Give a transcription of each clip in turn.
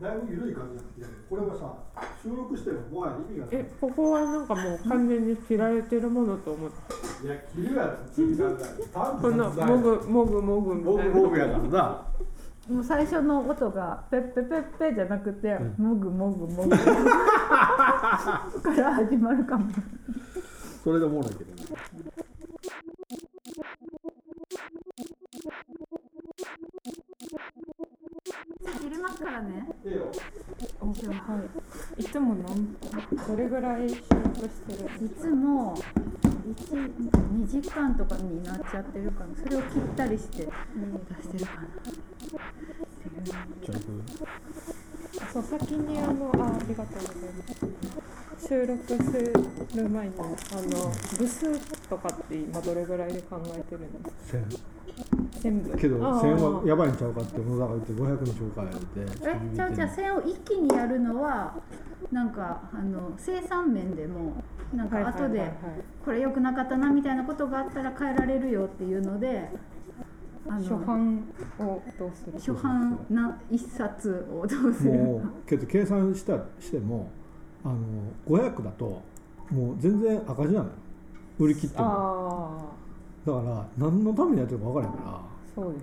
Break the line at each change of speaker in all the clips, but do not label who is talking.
だいぶ緩い感じなんだけどこれはさ収録してももはや意味がない
えここはなんかもう完全に切られてるものと思って
いや切るやつ釣りなんだよ単
こんなもぐもぐもぐみ
モ
た
グ
い
モ
な
グやからな
もう最初の音がペッペペッペじゃなくて、もぐもぐもぐから始まるかも。
それでおもろいけどね
入れますからね。
ええよ
じゃあはい
つもなんどれぐらい収録してる
い。いつも一二時間とかになっちゃってるから、それを切ったりして出してるかな。
ちょっと
そう先にあのあありがとうございます収録する前にあの部数とかって今どれぐらいで考えてるんですか
せん
全部
けど
あー
1000はやばいんちゃうかって小野坂言って500の紹介やって
え、じゃあじゃあ線を一気にやるのはなんかあの生産面でもなん
はい
か
はいはい
後
はい
でこれ良くなかったなみたいなことがあったら変えられるよっていうので、あ
初版をどうする
初版な一冊をどうする
もうけど計算したしてもあの500だともう全然赤字なのよ売り切っても
ああ
だから何のためにやってるか分からへんか
そうです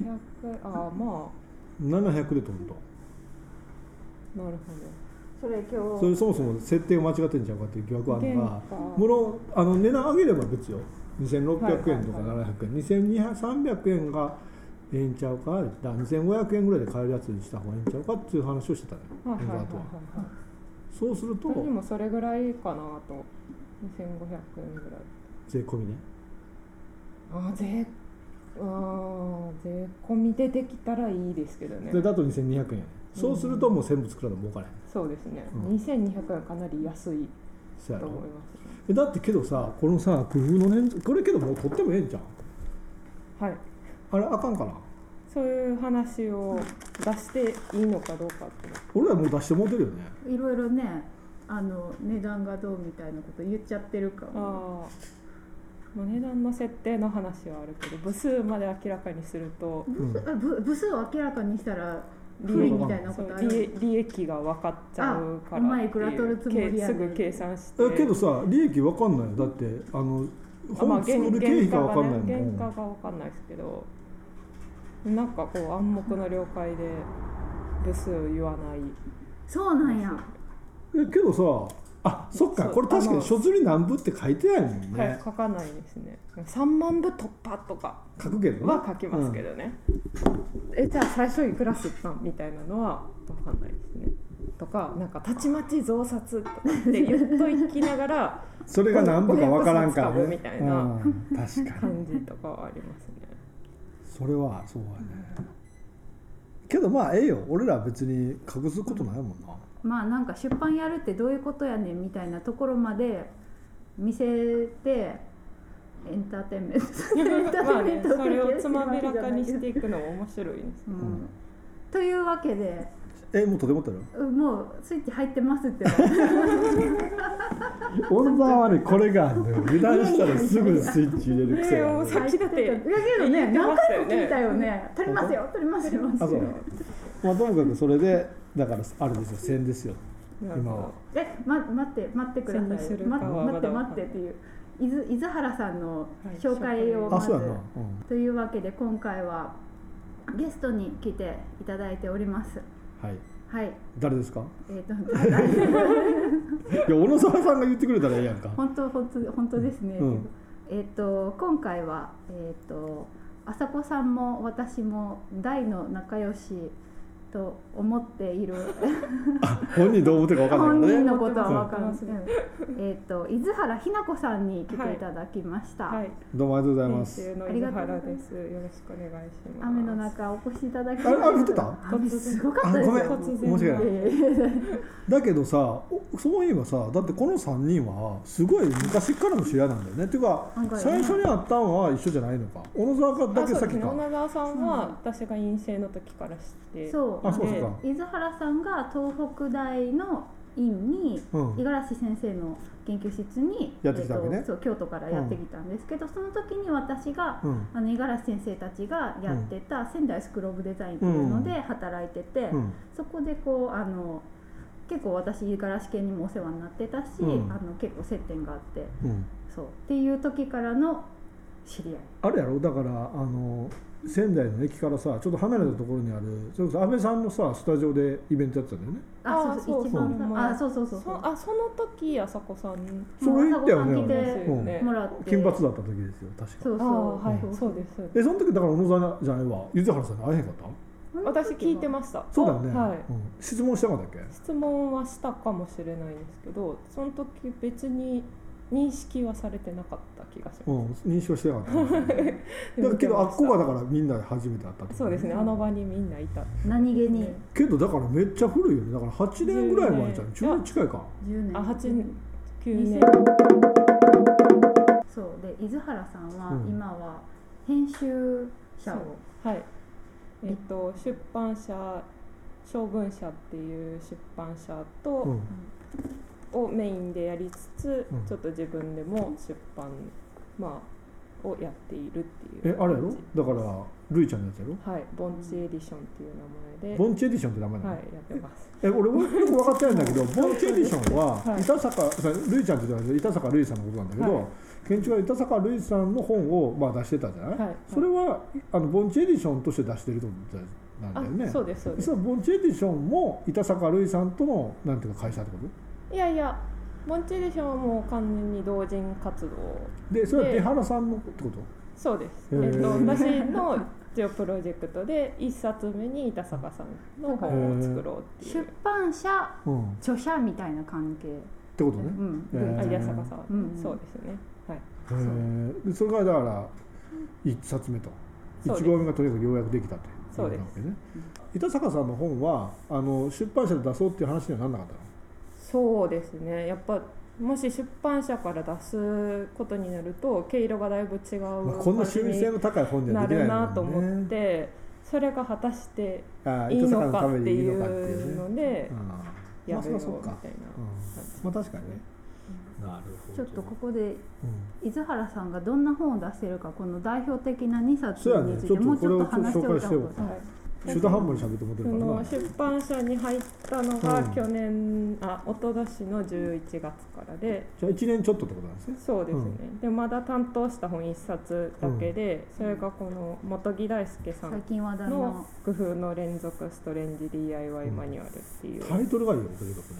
ね500ああま
ら700で取ると
あなる
それ今
それそもそも設定が間違ってんちゃうかっていう疑惑
ほ
はあ
ど
る
原
の
価
が無論あの値段上げれば別よ
はいはい
2600
はい
円とか700円、2200円がええんちゃうか言ったら2500円ぐらいで買えるやつにした方がええんちゃうかっていう話をしてたのよ
はいはいはいはい
あとはそうすると
私もそれぐらいかなと2500円ぐらい
税込みね
ああ税あー税込みでできたらいいですけどね
でだと2200円やねそうするともう1000部作らな儲からへん
そうですね、
うん
2200円かなり安い
そうや
と
ろ
思いますね
えだってけどさこのさ工夫の連続これけどもう取ってもええんじゃん
はい
あれあかんかな
そういう話を出していいのかどうかっていう
俺らもう出してもうてるよね
日いろいろねあの値段がどうみたいなこと言っちゃってるから
ああ値段の設定の話はあるけど部数まで明らかにすると
部数あ部部数を明らかにしたら
利
不利
益
みたいなこ
そう
とある
利利益が分かっちゃうから
あお前いくら取るつもりやねん
けすぐ計算して
えけどさ利益わかんないよだってあの
あまあ
本作る経費がわかんないもん、
原価がね原価が分かんないですけどなんかこう暗黙の了解で部数を言わない
そうなんや
えけどさあそっか
そう
これ確か
あ
に
の
書釣り何部って書いてないもん
か
ね
書かないですね3万部突破とか
書くけど
は
な
書きますけどね、えじゃあ最初いくら吸ったんみたいなのは分かんないですねとかなんかたちまち増刷とかって言っといきながら
それが何部かわからんから、
500冊株みたいな
うん確かに
感じとかはあります ね
それはそうやねけどまあええよ俺ら別に隠すことないもんな
まあなんか出版やるってどういうことやねんみたいなところまで見せてエンターテインメントエンター
まあ
テインメ
ね
ント
それをつまびらかにしていくのも面白いです
う
ね
んというわけで
えもうとても ったよ
うもうスイッチ入ってますって
オンザはねこれがあるのよ油断したらすぐスイッチ入れる癖がある
さっきだって
入てたいやけど
言っ
ね
て
何
ました
回
よね
も聞いたよね取りますよ取りますよ
あそうまあともかくそれでだからあれですよ線ですよ
なるほ
今
ど
は
え、ま、待って待ってください
千にするか
ま、
はまだ
待って待ってっていう伊豆伊豆原さんの紹介を
はい
ま
あ
ず、
そうやな、うん、
というわけで今回はゲストに来ていただいております
はい
はい
誰ですか
え ー、と
いや小野沢さんが言ってくれたらええやんか
本当本当本当ですね、
うん
えっ、と今回はえっ、と朝子さんも私も大の仲良しと思っている
本人どう思ってるか分かん
本
ないから
人
ね
のことは分か
う
る
ん
えっと伊豆原ひな子さんに来ていただきました、
はい
どうもありがとうございま
編
す
集の井ノ原ですよろしくお願いします
雨の中お越しいただき
あれあれ降ってた
雨すごかったです
あ
よ
ごめん
突然
申し訳ない
ええ
だけどさおそういえばさだってこの3人はすごい昔からの知り合いなんだよねっていうか
なんかね
最初に会ったんは一緒じゃないのか小野沢だ
あ
け
そうで
先
すね
か
女川さんは私が陰性の時から知って
そう
あそうかそうか
伊豆原さんが東北大の院に
うん
五十嵐先生の研究室に
やってきたわけね
えーとそう京都からやってきたんですけど、その時に私が
うん
あの五十嵐先生たちがやってた仙台スクローブデザインっていうので働いてて、
うん
そこでこうあの結構私五十嵐家にもお世話になってたし、
うん
あの結構接点があって
うん
そうっていう時からの知り合
あ
い
れやろだからあの仙台の駅からさちょっと離れたところにあるそれこそ安倍さんのさスタジオでイベントやってたんだよね
あ
あー
そうそう
そう
一番
そう
あそうそうそう
そ
そう
あその時あさこさん
それ言ったよ
もう朝ごはん
ね
来て
うん
もらって
金髪だった時ですよ確か
そう
あ
そ
ー
う
はい
そう
そうですそうです
えその時だから小野さんじゃないわ柚原さんに会えへんかった
私聞いてました
そうだよね、
はい
うん質問したかったっけ
質問はしたかもしれないんですけどその時別に認識はされなかった気がし
う
ま
ん認証してなか ったね
す、
だけどあっこが
は
だからみんなで初めて会ったってこと
そうですねあの場にみんないた
何気に
けどだからめっちゃ古いよねだから8年ぐらい前じゃん
10
10
年
年近いか
10年
あ八9年
2000そうで伊豆原さんは
うん
今は編集者を、
はいえっと出版社将軍社っていう出版社
う
と、
ん
をメインでやりつつ、
うん
ちょっと自分でも出版まあをやっているってい
え
う
あれやろだからルイちゃんのやつやろ
はいボンチエディションっていう名前で
ボンチエディションって名前なの、
はいやってます
え俺もよく分かってないんだけ どボンチエディションは
はい
板坂さルイちゃんって言ってたけど板坂ルイさんのことなんだけど、
はい
建築家板坂ルイさんの本をまあ出してたじゃない、
はい
それはあのボンチエディションとして出してるってことなんだ
あ
よね
そうですそうです
そのボンチエディションも板坂ルイさんとのなんていうか会社ってこと
いやいやボンチエディションはもう完全に同人活動
でそれは
で
出原さんのってこと
そうです、
へー
えっと、私の一応プロジェクトで一冊目に板坂さんの本を作ろうってい
出
う、
版社
うんっ
著者みたいな関係、
てことね
う、ん、
へー
あ板坂さんは、
うん
そうですねはい
へーでそれがだから1冊目と
そうです
1号目がとにかくようやくできたとい
そうです
わけね板坂さんの本はあの出版社で出そうっていう話にはなんなかったの
そうですねやっぱもし出版社から出すことになると毛色がだいぶ違う
まあ、こんな趣味性
感
の高い本に
じに
は
な
できな
る
いもん
なと思って、それが果たして
ああ
いい
糸
の
魚の
か
ため
って
にいい
い
のかっていう
う
ね
ので
うんま
や
あ
め
そりゃ
ようみ
そうか
たいな
うんまあ確かにねなるほ
ちょっとここで
うん
伊豆原さんがどんな本を出してるかこの代表的な2冊
そうやね
につい
ち
て
ょっと
もうちょっと
これを
話しておいた方
紹介してお
が
こ
はい
中途半端に喋って思って
そ
るから
の
な
出版社に入ったのが
うん
去年、あ一昨年の11月からで
じゃあ1年ちょっとってことなんですね
そうですね、
う
でまだ担当した本1冊だけで、それがこの本木大輔さ
最
ん
近話題
の
の
「工夫の連続ストレンジ DIY マニュアル」っていう、
タイトルがいいよとにかくね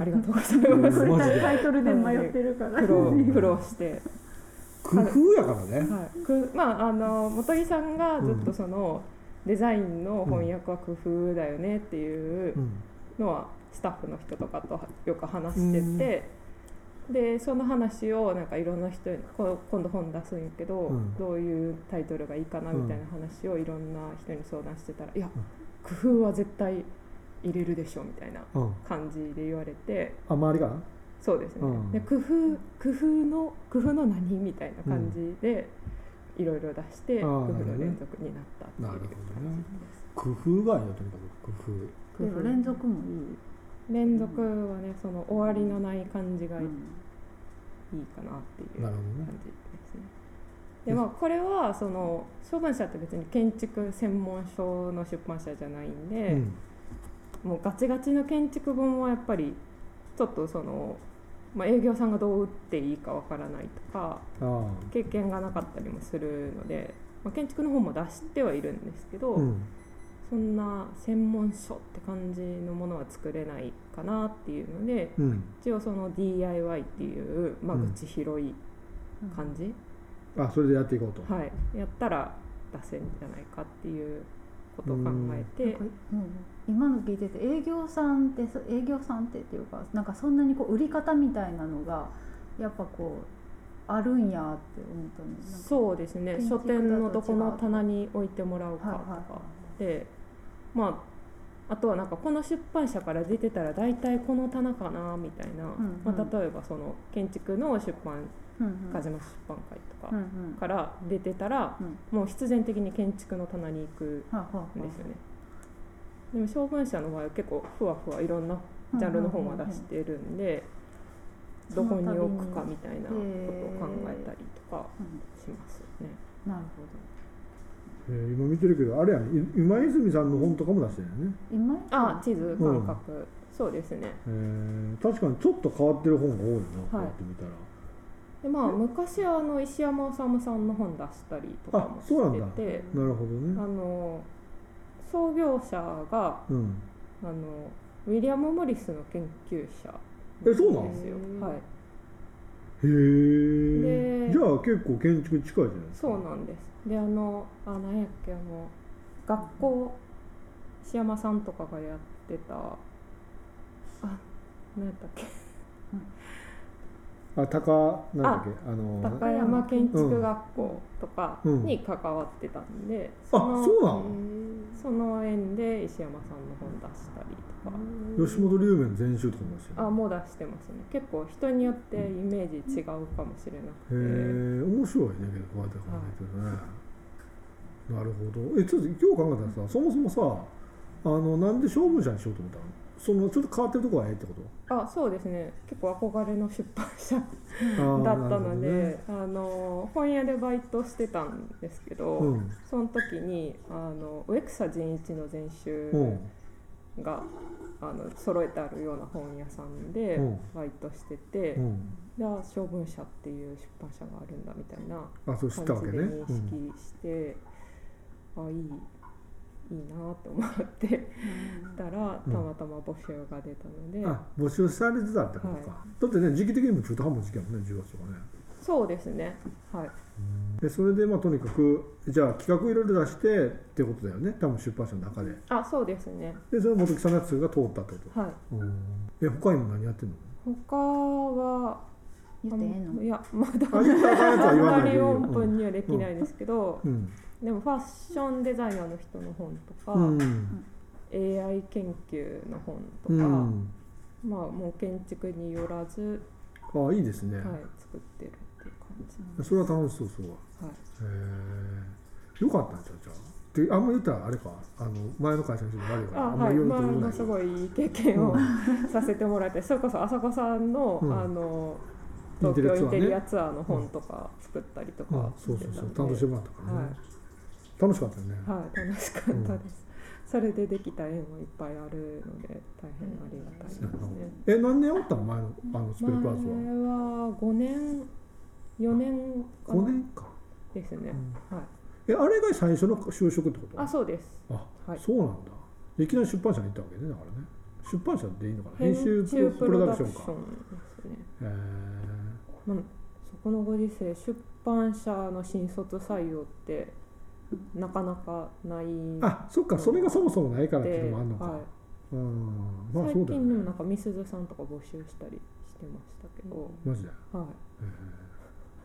ありがとうございます
うんマジで
タイトルで迷ってるから
苦労苦労して、
工夫やからね
はい、くまああの本木さんがずっとその、デザインの翻訳は工夫だよねっていう
うん
のはスタッフの人とかとよく話してて、でその話をなんかいろんな人にこ今度本出すんやけど、
うん
どういうタイトルがいいかなみたいな話をいろんな人に相談してたら「いや工夫は絶対入れるでしょ」みたいな
うん
感じで言われて
あ周りかな
そうですね、
うん
で工夫工夫の工夫の何みたいな感じで。いろいろ出して
あ
工
ー
夫
なるほど
の
ね
連続になったっていう
なるほどね
です
工夫がいいよとにかく工夫
でも連続もいい、
連続はねその終わりのない感じが
うん
いいかなってい
なる
う感
ほどね
じですね。でまあ、これはその障害者って別に建築専門書の出版社じゃないんで、
うん
もうガチガチの建築本はやっぱりちょっとその、まあ、営業さんがどう打っていいかわからないとか
あ
経験がなかったりもするので、まあ、建築の本も出してはいるんですけど、
あうん
そんな専門書って感じのものは作れないかなっていうので
うん
一応その DIY っていう間
うん
口広い感じ、
あそれでやっていこうと
はい、やったら出せんじゃないかっていうことを考え
なん
て
か、うん今の聞いてて営業さんってそ営業さんってっていうかなんかそんなにこう売り方みたいなのがやっぱこうあるんやって思ったのなんか
そうですね
建
書
築だと違う
店のどこの棚に置いてもらおうかとか、
はいは
でまああとはなんかこの出版社から出てたら大体この棚かなみたいな、
ん
ま
う
あ、
ん
例えばその建築の出版
うんうん
風間出版会と
う
か
んうん
から出てたら、
うん
もう必然的に建築の棚に行く
はあはあはあ
んですよね。でも小文社の場合は結構ふわふわいろんなジャンルの本は出してるんで、
うん
ど
うんう
こ
んうん
に置くかみたいなことを考えたりとか
うん
しますね。
なる
えー今見てるけどあれやねい今泉さんの本とかも出してるよね、
ほど今井さん
あ、地図感覚、そうですね。
えー確かにちょっと変わってる本が多いな、こうやって見たら
でまあ昔あの石山治さんの本出したりとかも
あそうなんだ
してて、
なるほど
あ
ね
の創業者が
うん
あのウィリアム・モリスの研究者
えそうなの
ですよ
へー。
はい。
へえ
で
じゃあ結構建築近いじゃないですか
そうなんです。であのあなんやっけあの学校石山さんとかがやってたあなんやったっけ
あ高なんだっけあのー
高山建築学校とかに関わってたんで、
あ
の
そうなの
その縁で石山さんの本出したりとか、
吉本龍面全集とかも出してる
あもう出してますね結構人によってイメージ違うかもしれな
へ
く
え
て、
面白いねけどこうやって考えてるね、なるほどえちょっと今日考えたらさそもそもさあのなんで勝負者にしようと思ったのそのちょっと変わってるとこはええってこと
あそうですね結構憧れの出版社
あー
だったので、
なる
あの本屋でバイトしてたんですけど、
ほどね
その時にあの植草仁一の全集
うんうん
が、あの揃えてあるような本屋さんで
うん
バイトしてて、
うん
であ小文社っていう出版社があるんだみたいな
あそう知った
感
わけ
じ
ね
で認
うん
識して、あいいいいなと思ってたら
うん
たまたま募集が出たので、
あ募集されてたってことか、
は
だってね時期的にも中途半端な時期やもんね10月とかね
そうですねはい
でそれでまあとにかくじゃあ企画いろいろ出してってことだよね多分出版社の中で
あそうですね
でそれ本木さんのやつが通ったってこ
はい
とうんえ他にも何やってんの
他は
言ってええの
いやまだ
あ言ったらあかんやつは言わ
あ
ない
んま
でいい
り
よ
オープンにはできないですけど、
うん
でもファッションデザイナーの人の本とか、
うん
AI 研究の本と
う
か、
ん
まあもう建築によらず、
あいいですね、
はい、作ってるっていう感じ、
それは楽しそうそう
はい、
へえよかったんちゃうじゃあであんま言ったらあれかあの前の会社の人に悪いから
あ
あんま
はい、
り言
ま
わ
あ、
れても
の
ない
すごいいい経験を させてもらって、それこそ浅子さんの、
うん
あの
インテリ
東
アツアー
京イン
ね
テリアツアーの本とか作ったりと
あ
かし
そ
てたん
う
で、
そうそう担当してもらったからね、楽しかったよね、
はい、楽しかったです。それでできた縁もいっぱいあるので大変ありがたいですね。
え何年おったの前のあのスペ
前
ルプラスは
は5年4年か
5
な
年か、
ですね
う。ん
はい。
えあれが最初の就職ってこと
あ、そうです。
あ
はい。
そうなんだいきなり出版社に行ったわけねだからね出版社でいいのかな編
編
集
集
プ
プ
ロダ
ロダ
ク
ク
シ
シ
ョ
ョ
ン
ン
か
ですね。
へえ
まあ、そこのご時世出版社の新卒採用ってなかなかないの
あそっかそれがそもそもないからっていうの
で、
もあるのか、
はい
うんまあ
最
そう
近
だ
で
よ
も
ね
なんかみすずさんとか募集したりしてましたけど、
マジでへ
は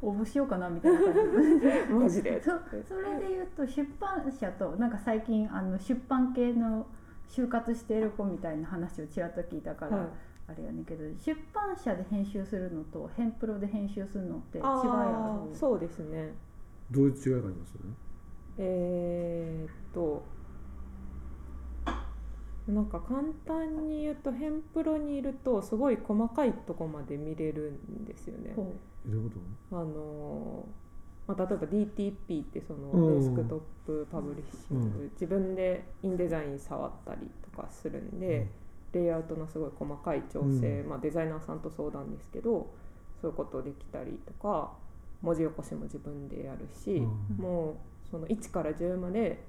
応募しようかなみたいな感じ
い。 マジで。
そそれで言うと出版社となんか最近あの出版系の就活している子みたいな話をちらっと聞いたから、
はい
あれやねんけど出版社で編集するのと編プロで編集するのって違いあ
あー
る
そうですね
えどういう違いがあります
えーっとなんか簡単に言うと編プロにいるとすごい細かいとこまで見れるんですよね。
ほ
どういうこ
あのーまあ、例えば DTP ってそ
うん
のデスクトップパブリッシング、自分でインデザイン触ったりとかするんで、レイアウトのすごい細かい調整、
う
まあ、デザイナーさんと相談ですけどそういうことできたりとか文字起こしも自分でやる
と、
し、もうその1から10まで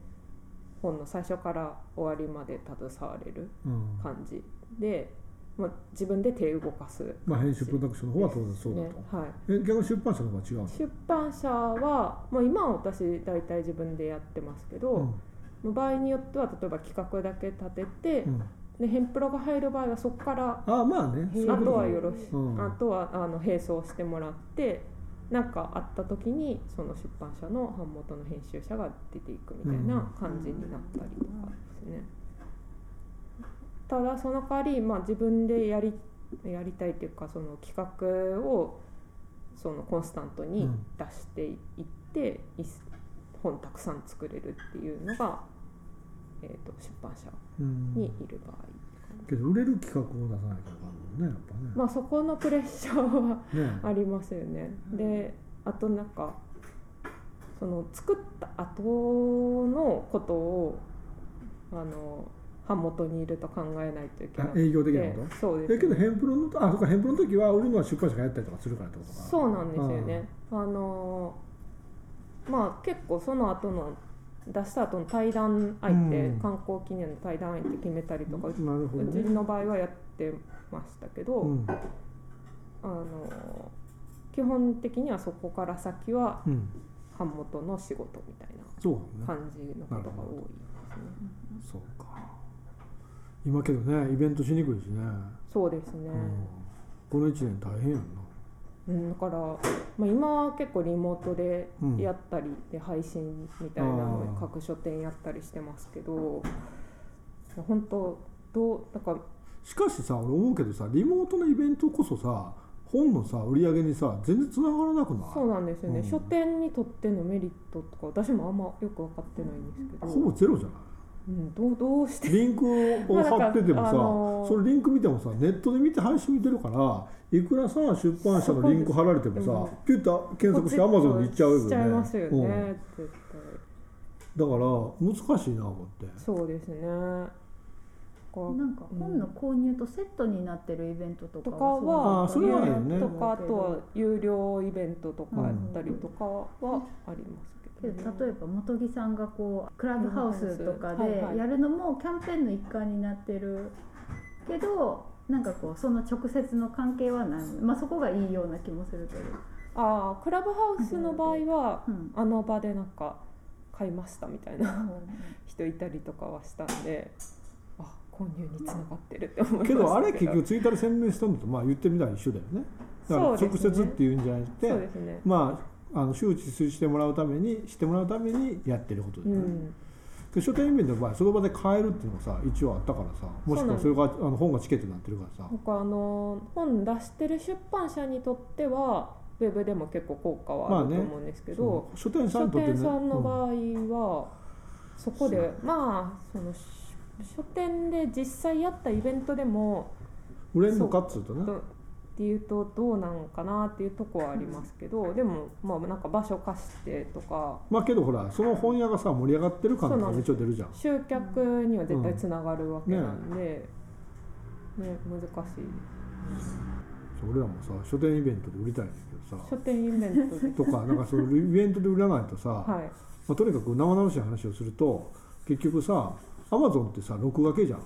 本の最初から終わりまで携われる
うん
感じで、まあ、自分で手動かす
まあ、編集プロダクションの方は当然そうだ
ね
と、
はい、
え逆に出版社の方は違うの
出版社は、まあ、今は私大体自分でやってますけど、まあ場合によっては例えば企画だけ立てて
う、んうん、
で編プロが入る場合はそこから
ああまあねそういう
あ
こと
は
ね
よろしい、
うん
あとはあの並走してもらって何かあった時にその出版社の版元の編集者が出ていくみたいな感じになったりとかですね。ただその代わり、まあ、自分でやりやりたいというかその企画をそのコンスタントに出していって、い本たくさん作れるっていうのがえー、と出版社
うん
にいる場合、
けど売れる企画を出さないとあかんもんねやっぱね,、
まあ、そこのプレッシャーは
ね
ありますよね。
うん
であとなんかその作った後のことをあの版元にいると考えないといけな
あ
くて
営業的なこと
そうです、
えけどヘンプロのあそうかヘンプロの時は売るのは出版社がやったりとかするからってことか
そうなんですよね。あのーまあ結構その後の出した後の対談相手、
うん
観光記念の対談相手決めたりとか、う
うんなるほど
ち
ね、
の場合はやってましたけど、
うん
あのー基本的にはそこから先は
うん、
版元の仕事みたい
そう
な
だね
感じのことが多いですね。
そうか今けどねイベントしにくいしね、
そうですね
う、ん、この1年大変やんな
うん、だから、まあ、今は結構リモートで
うん
やったりで配信みたいなのを各書店やったりしてますけど本当どうなんか
しかしさ俺思うけどさリモートのイベントこそさ本のさ売り上げにさ全然つながらなくない
そうなんですよね、
うん
書店にとってのメリットとか私もあんまよく分かってないんですけど、
ほぼゼロじゃな
うん、どうどうして
いリンクを
まあなんか
貼っててもさ、
あのー
それリンク見てもさネットで見て配信見てるからいくらさ出版社のリンク貼られて
そ
も
こ
さピュッと検索してアマゾンに行っちゃうよね
しちゃいますよね、
うん
絶対
だから難しいな思って
そうですねこ
なんか本の購入とセットになってるイベントと
と
か
か
あ
は
ーそれはあるよね
有料とかあとは有料イベントとかやったりとかはありますけ
け
ど、
ど例えば本木さんがこうクラブハウスとか
クラブハウスはいはい
でやるのもキャンペーンの一環になってるけどなんかこうその直接の関係はない、まあ、そこがいいような気もするけど、
ああクラブハウスの場合は
うん、
あの場でなんか買いましたみたいな 人いたりとかはしたんであ購入につながってるって思いました
けどあれ結局ツイッターで宣伝したのとまあ言ってみたら一緒だよねだから
そう
直
ですね
接っていうんじゃなくて、
そうですね
まああの周知してもらうためにしてもらうためにやってることだ
う
よね、
ん
で書店イベントの場合その場で買えるっていうのがさ一応あったからさもしくはそ
そ
れがあの本がチケットになってるからさ
なんかあの本出してる出版社にとってはウェブでも結構効果はあると
まあね
思うんですけど、
そう書店さん
書
にとって
店
ね
さんの場
うん
合は、そこでまあそのし書店で実際やったイベントでも
売れんのかっつうとね
どっていうとどうなのかなっていうとこはありますけど、でもまあなんか場所貸してとか
まあけどほらその本屋がさ盛り上がってる感と
そう
か
なんで
一応出るじゃん
集客には絶対つながるわけ
うん
なんで、ね難しい
そう俺らもさ書店イベントで売りたいんだけどさ
書店イベントで
とかなんかそのイベントで売らないとさ、
はい
まあ、とにかく生々しい話をすると結局さアマゾンってさ録画系じゃん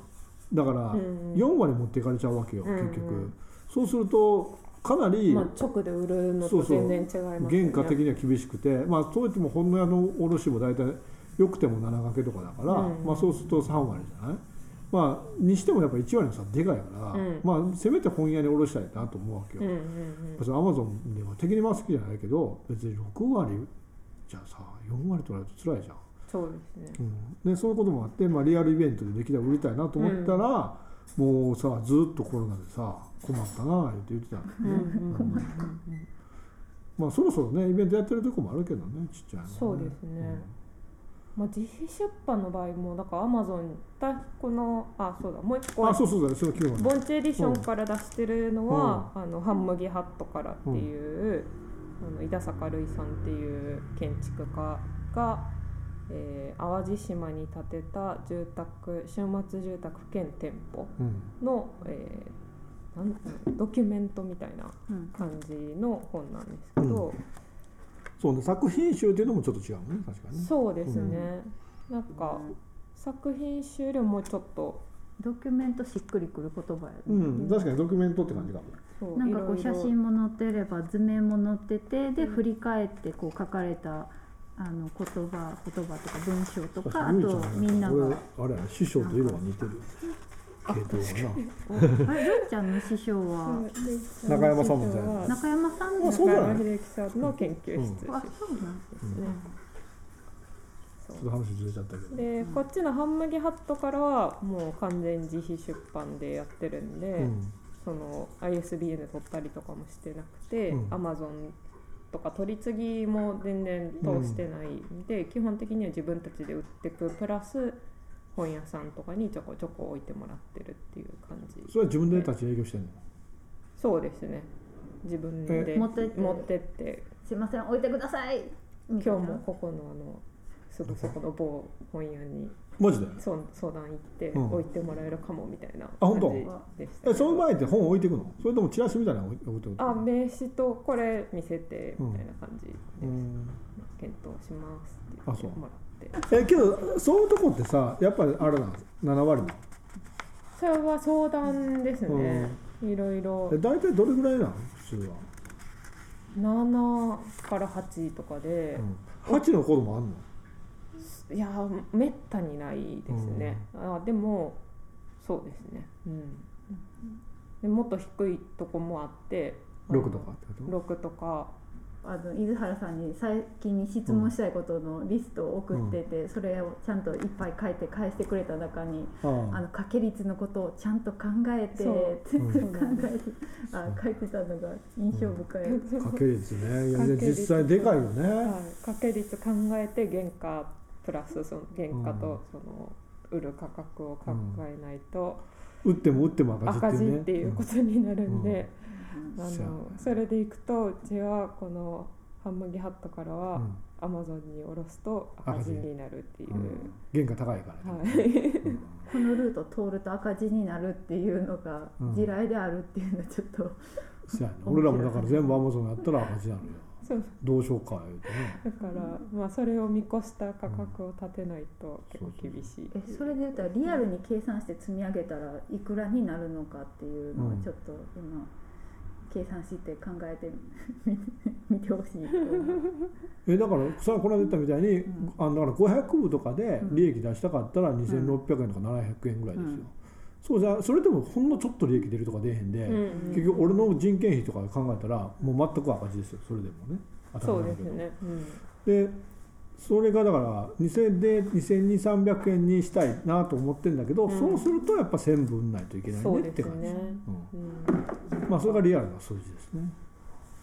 だから
うんうん
4割持っていかれちゃうわけよ、
うんうん
結局そうするとかなり、
まあ、直で売るの
そ
と
うそう
全然違いますよね
原価的には厳しくて、まあ、そう言っても本屋の卸も大体良くても7掛けとかだから、
うん
まあ、そうすると3割じゃない、まあ、にしてもやっぱ1割の差でかいから、
うん
まあ、せめて本屋に卸したいなと思うわけ
うん
よ、
う
やっ
ん
ぱそアマゾンでは敵に回す気じゃないけど別に6割じゃさ4割取られると辛いじゃん、
うんそうですね
うん、でそういうこともあって、まあ、リアルイベントでできたら売りたいなと思ったら、もうさずっとコロナでさ困ったなって言ってたの、
うんうんうん
まあそろそろねイベントやってるとこもあるけどねちっちゃいの、ね、
そうですねまあ、自費出版の場合もだからアマゾンだこのあそうだもう一個
あそうそうそうその企業
ボンチエディションから出してるのは「あのハンムギハットから」っていう、あの井田坂類さんっていう建築家が、えー淡路島に建てた住宅週末住宅兼店舗
うん
の、えーなんドキュメントみたいな
うん
感じの本なんですけど、
そうね作品集っていうのもちょっと違うもんね確かにね
そうですね、なんか作品集よりもちょっと
ドキュメントしっくりくる言葉やね、
うん確かにドキュメントって感じかも
そう
なんかこう
いろ
写
いろ
真も載ってれば図面も載っててで振り返ってこう書かれたあの言葉言葉とか文章と
確
か
か
あ
に
とみんな
俺
が
あれやね師匠と色が似てる系統が
あれるいちゃんの師匠は
な中山さんもじゃ
中
中山さん
あ
です
そう
中
じゃな
山
い
秀樹さんの研究室ですね
あそうなん
ちょっと話ずれちゃったけど
でこっちの「ハンムギハット」からはもう完全自費出版でやってるんで、
うん
その ISBN で取ったりとかもしてなくて、
うん
Amazon とか取り次ぎも全然通してないんで、基本的には自分たちで売ってくプラス本屋さんとかにちょこちょこ置いてもらってるっていう感じ
それは自分でたち営業してんの
そうですね自分で
え持ってって
持ってって
すいません置いてくださいみたい
今
な
日もここのあのすぐそこの某本屋に
マジで
そ相談行って
うん
置いてもらえるかもみたいな
あ
感
本
じ
当
でしたけど、
えその場合って本置いていくのそれともチラシみたいなの置い置いてく
あ
の
名刺とこれ見せてみたいな感じで
うん
検討しますって
あ
言っ
そ
て
う
もらって
えけどそういうとこってさやっぱりあれなん7割なの
それは相談ですね、いろいろ
え大体どれぐらいなの普通は、
7から8とかで
う、ん、8の子もあんの
いやーめったにないですね、あでもそうですねうんでもっと低いとこもあって
6とかってこと
6とか
あの伊豆原さんに最近に質問したいことのリストを送ってて、それをちゃんといっぱい書いて返してくれた中に、あ
あ
の掛け率のことをちゃんと考えて
そう
って
うん
考えてあ書いてたのが印象深い、
あ掛け率ねいや
掛け率
実際でかいよね、
はい、掛け率考えて原価プラスその原価
うん
とその売る価格を考えないと
打っても打っても赤
赤
字
字
っていうね
っていうことになるんで、
うん
あ
そうや
のそれでいくとうちはこのハンマギハットから
う
は
ん
アマゾンに卸すと赤字になるってい
う、
う
ん原価高いからね、
はい、
うん
このルート通ると赤字になるっていうのが
うん
地雷であるっていうのはちょっと、
そう やね俺らもだから全部アマゾンやったら赤字なのよ
そう
どうしようか言うてね
だから、まあ、それを見越した価格を立てないと結構厳しい。
えそれで言ったらリアルに計算して積み上げたらいくらになるのかっていうのは
うん
ちょっと今計算して考えてみ見てほしいと思う
えだからさこの間言ったみたいに、
ん
あのだから500部とかで
うん
利益出したかったら2600円とか700円ぐらいですよ、そうじゃそれでもほんのちょっと利益出るとか出えへんで、
うん
結局俺の人件費とか考えたらもう全く赤字ですよそれでもね
そう
前
で
だ
す
けど
ね、うん
でそれがだから2000で2200円にしたいなと思ってんだけど、
うん
そうするとやっぱ1000分ないといけない
そう
ねって
です
感じ、
ね、
うん
うん、
まあそれがリアルな数字ですね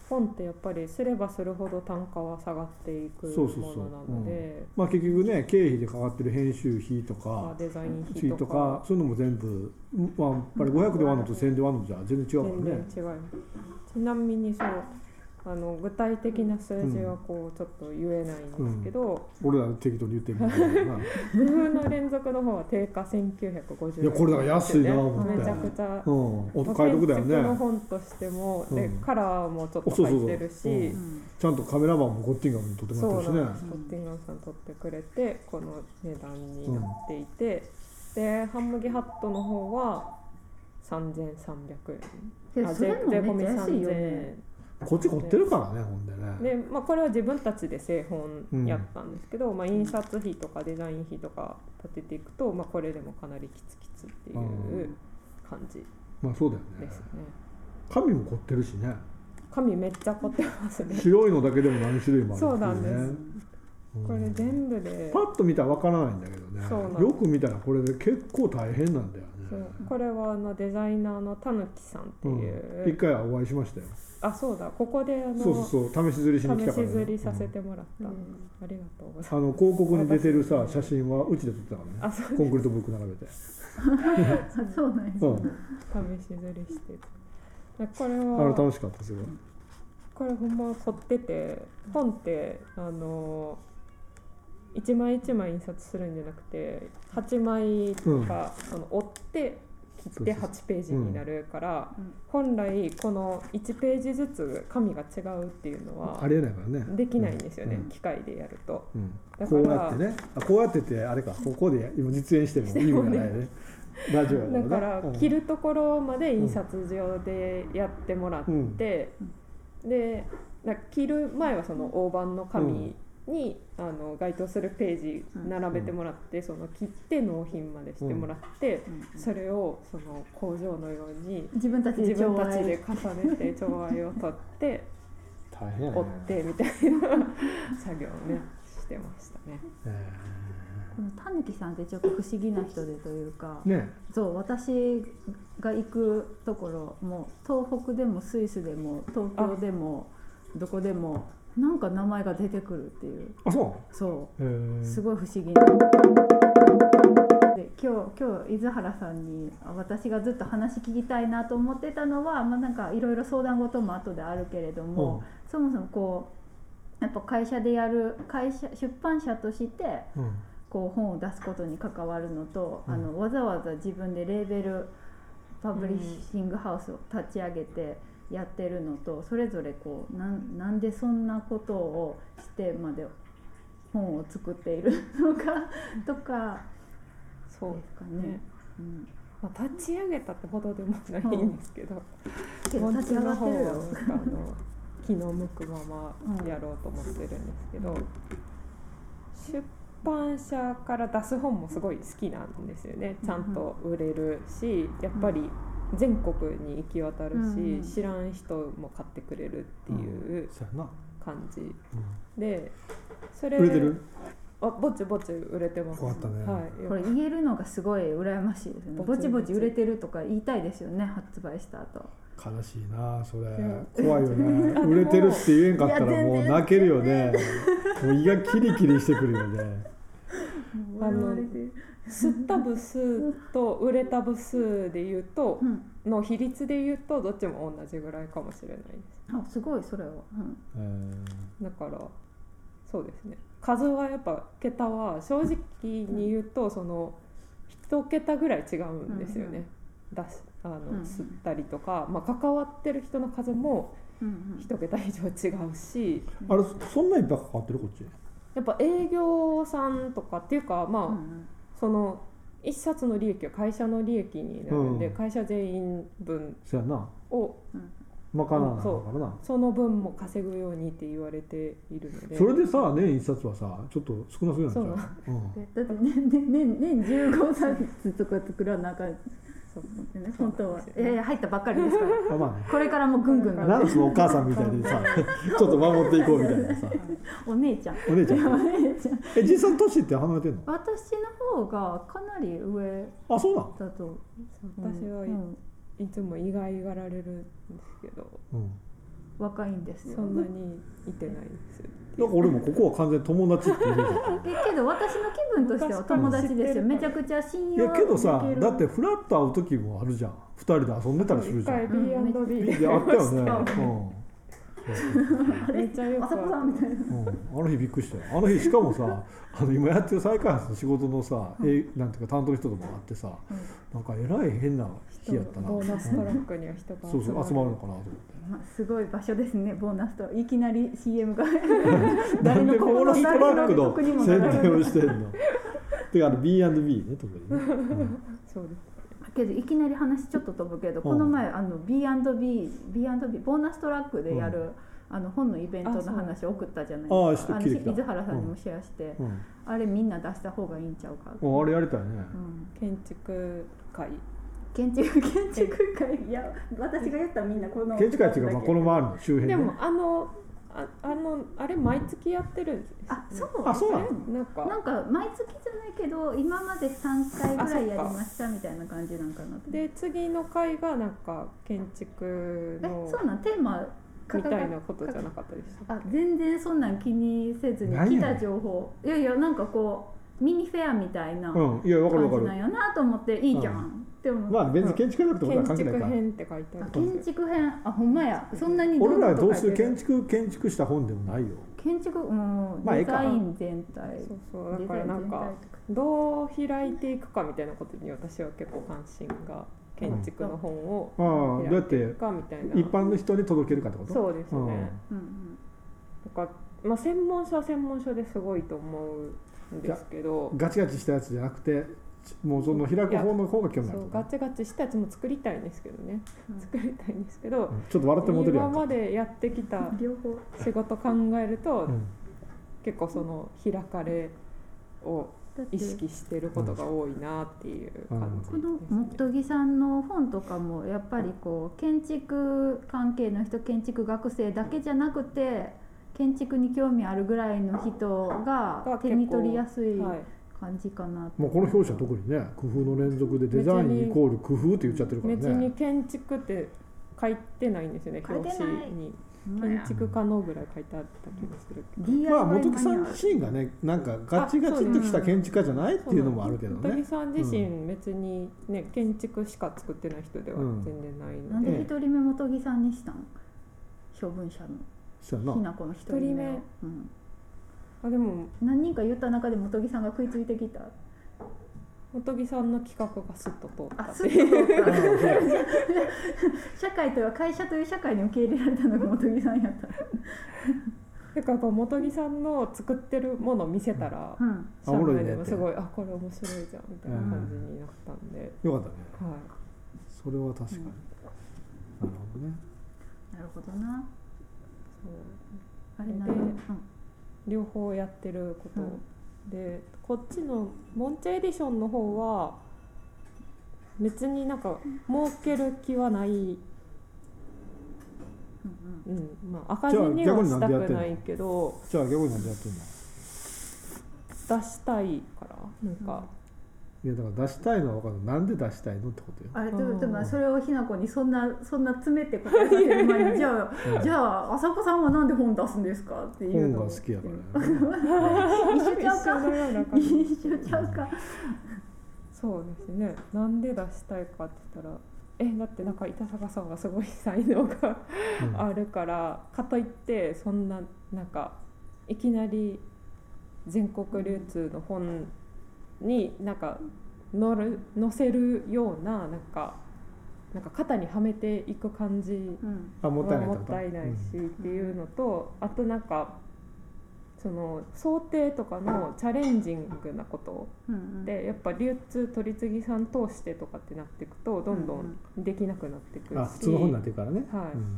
本ってやっぱりすればするほど単価は下がっていく
そうそうそう
ものなので、
まあ結局ね経費でかかってる編集費と
まあ
か
デザイン
費
費
と
と
か
か
そういうのも全部まあやっぱり500で終わるのと1000で終わるのじゃ全然違う
全
か
然
らね
違います、ちなみにそうあの具体的な数字はこうちょっと言えないんですけど、
俺ら適当に言ってみたいな
工夫の連続の方は定価1950円
いやこれだから安いな思って
めちゃくちゃ
うんお買い得だよ
建築の
ね
本としても、で
うん
カラーもちょっと
そうそうそ
入
う
ってるし、
うんちゃんとカメラマンもゴッティンガムに撮って
そ
もらっ
う
てるし
なんで
ね
す。トッティンガンさん取ってくれてこの値段になっていて、でハンムギハットの方は3300
け
円
ど
あ
それ
ぜ
も
税込
め
み
っちゃ安いよ
3000
ね
円
こっち凝ってるからねほんでね
で、まあ、これは自分たちで製本やったんですけど、まあ、印刷費とかデザイン費とか立てていくと、まあ、これでもかなりキツキツっていう感じ
まあそうだよ
で
ね
すね
紙も凝ってるしね
紙めっちゃ凝ってますね
白いのだけでも何種類もある
そうなんです
うん
これ全部で
パッと見たらわからないんだけどね
そうなんです
よく見たらこれで結構大変なんだよ
そう
ね
これはあのデザイナーのたぬきさんって
うん
いう、
一回はお会いしましたよ
あそうだここであの
そうそうそう試し釣りしに来
試
たから
し
ね
釣りさせてもらった、
うん
ありがとうござい
うんあの広告に出てるさ写真はうちで撮ったから
ま
ね
すあ
コンクリートブロック並べて
あそうなんや
うん
そう試し釣りしてでこれ
あれ
は
楽しかったすごい
これほんま凝ってて本ってあの一枚一枚印刷するんじゃなくて8枚とか、その折って切っ
そ
て
うそう
8ページになるから、
うん
本来この1ページずつ紙が違うっていうのは
ありえないからね
できないんですよね、
うん
機械でやると。
うん
だか
こ
ら
うやってねあこうやっててあれかここで今実演しても意味がないねラジオ
だから
うん
着るところまで印刷所でやってもらって、でな着る前はその大判の紙に、あの該当するページ並べてもらって、その切って納品までしてもらって、それをその工場のように
自分たち
自
で
分
調
たち
和
で重ねて調和を取って
大変やね
折ってみたいな作業をねしてましたね。
え
このたぬきさんってちょっと不思議な人でというか、
ーね
そう私が行くところも東北でもスイスでも東京でもどこでもなんか名前が出てくるっていう
あそ
そ
う
う
なのへ
す
ー
ごい不思議で今日今日伊豆原さんにあ私がずっと話聞きたいなと思ってたのは、まあ、なんかいろいろ相談事も後であるけれども、そもそもこうやっぱ会社でやる会社出版社として
うん
こう本を出すことに関わるのと、
うん
あのわざわざ自分でレーベルパブリッシングハウスを立ち上げてやってるのと、それぞれこうなんなんでそんなことをしてまで本を作っているのかとか
そう
ですか
ね
ね。うん、
まあ、立ち上げたってほどでもないんですけど、
けど立ち上がって
こっちの方
るよ
は。なんかあの気の向くままやろうと思ってるんですけど、出版社から出す本もすごい好きなんですよねちゃんと売れるしやっぱり全国に行き渡るし、
うん
知らん人も買ってくれるっていう
そうやな、
感じ
う
でそ
ん、売れてる
あぼちぼち売れてます
よかったね
はい、
これ言えるのがすごい羨ましいですね。
ぼ
ぼ
ち
ち
ぼ
ぼ
ち
ち売れてるとか言いたいですよね。発売した後。
悲しいなそれ
ん
怖いよね
あでも
売れてるって言えんかった
いや
ら
全
もう
然
泣けるよ ねもう胃がキリキリしてくるよね
あの吸った部数と売れた部数で言うと
うん。
の比率で言うとどっちも同じぐらいかもしれないで
あ、すごいそれは。うん。
うん
すだからそうですね数はやっぱ桁は正直に言うとその一桁ぐらい違うんですよね、出しあの
うん
吸ったりとか、まあ、関わってる人の数も
うんうん。
一桁以上違うし
あれそんないっぱいかかってるこっち
やっぱ営業さんとかっていうかまあ、
うんうん
その一冊の利益は会社の利益になるんで、
うん
会社全員分
そうやな
を
まかなあなだからな
その分も稼ぐようにって言われているので
それでさ年一冊はさちょっと少なすぎない
そうな
う、うん、
だって年年年年15冊とか作らなあかんよ
そう
ね本当は
そうなんですよね
いやいや入ったばっかりですから
あまあね
これからもぐんぐん
なんかそのお母さんみたいにさ ちょっと守っていこうみたいなさ
お姉ちゃん
お姉ちゃん
お姉ちゃん
え実際年って離れてんの
私の方がかなり上
あそうなん
だと
私は
う
い,、
ん
つも意外がられるんですけど
うん
若いんですよ
そんなにいてないで
だ
す
から俺もここは完全に友達って言うじゃん
えけど私の気分としては友達ですよ
確かに
めちゃくちゃ信
い
用
や
で
け
きる
どさだってフラッと会う時もあるじゃん二人で遊んでたりする
一
じゃん
回
い
B&B で
やあったよね、う
会い
ん
まし
そう
ためっちゃよく
あそこさんみたい
う
な
ん、あの日びっくりしたよあの日しかもさあの今やってる再開発の仕事のさ、えなんていうか担当の人とも会ってさ、
うん
なんかえらい変な日やったな
ボーナストラックには人が
そうそう集まるの
る
かなと思って
まあすごい場所ですねボーナスといきなり CM が
な
誰
んで
の
ボーナストラック
誰の
の
国も
宣伝をしてんのてかあの B&B ね特にね、うん
そうです
けどいきなり話ちょっと飛ぶけど、
ん
この前あの B&B B&B ボーナストラックでやる、
う
あの本のイベント
あ
の
そう
話を送ったじゃない
ああ
で
し
す
て
かあの
聞い
伊
てきた
豆原さんにもシェアして、
うん
あれみんな出した方がいいんちゃうか、
もうあれやりたいね、
うん、
建築会
建築建築会いや私が言ったらみんなこの
建築家っていうか、まあ、この周りの周辺ね
でもあのああのあれ毎月やってるんですよね
あそう
あそうなの
なんか
なんか毎月じゃないけど今まで3回ぐらいやりましたみたいな感じなんかなと
で次の回がなんか建築
え
の
そうなんテーマ
みたいなことじゃなかったでした
あ全然そんなん気にせずに
何
来
やねん
た情報いやいやなんかこうミニフェアみたいな感
うんいやわかるわか
じ
る
なんやなと思っていいじゃんって思って、
まあ別に建築家なくても
建
関係ない
築
から
編って書いてあ
あ
る
建築編あほんまやそんなに
俺らはどうする
書い
建
て
築建築した本でもないよ
建築うん、
まあええ
デ
か
ザイン全体
そうそう
デ
だか
ザイ
ら
ン
なん
全体と
かどう開いていくかみたいなことに私は結構関心が建築の本を
うん
開いていくかみたいな
一般の人に届けるかってこと
そうです
うん
ね
うんうん
なんかまあ専門書は専門書ですごいと思うんですけど
ガチガチしたやつじゃなくてもうその開く方の方が興味あ
そ
るって
う
こと
ガチガチしたやつも作りたいんですけどね
うん
作りたいんですけど
うんちょっと笑ってモデルや
今
んか
までやってきた
両方
仕事考えると
うん
結構その開かれを
だって
意識してることが多いなっていう感じ
こ
で
の
すね
木。戸木さんの本とかもやっぱりこう建築関係の人建築学生だけじゃなくて建築に興味あるぐらいの人
が
が
結構
手に取りやすい
はい、
感じかなと
もうこの表紙は特にね工夫の連続でデザインイコール工夫って言っちゃってるから
別に
ね
建築って書いてないんですよね
書いて
表
ない
紙に建築家のぐらい書いてあった気もするけど。
まあ
DIY
本木さん
マニ
自身がねなんかガチガチっときた建築家じゃないっていうのもあるけど
そうなん
ね
です本木さん自身別にね、建築しか作ってない人では全然ない
ア
の
なん
で、
で一人目もとぎさんにしたん処分者の
そうや
ひ
な
なこの一人目を
一人
うん、
あでも
何人か言った中でもとぎさんが食いついてきた
本木さんの企画がすっと通った
あ
っ
す
て
っと
いう
通った社会というか会社という社会に受け入れられたのが本木さんやった、
だからやっぱ本木さんの作ってるものを見せたら、
うん、
あおもろいねって
でもすごいあこれ面白いじゃんみたいな感じになったんで、
よかったね
はい。
それは確かに、
うん
なるほどね
なるほどな
そう
あれなんだ、
で
うん、
両方やってること、
うん
でこっちのモンチェエディションの方は別になんか儲ける気はない、うん
うん
まあ、赤字にはしたくないけど
じゃあ逆になんでやってんの
出したいからなんか、
いやだから出したいのは分かるなんで出したいのってことよ
あれでもで
う
も
ん
それをひなこにそんなそんな詰めて答えさせる前にじゃあじゃあ朝子さんはなんで本出すんですかっていう
本
の
が
を
好きやか
一緒ちゃう
一緒
か
のような感じ
一緒ちゃうか
そうですねなんで出したいかって言ったらえだってなんか板坂さんがすごい才能が
ら、 うん
あるからかといってそんななんかいきなり全国流通の本になんか乗る載せるようななんかなんか肩にはめていく感じ
うん
あもったいない
はも
ってこ
っ
と
たいないしっていうのとあとなんかその想定とかのチャレンジングなこと
うんうん
でやっぱ流通取り次ぎさん通してとかってなっていくとどんどんできなくなっていく
う
し。
んあ普通の本になってるからね、
はい
うん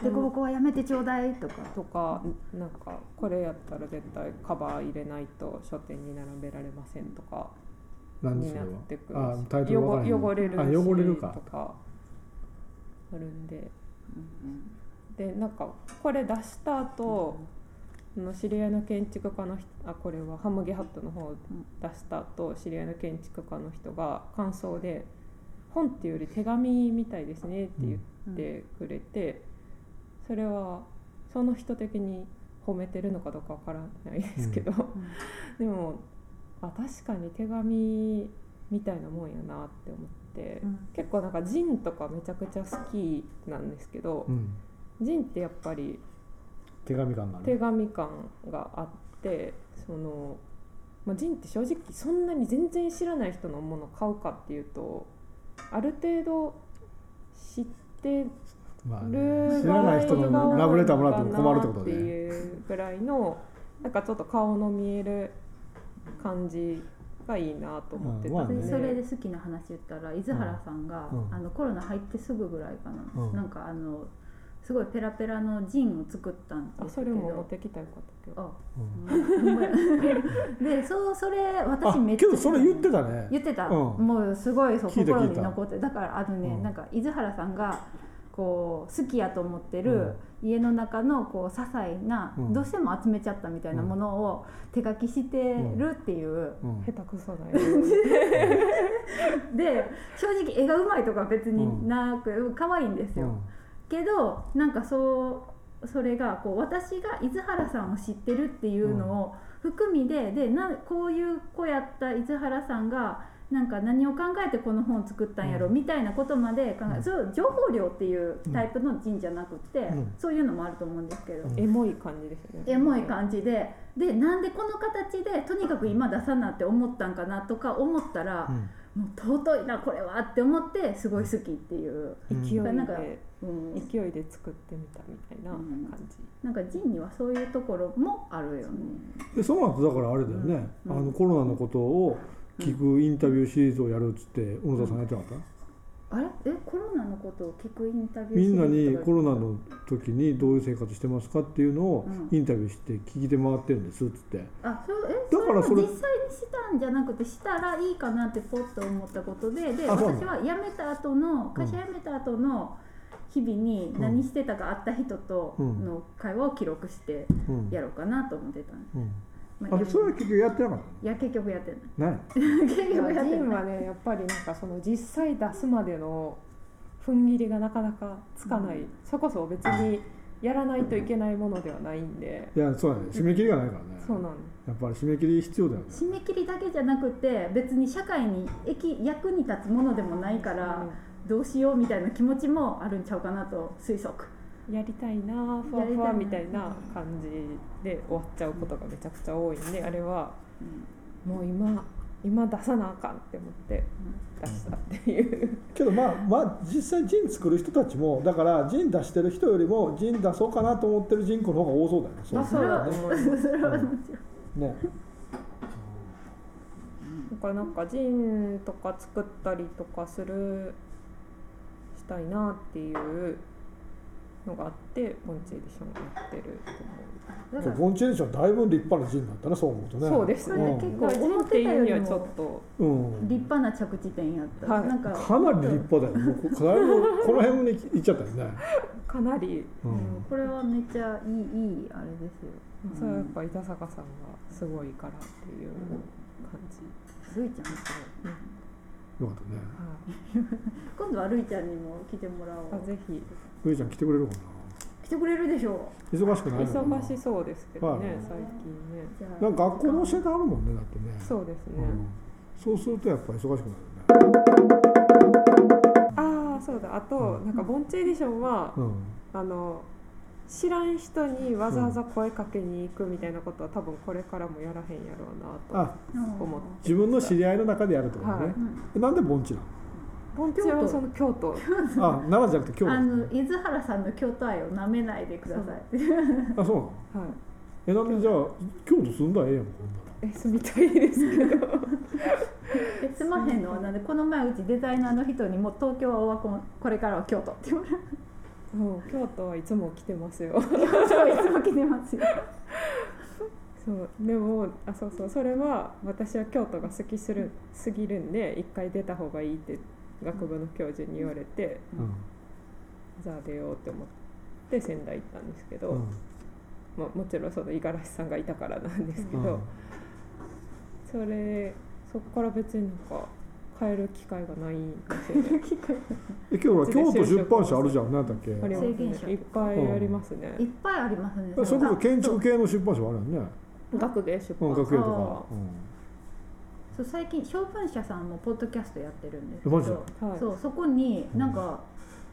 でここはやめてちょうだいとか
とかなんかこれやったら絶対カバー入れないと書店に並べられませんとか
何で
に
それ
なっ
は
てくる
あ
し
タイトル分からへん
汚汚れるし
あ汚れるか
とかあるんで
うん
でなんかこれ出した後、あの知り合いの建築家の人あこれはハムギハットの方出した後知り合いの建築家の人が感想で「本っていうより手紙みたいですね」って言って。
うん
ってくれてそれはその人的に褒めてるのかどうかわからないですけど、
ん
でもあ確かに手紙みたいなもんやなって思って、
うん
結構なんかジンとかめちゃくちゃ好きなんですけど
う、ん、
ジンってやっぱり
手紙感があ
手
る
紙感があってその、まあ、ジンって正直そんなに全然知らない人のものを買うかっていうとある程度知って
まあね
知
知らない人のラブレターもらっても困るってこと
って
で、
いうぐらいのなんかちょっと顔の見える感じがいいなと思ってたん
うんまあ
で、
ね
それで好きな話言ったら伊豆原さんが、
うん
あのコロナ入ってすぐぐらいかな、
うん
なんかあのすごいペラペラのジンを作ったん
あ
です
そ
け
れも持っ
ど
てきたよかったけど
あ
うん
ほんまや でそうそれ私め
あ
っちゃ
けどそれ言ってたね
言ってた、
うん
もうすごいそう
聞いた
心
聞い
に
た
残ってだからあのね、
うん
なんか伊豆原さんがこう好きやと思ってる家の中のこう些細な、
うん
どうしても集めちゃったみたいなものを手書きしてるっていう、
うん
下手くそな絵
で正直絵がうまいとか別になく、可愛いんですよ、けどなんかそうそれがこう私が伊豆原さんを知ってるっていうのを含みで,、でなこういう子やった伊豆原さんがなんか何を考えてこの本を作ったんやろ
うん
みたいなことまで考え、
うん
そう情報量っていうタイプの人じゃなくって、
うん
そういうのもあると思うんですけど。
うん
エモい感じですよね
エモい感じででなんでこの形でとにかく今出さなって思ったんかなとか思ったら、
うん
もう尊いなこれはって思ってすごい好きっていう、
勢い
なんか
で
うん、
勢いで作ってみたみたいな感じ、
なんかジンにはそういうところもあるよね。
でそうなるとだからあれだよね、
うんうん
あのコロナのことを聞くインタビューシリーズをやるっつって小野田さんやってなかった、
あれえコロナのことを聞くインタビュー
みんなにコロナ
の
の時にどういう生活してますかっていうのを
うん
インタビューして聞いて回ってるんですっつって、
あそうえ
だから
そ
それ
れも実際にしたんじゃなくてしたらいいかなってポッと思ったことでで
あそうなの
私は辞めた後の会社辞めた後の日々に何してたか会った人と
うん
の会話を記録して
うん
やろうかなと思ってたん
うん、
ま
あそれは結局やってなかっ
いや結局やってない
たのない
結
いや
局やって
ジン
ない
はねやっぱりなんかその実際出すまでの踏ん切りがなかなかつかない、それこそ別にやらないといけないものではないんで
いやそうだね締め切りがないからね
そうなんで
やっぱり締め切り必要だよね
締め切りだけじゃなくて別に社会に益役に立つものでもないか
す
ら、どうしようみたいな気持ちもあるんちゃうかなと推測
うんやりたいなあふわふわみたいな感じで終わっちゃうことがめちゃくちゃ多いんであれはもう今今出さなあかんって思って出したっていう
けどまあまあ実際ジン作る人たちもだからジン出してる人よりもジン出そうかなと思ってる人口の方が多そうだよね
まあそうだと思います
それはもちろん
ね
なんかなんかジンとか作ったりとかするしたいなっていうのがあってボンチエディションやってると思う
だから
ゴンチェンションだいぶ立派なジンだったねそう思うとね
そうですね、
うん
結構思っていうにはちょっと
うん
立派な着地点やった、
はい
なんか
かなり立派だよもうだいぶこの辺に行っちゃったよね
かなり、
う
うん
ん
これはめっちゃいいいいあれですよ、うん、
それはやっぱ板坂さんがすごいからっていう感じ、
るいちゃんすご
よ
い
かったね
はい
今度はるいちゃんにも来てもらお
あ
う
ぜひ
上ちゃん来てくれるかな
来てくれるでしょ
忙しくないのかな
忙しそうですけどね、
はい
最近ね
うじゃあ
なんか学校で教えてあるもんねだってね
そうですね、
うんそうするとやっぱり忙しくなるよね
ああそうだあと、
う
なんかボンチエディションは、
うん
あの知らん人にわざわざ声かけに行くみたいなことは多分これからもやらへんやろうなと
あ
思っ
自分の知り合いの中でやるってことね、
はい
うん
えなんで盆地な
ボンチはその京 都
のあ奈良じゃなくて京都
あの伊豆原さんの京都愛をなめないでください。
あそうなの
はい
えなんでじゃあ京都住んだらええやんこんなら
え住みたいですけど
えすまへんのはなんでこの前うちデザイナーの人にもう東京はオワコンこれからは京都って言われて
もう京都はいつも来てますよ
いつも来てますよ。
そうでもあそうそうそれは私は京都が好きするすぎるんで一回出た方がいいって学部の教授に言われてじゃあ出ようって思って仙台行ったんですけど、
うん
まあ、もちろんその五十嵐さんがいたからなんですけ
う
ど、
ん
それそこから別になんか変える機会がないんですよね
え今日は京都出版社あるじゃん何だっけ
あります
制限者
ねいっぱいありますね、
いっぱいありますね。
それこそ建築
そう
系の出版社もあるよね
学芸出
うん
版
学芸とか
そう最近小文社さんもポッドキャストやってるんですけ
えマジで、
ど、
はい
そうそこになんか、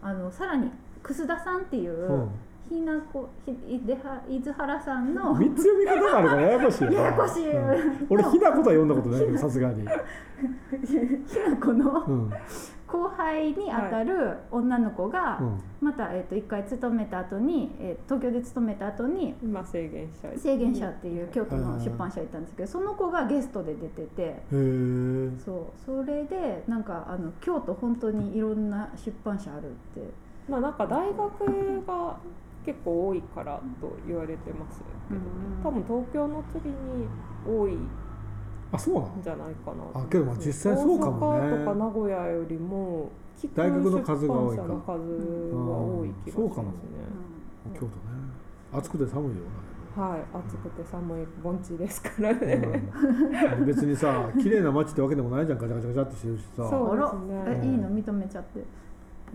あのさらに楠田さんっていううんひなこひいでは伊豆原さ
う
ん
ん、
の
三つ読み方があるからややこしいよな
ややこしい
うん俺ひなことは読んだことないけどさすがに、
ひなこの
うん
後輩にあたる女の子が
うん、
またえっ、と一回勤めた後に、えー東京で勤めた後に
今制限者
制限者っていう京都の出版社行ったんですけどその子がゲストで出てて
へー
そうそれでなんかあの京都本当にいろんな出版社あるって
まあなんか大学が結構多いからと言われてますけどね、多分東京の次に多いん
あそうなの
じゃないかな
あけどまあ実際そうかもね
大阪とか名古屋よりも
大学の数が多いか
出版社の数は多い気が
う
し
んそうか
ま
も
す
京
ね、
都ね暑くて寒いよ
はい、暑くて寒い盆地ですから
な、
ね。
うん別にさ綺麗な街ってわけでもないじゃんガチャガチャガチャってしてるしさ
そう
あら
です
え
ね
いいの認めちゃって、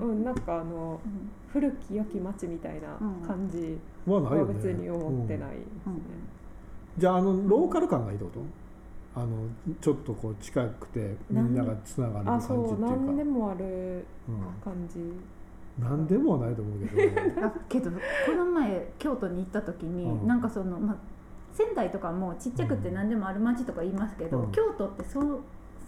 うん、なんかあの
うん
古き良き町みたいな感じ
はない
は
よね
別に思って
う
なんいです
うん
ね。
じゃああのローカル感がいいってことあのちょっとこう近くてみんながつながる感
あ、
じって
そ
いう
う、
か
何でもある
うん
感じ。
何でもはないと思うけど
あけどこの前京都に行った時に、
うん
なんかその、ま、仙台とかもちっちゃくて
うん
何でもある町とか言いますけど、
うん
京都ってそ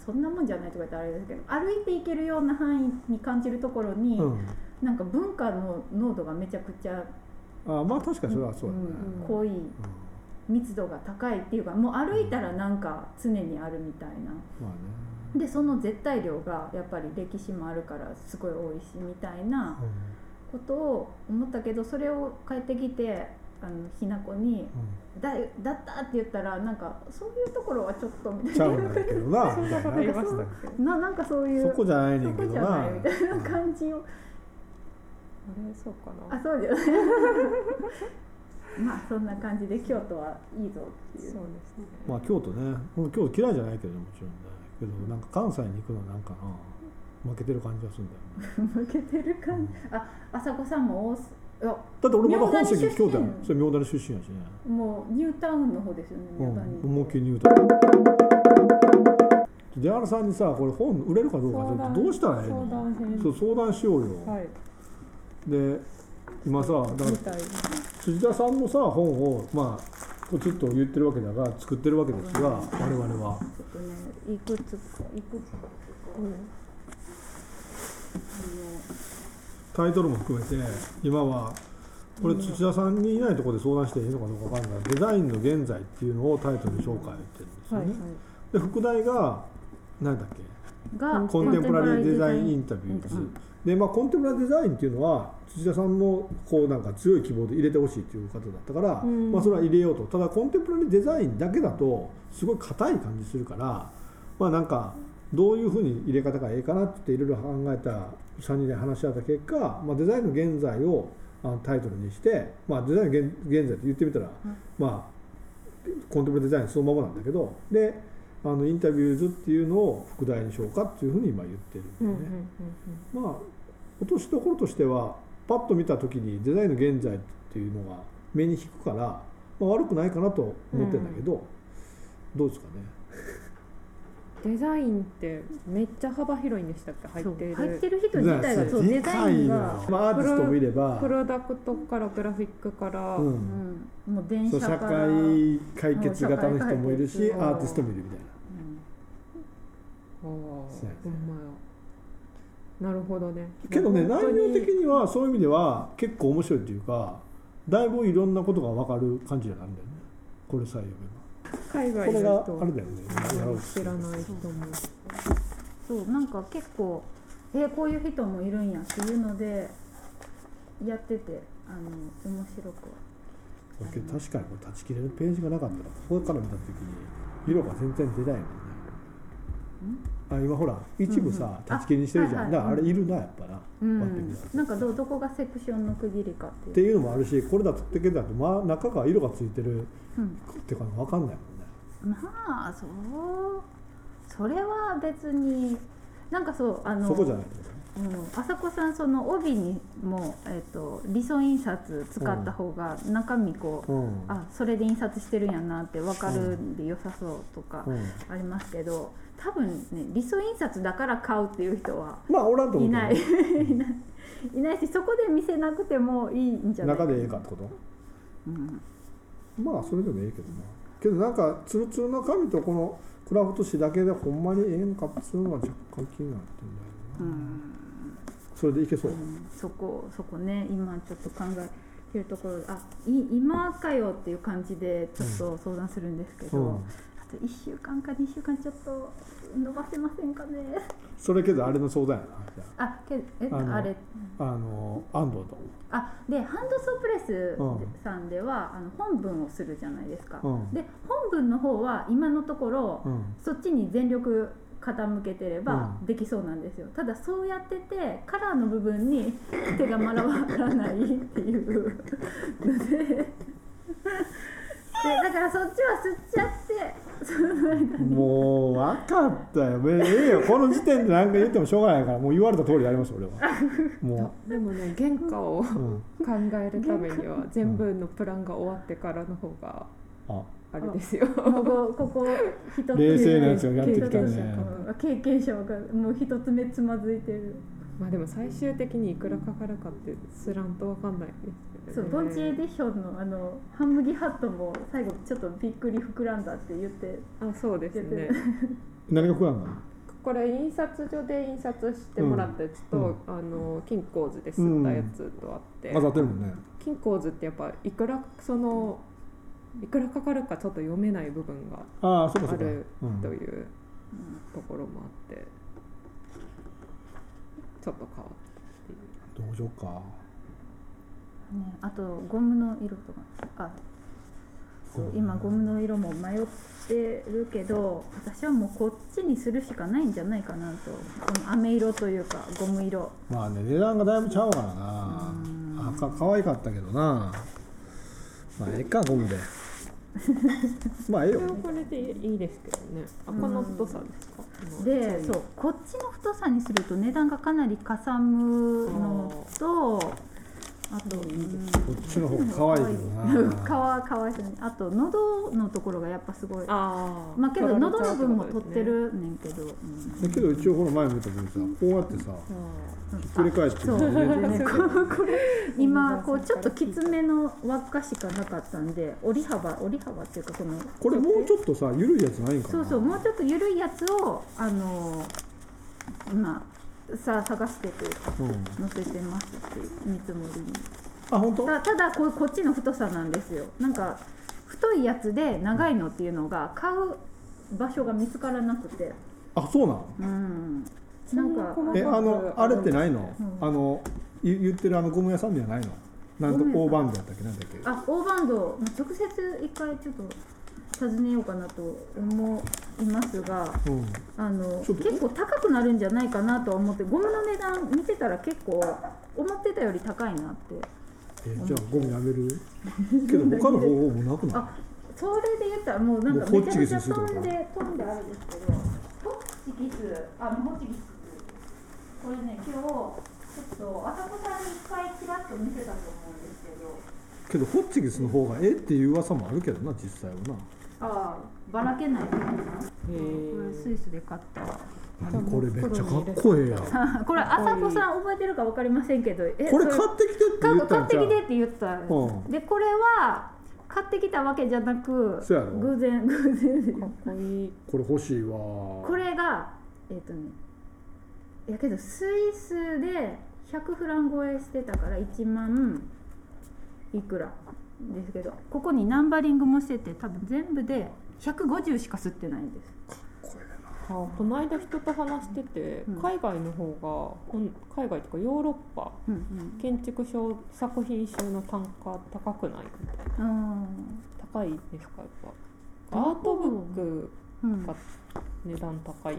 そんなもんじゃないとか言ったらあれですけど歩いて行けるような範囲に感じるところ に、
うん
なんか文化の濃度がめちゃくちゃ
あまあ確かにそれはそうだね、
うん
濃い密度が高いっていうかもう歩いたらなんか常にあるみたいな
うんまあね
でその絶対量がやっぱり歴史もあるからすごい多いしみたいな
うん
ことを思ったけどそれを帰ってきてあのひなこに「だだった!」って言ったらなんかそういうところはちょっとみ
うん、ち
た
ゃ
いうなん
だけどな
そん
み
なこと
た
言
い
い
な
ましたっけ。
ななんかそうい
そ
う
こじゃないね
そ
んけ
こ
ど
じゃな
ない
みたいな感じ
あ
を
れ、そうか
あ
な。
そうじゃないまあそんな感じで京都はいいぞ
そう
ってい
です
う
ね。
まあ京都ねもう京都嫌いじゃないけどねもちろんねけどなんか関西に行くのはなんかな負けてる感じがするんだよね
向けてる感じああさこさんも大いや
だって俺まだ本籍
明大出身
京都やもんそれ明大出身やしね
もうニュータウンの方ですよね
う
宮田
ん
に
思いっきり言うとで原さんにさこれ本売れるかどうかちょっとどうしたらええ
相
の
談せん
そう相談しようよ、
はい
で今さだから
みたい
辻田さんのさ本をまあポツッと言ってるわけだが作ってるわけですが我々は
ちょっとねいくつかいくつか
うん
タイトルも含めて今はこれ土田さんにいないところで相談していいのかどうかわかんないデザインの現在っていうのをタイトルに紹介してるんですよ
はい
ね、で副題が何だっけ
が
コンテンポラリーデザインイ
ン
ンタビューです、
うん
でまあコンテンポラリーデザインっていうのは土田さんのこうなんか強い希望で入れてほしいっていう方だったから、
うん
まあそれは入れようとただコンテンポラリーデザインだけだとすごい硬い感じするからまあなんかどういうふうに入れ方がええかなっていろいろ考えた3人で話し合った結果、まあ、デザインの現在をあタイトルにして、まあ、デザインの現現在って言ってみたら、まあ、コンテンポラリーデザインそのままなんだけどであのインタビューズっていうのを副題にしようかっていうふうに今言ってるんだ
うんう
よ
ん
ね。
うん
まあ落としどころとしてはパッと見た時にデザインの現在っていうのが目に引くから、まあ、悪くないかなと思ってんだけど、どうですかね
うんデザインってめっちゃ幅広いんでしたっけ入ってる
入ってる人自体がそうデザイン
デ
が
ザインのまあ、アーティストもいれば
プ、ロダクトからグラフィックから、
う、
うんんもう電
そ
車
う社
か
会
ら
解決型の人もいる
もう
し
社会解決
ア
を
ーティストもいるみたいな
うん
ああほ
そうやね
んまやなるほどね
けどね
本
内
当に
容的にはそういう意味では結構面白いっていうかだいぶいろんなことが分かる感じになるんだよねこれさえ読
海
めばこ
外
れが
の人は
あれだよねやろうとして
知
る
らない人も
そうなんか結構えーこういう人もいるんやっていうのでやっててあの面白くは
だけど確かにこれ断ち切れるページがなかったらここから見た時に色が全然出ないもんねあ今ほら一部さ、
うんうん
断ち切りにしてるじゃんだ
あ
から
はい
あ
はい
れいるなやっぱな、
う
パッて見
ん
たら
なんかどうどこがセクションの区切りかっていう
っていうのもあるしこれだとってけだと、まあ、中が色がついてる
うん
っていうか分かんないもんね
まあそうそれは別になんかそうあの
そこじゃないと
うん、浅子さんその帯にも、えっと理想印刷使った方が中身こう、
うん
あそれで印刷してるんやなって分かるんで良さそうとか
うん
ありますけど多分ね理想印刷だから買うっていう人は
まあおらんと思
いう
けど
ないい ないいないしそこで見せなくてもいいんじゃない
中でええかってこと
うん、
まあそれでもええけどなけどなんかツルツルの紙とこのクラフト紙だけでほんまにええのかっつうのは若干気になってんだよな、
うん
それでいけそう、
うんそこそこね今ちょっと考えてるところあい今かよっていう感じでちょっと相談するんですけど、
うん
あと1週間か2週間ちょっと伸ばせませんかね
それけどあれの相談やなじゃあ
あけえ
あの
あれ
あの安藤と、
あでハンドソープレスさんでは、あの本文をするじゃないですか、
うん
で本文の方は今のところ、
うん、
そっちに全力傾けてれば
うん
できそうなんですよ、ただそうやっててカラーの部分に 手がまらわらないっていう のででだからそっちは吸っちゃってその間
もう分かったよええよこの時点で何か言ってもしょうがないからもう言われた通りやります俺はも
でもね原 価
う、う
を
ん、
考えるためには全部のプランが終わってからの方が
あ
あれですよ
ここここ一つ
冷静なやつがやってきた
経
ね
験者
経験者わかるもう一つ目つまずいてる
まあでも最終的にいくらかかるかってすらんとわかんないです
そ
よ
う
ね
ボンチエディションのあのハンムギハットも最後ちょっとびっくり膨らんだって言って
あそうですね
何が不安なの
これ印刷所で印刷してもらったやつと、
うん
あの金工図で吸ったやつとあって、
混ざってるもんね
金工図ってやっぱいくらそのいくらかかるかちょっと読めない部分が
ああそうかそ
あ
うか、
る
うん
というところもあってちょっと変わっている
どうしようか
ね、あとゴムの色とかあそう今ゴムの色も迷ってるけど私はもうこっちにするしかないんじゃないかなとこの飴色というかゴム色
まあね値段がだいぶちゃうからな赤可愛かったけどなまあええかゴム でまあええ
こ
よ
れはこれでいいですけどね赤の太さですか、
でそうこっちの太さにすると値段がかなりかさむのとあと、うん
こっちの方が可愛いよ な
かわかわいそうにあと喉のところがやっぱすごい
ああ
まあけど喉の分も
取
取ってるねんけど、うん
だけど一応ほら前見た時にさこうやってさひっくり返して
そう
ね
ここれ今こうちょっときつめの輪っかしかなかったんで折り幅折り幅っていうかこの
これもうちょっとさ緩いやつないんかな
そうそうもうちょっと緩いやつをあのまあさ探してというか
うん
載せてますっていう見積もりに。
あ本当
たただここっちの太さなんですよなんか太いやつで長いのっていうのが買う場所が見つからなくて
あそうなの
うんなんか
えあのあれってないの、
うん
あのい言ってるあのゴム屋さんではないのなんと
ゴム屋さん
大バンドやったっけなんだっけ
あ大バンドまあ直接一回ちょっと訪ねようかなと思いますが
うん
あの
ちょっと
結構高くなるんじゃないかなとは思ってゴムの値段見てたら結構思ってたより高いなって
えじゃあゴムやめ るけど他の方法もなくない
あそれで言ったらもうなんか
もう
めちゃめち
ホッチキスに
ゃ
する
飛
とか
んで飛んであるんですけどホッチキスあのホッチキスこれね今日ちょっとあさこさんに一回ちらっと見せたと思うんですけど
けどホッチキスの方がええっていう噂もあるけどな実際はな
ああばらけないこ
へ
れスイスで買った
何これめっちゃかっこええやん
これあさこさん覚えてるかわかりませんけどえ
これ
そ
買ってきてって
買
言
う
った
買
ん
っ
ち
て
ゃ
き
う
てって言ったんです
うん
でこれは買ってきたわけじゃなく
そうやろ
偶然偶然です
かっこいい
これ欲しいわー
これがえっ、とねやけどスイスで100フラン超えしてたから1万いくらですけどここにナンバリングもしてて多分全部で150しか吸ってないんです
あこの間人と話してて、
うん
海外の方がほん海外とかヨーロッパ
うん
建築賞作品賞の単価高くないみたいな
うん
高いですかやっぱアートブック
うん
が値段高い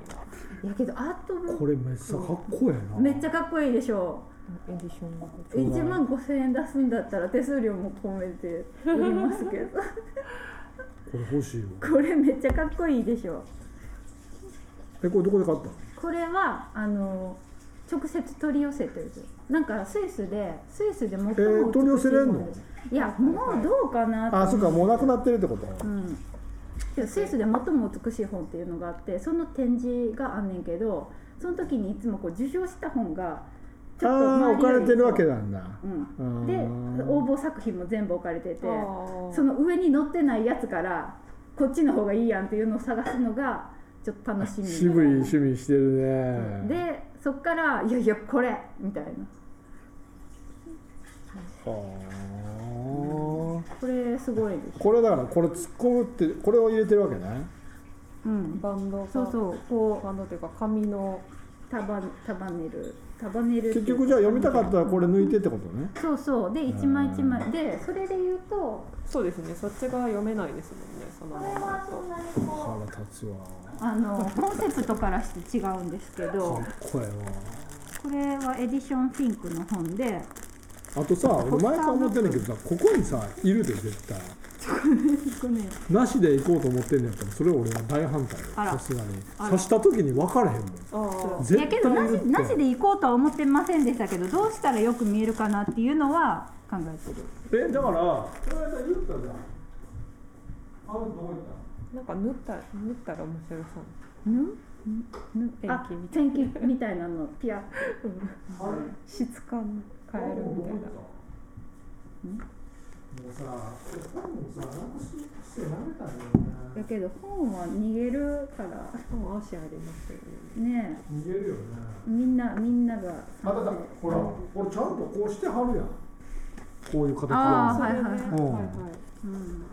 な
やけどアート
こ
も
れめっちゃかっこええな
めっちゃかっこいいでしょ
エディションが
そうだね
1万5000円出すんだったら手数料も込めて売りますけ ど
これ欲しいわ
これめっちゃかっこいいでしょ
えこれどこで買ったの
これはあの直接取り寄せてるなんかスイスでスイスで最も美し
え
い
ー取り寄せれんの
もですいやもうどうかな
あそっかもうなく
な
なってるってこと、
うんけどスイスで最も美しい本っていうのがあってその展示があんねんけどその時にいつもこう受賞した本が
ああー
周り
置
よ
か
り
れてるわけなんだ
うん
うん
で応募作品も全部置かれてて
あ
その上に載ってないやつからこっちの方がいいやんっていうのを探すのがちょっと楽しみ
渋い趣味してるね
でそっから「いやいやこれ!」みたいな
はあ
これすごいです、
これだからこれ突っ込むってこれを入れてるわけね
うん、
バンドが
そうそうこ
バンドというか紙の
う束束ねる束ねるってい
結
う
局じゃあ読みたかったらこれ抜いてってことね
そうそうで一枚一枚でそれで言うと
そうですねそっち側読めないですもんねその
こ
ま
れ
まだ
はそ
と
んなにこ
腹立つわ
うあのコンセプトからして違うんですけど
かっこええわ
これはエディションフィンクの本で
あとさ俺前から思ってんだけどさここにさいるで絶対
これね
なしで行こうと思ってんのやったらそれ俺は大反対よ
あら
さすがに
あら
刺した時に分からへんもん
あ
絶
い
対
やけどなし
いるって
なしで行こうとは思ってませんでしたけどどうしたらよく見えるかなっていうのは考えてる
えだからこの間言ったじゃんあのどこ行った
あなんか縫った縫ったら面白そう
ぬぬ
ペン
あ
キみ
ペンキみたいなのピア
質感変えるみたいな
もうさ、これ本もさ、なくしてなめたんだよ
だ
ね。
けど本は逃げるから
もう足ありますよね
ね
逃げるよね。
えみんなみんなが
あただ、ほら、これちゃんとこうしてはるやん。こういう形で。
あー
こ
はいはいはい
それで
うん
はいはい
うん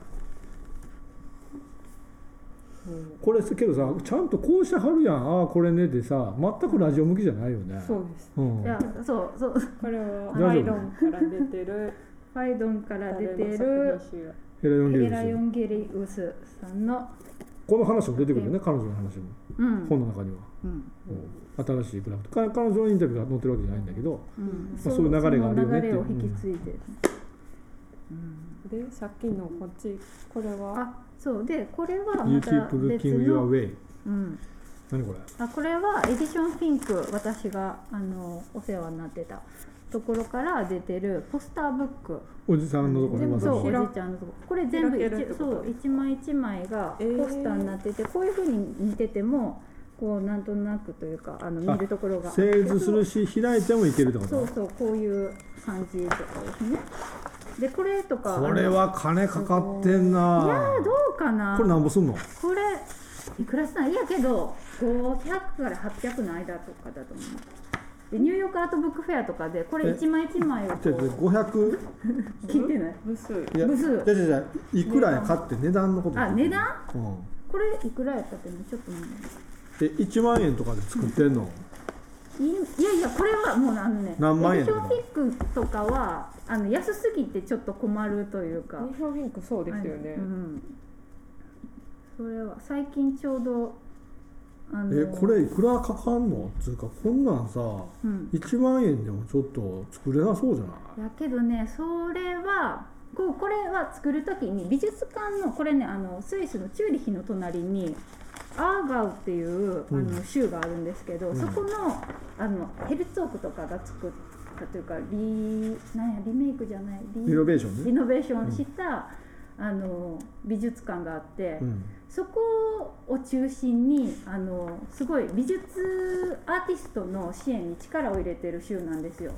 うん
れけどさ、ちゃんとこうしてはるやん。ああ、これねでさ、全くラジオ向きじゃないよね。
そうです
うん。
いやそうそうフ
これは
大丈夫
アイロンから出てる
ァイドンから出
誰の
てる
作品集
ヘラヨンゲ
エ
ル
ラヨ
ス。
ンゲリウスさんの
この話も出てくるよね、彼女の話も。
うん
本の中には。
うん
うん新しいクラフト。か彼女のインタビューが載ってるわけじゃないんだけど、
うん
そういう流れがあるよねっていう
その流れを引き継いで、うん
でさっきのこっちこれは
あそうでこれは
You
また
keep
別
looking your
の、
way。
うん、
何これ
あこれはエディションピンク私があのお世話になってたところから出てるポスターブック
おじさんのところ
全
に
部
まさ
そ
に
う
これ
おじいちゃんのとここれ全部
開けるって
一
こと
そう一枚一枚が
えー
ポスターになってて、こういうふうに似ててもこうなんとなくというかあの
あ
見るところが
製図するし開いてもいけるってこ
そう
と
そうこういう感じとかですねでこれとか
これは金かかってん
あのいや
な
ーどうかな
これなんぼすんの
これいくらしたんいやけど500から800の間とかだと思うでニューヨークアートブックフェアとかでこれ
え
一枚一枚をこ
ちょっと
う
500
聞いてない
部数
いや
部数
じゃじゃじゃいくらや買って値段のこと
あ値段
うん
これいくらやったってねちょっと待って
え1万円とかで作ってんの、
いいやいやこれはもうあのね
何万円
シ
と
ョ
か
ンピックとかはあの安すぎてちょっと困るというか
ニューヨークそうですよね
あのうん、それは最近ちょうどあの
えこれいくらかかんのつうかこんなんさ
うん
1万円でもちょっと作れなそうじゃない
やけどねそれはこうこれは作る時に美術館のこれねあのスイスのチューリヒの隣にアーガウっていうあ
うん
の州があるんですけど、
うん
そこのあのヘルツォークとかが作ったというかリなんやリメイクじゃないリ
リノベーションね、
リノベーションした、あの美術館があって、
うん、
そこを中心にあのすごい美術アーティストの支援に力を入れてる州なんですよ。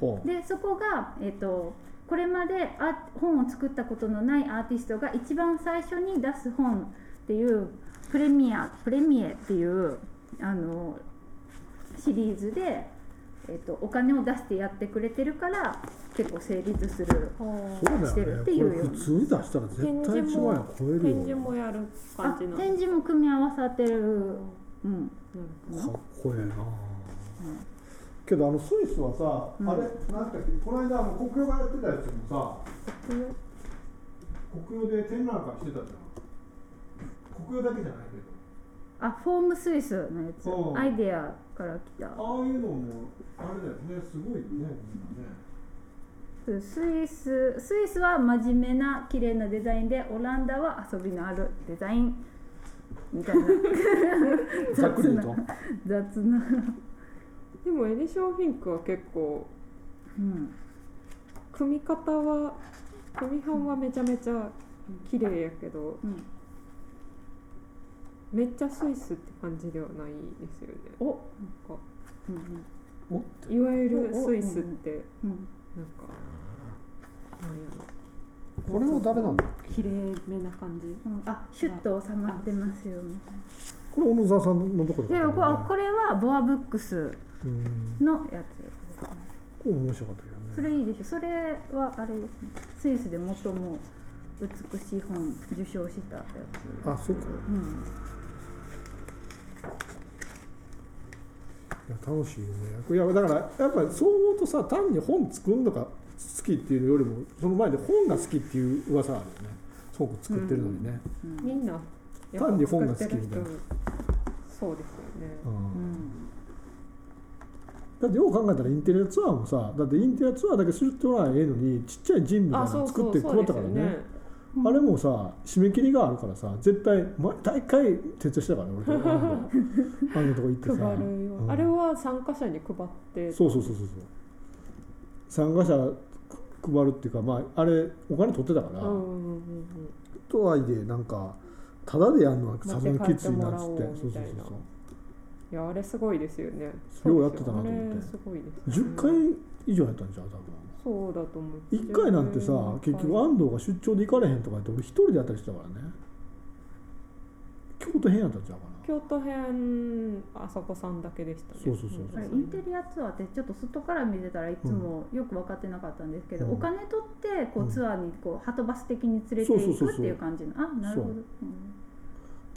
ほう
でそこが、えっとこれまであ本を作ったことのないアーティストが一番最初に出す本っていうプレミアプレミエっていうあのシリーズで、えっとお金を出してやってくれてるから結構成立する
そうだ
してる
よ
っ
ね
ていうよう
こ
な
れ普通に出したら絶対1万円超え
展示
るよ
もやる
あ
感じなんで
展示も組み合わさってる、うん、
かっこええな、けどあのスイスはさ、
うん
あれ何だっけこの間あの国境がやってたやつもさ国境で展覧会してたじゃん国境だけじゃないけど
あフォームスイスのやつ
うん
アイデアから来た
ああいうのもあれだよねすごいよねみんなね
スイススイスは真面目な綺麗なデザインでオランダは遊びのあるデザインみたい な
ざっくり言うと
雑な、
でもエディションフィンクは結構
うん、
組み方は組み版はめちゃめちゃ綺麗やけど
うん
めっちゃスイスって感じではないですよね
お
なんか
うん
いわゆるスイスって
うん
なんかなんやろ
これは誰なんだ
綺麗めな感じ
うんあシュッと収まってますよみたい
これ小野沢さんのところ
なでこれ
こ
これはボアブックス
れうん
のやつですね
これ面白かったけ
そ
どね
れいいでしょそれはあれですねスイスで最も美しい本受賞したやつ
あそうかい
うん
や楽しいよねいやだからやっぱり総合とさ単に本作るのが好きっていうよりもその前で本が好きっていう噂あるよねすごく作ってるのにね、
うん
みんなやっぱ
単に本が好き
作ってる
みたいな
人そうですよね
うん
うん
だってよう考えたらインテリアツアーもさだってインテリアツアーだけするってもらええのにちっちゃいジンみたい
あ
な
そ
の
うそ
作っ
う
て
そう
配っ
で
た
す
から
よ
ね
ね
あれもさ締め切りがあるからさ絶対毎大会徹底したからね 俺あのとこ行ってさ
配るよ
うん
あれは参加者に配って
そうそうそうそうそう参加者配るっていうかまああれお金取ってたから、
うんうんうん
とはいえなんかただでやるのはさすがにきついなっつっ
持ってて
そ
帰
うそうそう
ってもらおうみたい
そ
な
う
いやあれすごいですよね
ようやってたなと思って
あれすごいですよ
10
ね
回以上やったんじゃん多分
そうだと思う
1回なんてさ
10回
結局安藤が出張で行かれへんとか言って俺一人でやったりしてたからね京都編やったんちゃうかな
京都編あさこさんだけでしたね
そうそうそう
あ
そ
れインテリアツアーってちょっと外から見てたらいつもよく分かってなかったんですけど、
うん
お金取ってこ
うん
うツアーにこうはとバス的に連れて
そう
い
そうそう
く
そう
っていう感じのあなるほ
そう
どうん
って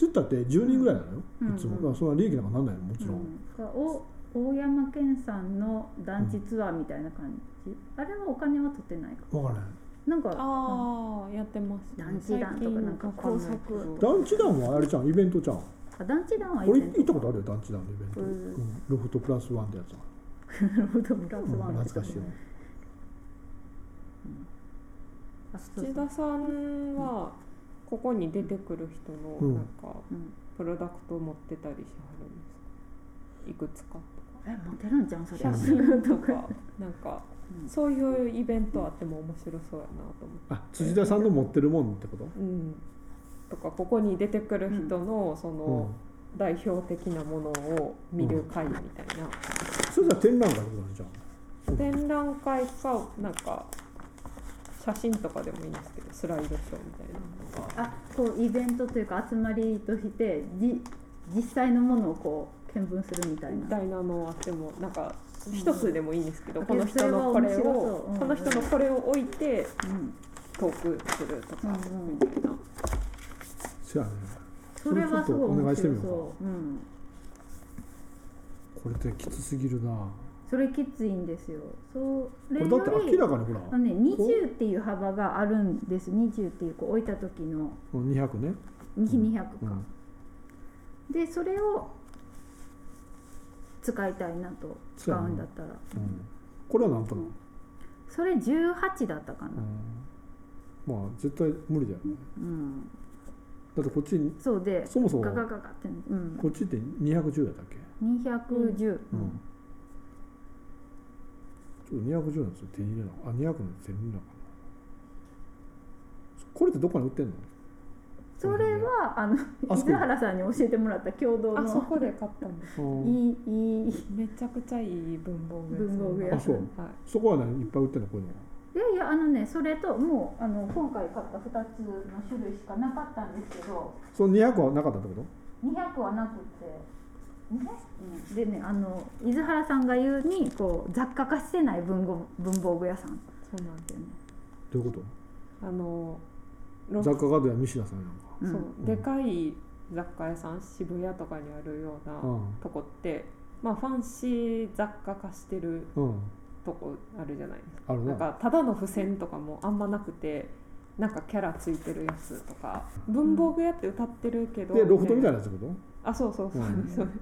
言ったって10人ぐらいなのよ、
うん
いつも
う
だ
ん
からそんな利益なんかなんないのもちろん、
うんお大山健さんの団地ツアーみたいな感じ、あれはお金は取ってないか
分からへん
なんか
ああやってます
団地団とかなんか工作
最近わんないけど
団地団はあれじゃんイベントじゃん
あ団地団は以
俺
前
行ったことあるよ団地団のイベント、
う
うんんロフトプラスワンってやつは、
なるほど プラス
うん
ワンだった
懐かしいよ
あそうそう
土田さんはここに出てくる人
う
の
ん
なんか
うん
プロダクトを持ってたりしはるんですかいくつか
えモテるんじゃんそれ
写真と
とか
かなんか
うん
そういうイベントあっても面白そうやなと思って。
あ辻田さんの持ってるもんってこと
うん、とかここに出てくる人のその
う
代表的なものを見る会みたいな、
んそれじゃあ展覧会ってことなんじゃんうん
展覧会かなんか写真とかでもいいんですけどスライドショーみたいなのが
あこうイベントというか集まりとしてじ実際のものをこう見聞するみたい
み
な
たいなのあってもなんか
うん
一つでもいいんですけど、
うん
この人のこれ
それは面白
を
そう、うん
この人のこれを置いて
うん
トークするとか
うんうん
みたいな、
そやね
それはす
それちょ
ごい
っとお願
面
いして
白
みようか
そううん
これってきつすぎるな
それきついんですよそ
こ
れ
れ
より
だって明らかにほ
あ
ら
のね20っていう幅があるんです20っていうこう置いた時の
200ね、
200か、
うん、
でそれを使いたいなと使うんだったら
うんこれはなんとなく、
それ18だったかな
うんまあ絶対無理だよね
うん
だってこっちに
そうで
そもそも
ガガガガってうん
こっちって210やったっけ、
210
うん、ちょっと210なんですよ手に入れなあ200の手に入れなあかんなこれってどっかに売ってんの
それはあの
あそこ
水原さんに教えてもらった共同
あそ
の
こで買ったんです
いいいい
めちゃくちゃいい文房具屋さん
文房具屋
あそう
はい
そこはねいっぱい売ってんのこういうのはい
やいやあのねそれともうあの今回買った2つの種類しかなかったんですけど
その200はなかったってこと
200はなくて、うんでねあの伊豆原さんが言うにこう雑貨化してない文豪文房具屋さんって
そうなんです
いうね、
どういうこ
あの
と
ロ
雑貨ガードや三品さんなんか
うん
そう
うん
でかい雑貨屋さん渋谷とかにあるような
う
とこって、まあ、ファンシー雑貨化してる
んうん
とこあるじゃないです
ある
か
な
なんかただの付箋とかもあんまなくてなんかキャラついてるやつとか文房具屋って歌ってるけど、
でロフトみたいな
な
やつってこ
あそうそうそう
うん
ですそう です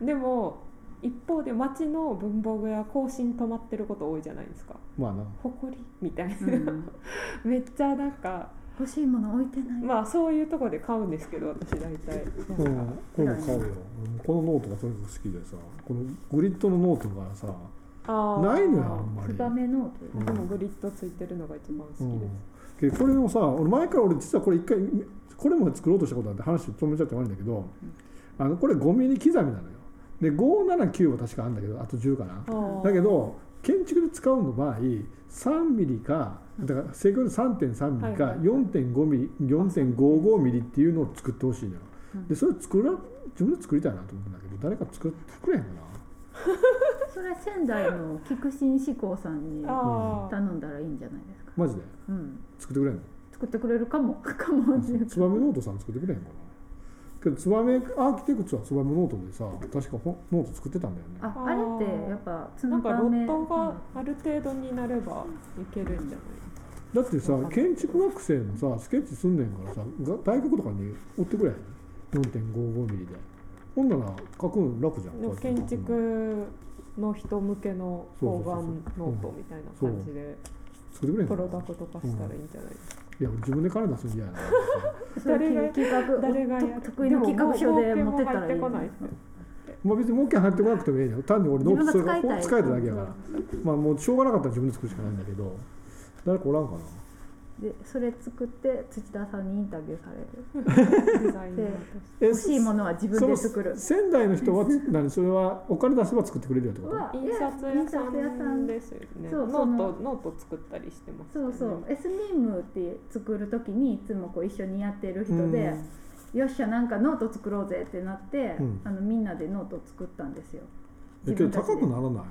でも一方で町の文房具屋更新止まってること多いじゃないですか
とまあな
誇りみたいな、
うん
めっちゃなんか
欲しいもの置いてない、
まあそういうとこで買うんですけど私大体なんか、
うん、これも買うようんこのノートがとにかく好きでさこのグリッドのノートがさ
あー
ないのよあんまり
ツバメノート、
うん
でもグリッドついてるのが一番好きです、
うん、でこれもさ俺前から俺実はこれ一回これも作ろうとしたことあって話止めちゃって悪いんだけどあのこれ5ミリ刻みなのよで579は確かあるんだけどあと10かな
あー
だけど建築で使うの場合3ミリかだから正確に3.3ミリか
はいはい
4.5ミリ4.55ミリっていうのを作ってほしいのよ
うん
でそれ作ら自分で作りたいなと思うんだけど誰か作ってくれへんかな
それ仙台の菊心志向さんに
あー
頼んだらいいんじゃないですか、
マジで
うん、
作ってくれへんの
作ってくれるかもかもっていうか
ツバメノートさん作ってくれへんかなけどツバメアーキテクツはツバメノートでさ確かほノート作ってたんだよね
ああれってやっぱツ
な
ナ
んか
バ
ロ
メ
ットがある程度になればいけるんじゃ
だ
な
ってさ建築学生のさスケッチすんねんからさが大学とかに売ってくれへん4.55ミリでほんなら書くん楽じゃん
いでも
こうやって
建築の人向けの
そうそ
方
うそう
眼ノートみたいな感じで
作ってくれへん
プ
かな
ロダクト化したらいいんじゃないですか、
いや自分で金出すの嫌やな
それ
誰が
企画
誰がやる
得意の企画書で持ってったらいい
でも儲けも入ってこない
まあ別に儲け入ってこなくてもいいよ単に俺ノート
自分が使いたい
使えただけやからまあもうしょうがなかったら自分で作るしかないんだけど誰かおらんかな
でそれ作って土田さんにインタビューされる
デザイナーとして
え
欲しいものは自分で作る
その仙台の人はつ何それはお金出せば作ってくれるよってこと
は
印刷屋さ
印刷屋さん
んですよね
そう
ノー
そ
トノート作ったりしてます
そ
よ
う
ね
そう S ミームって作る時にいつもこう一緒にやってる人で
うん、
よっしゃなんかノート作ろうぜってなって、
うん
あのみんなでノート作ったんですよ
えけど高くならない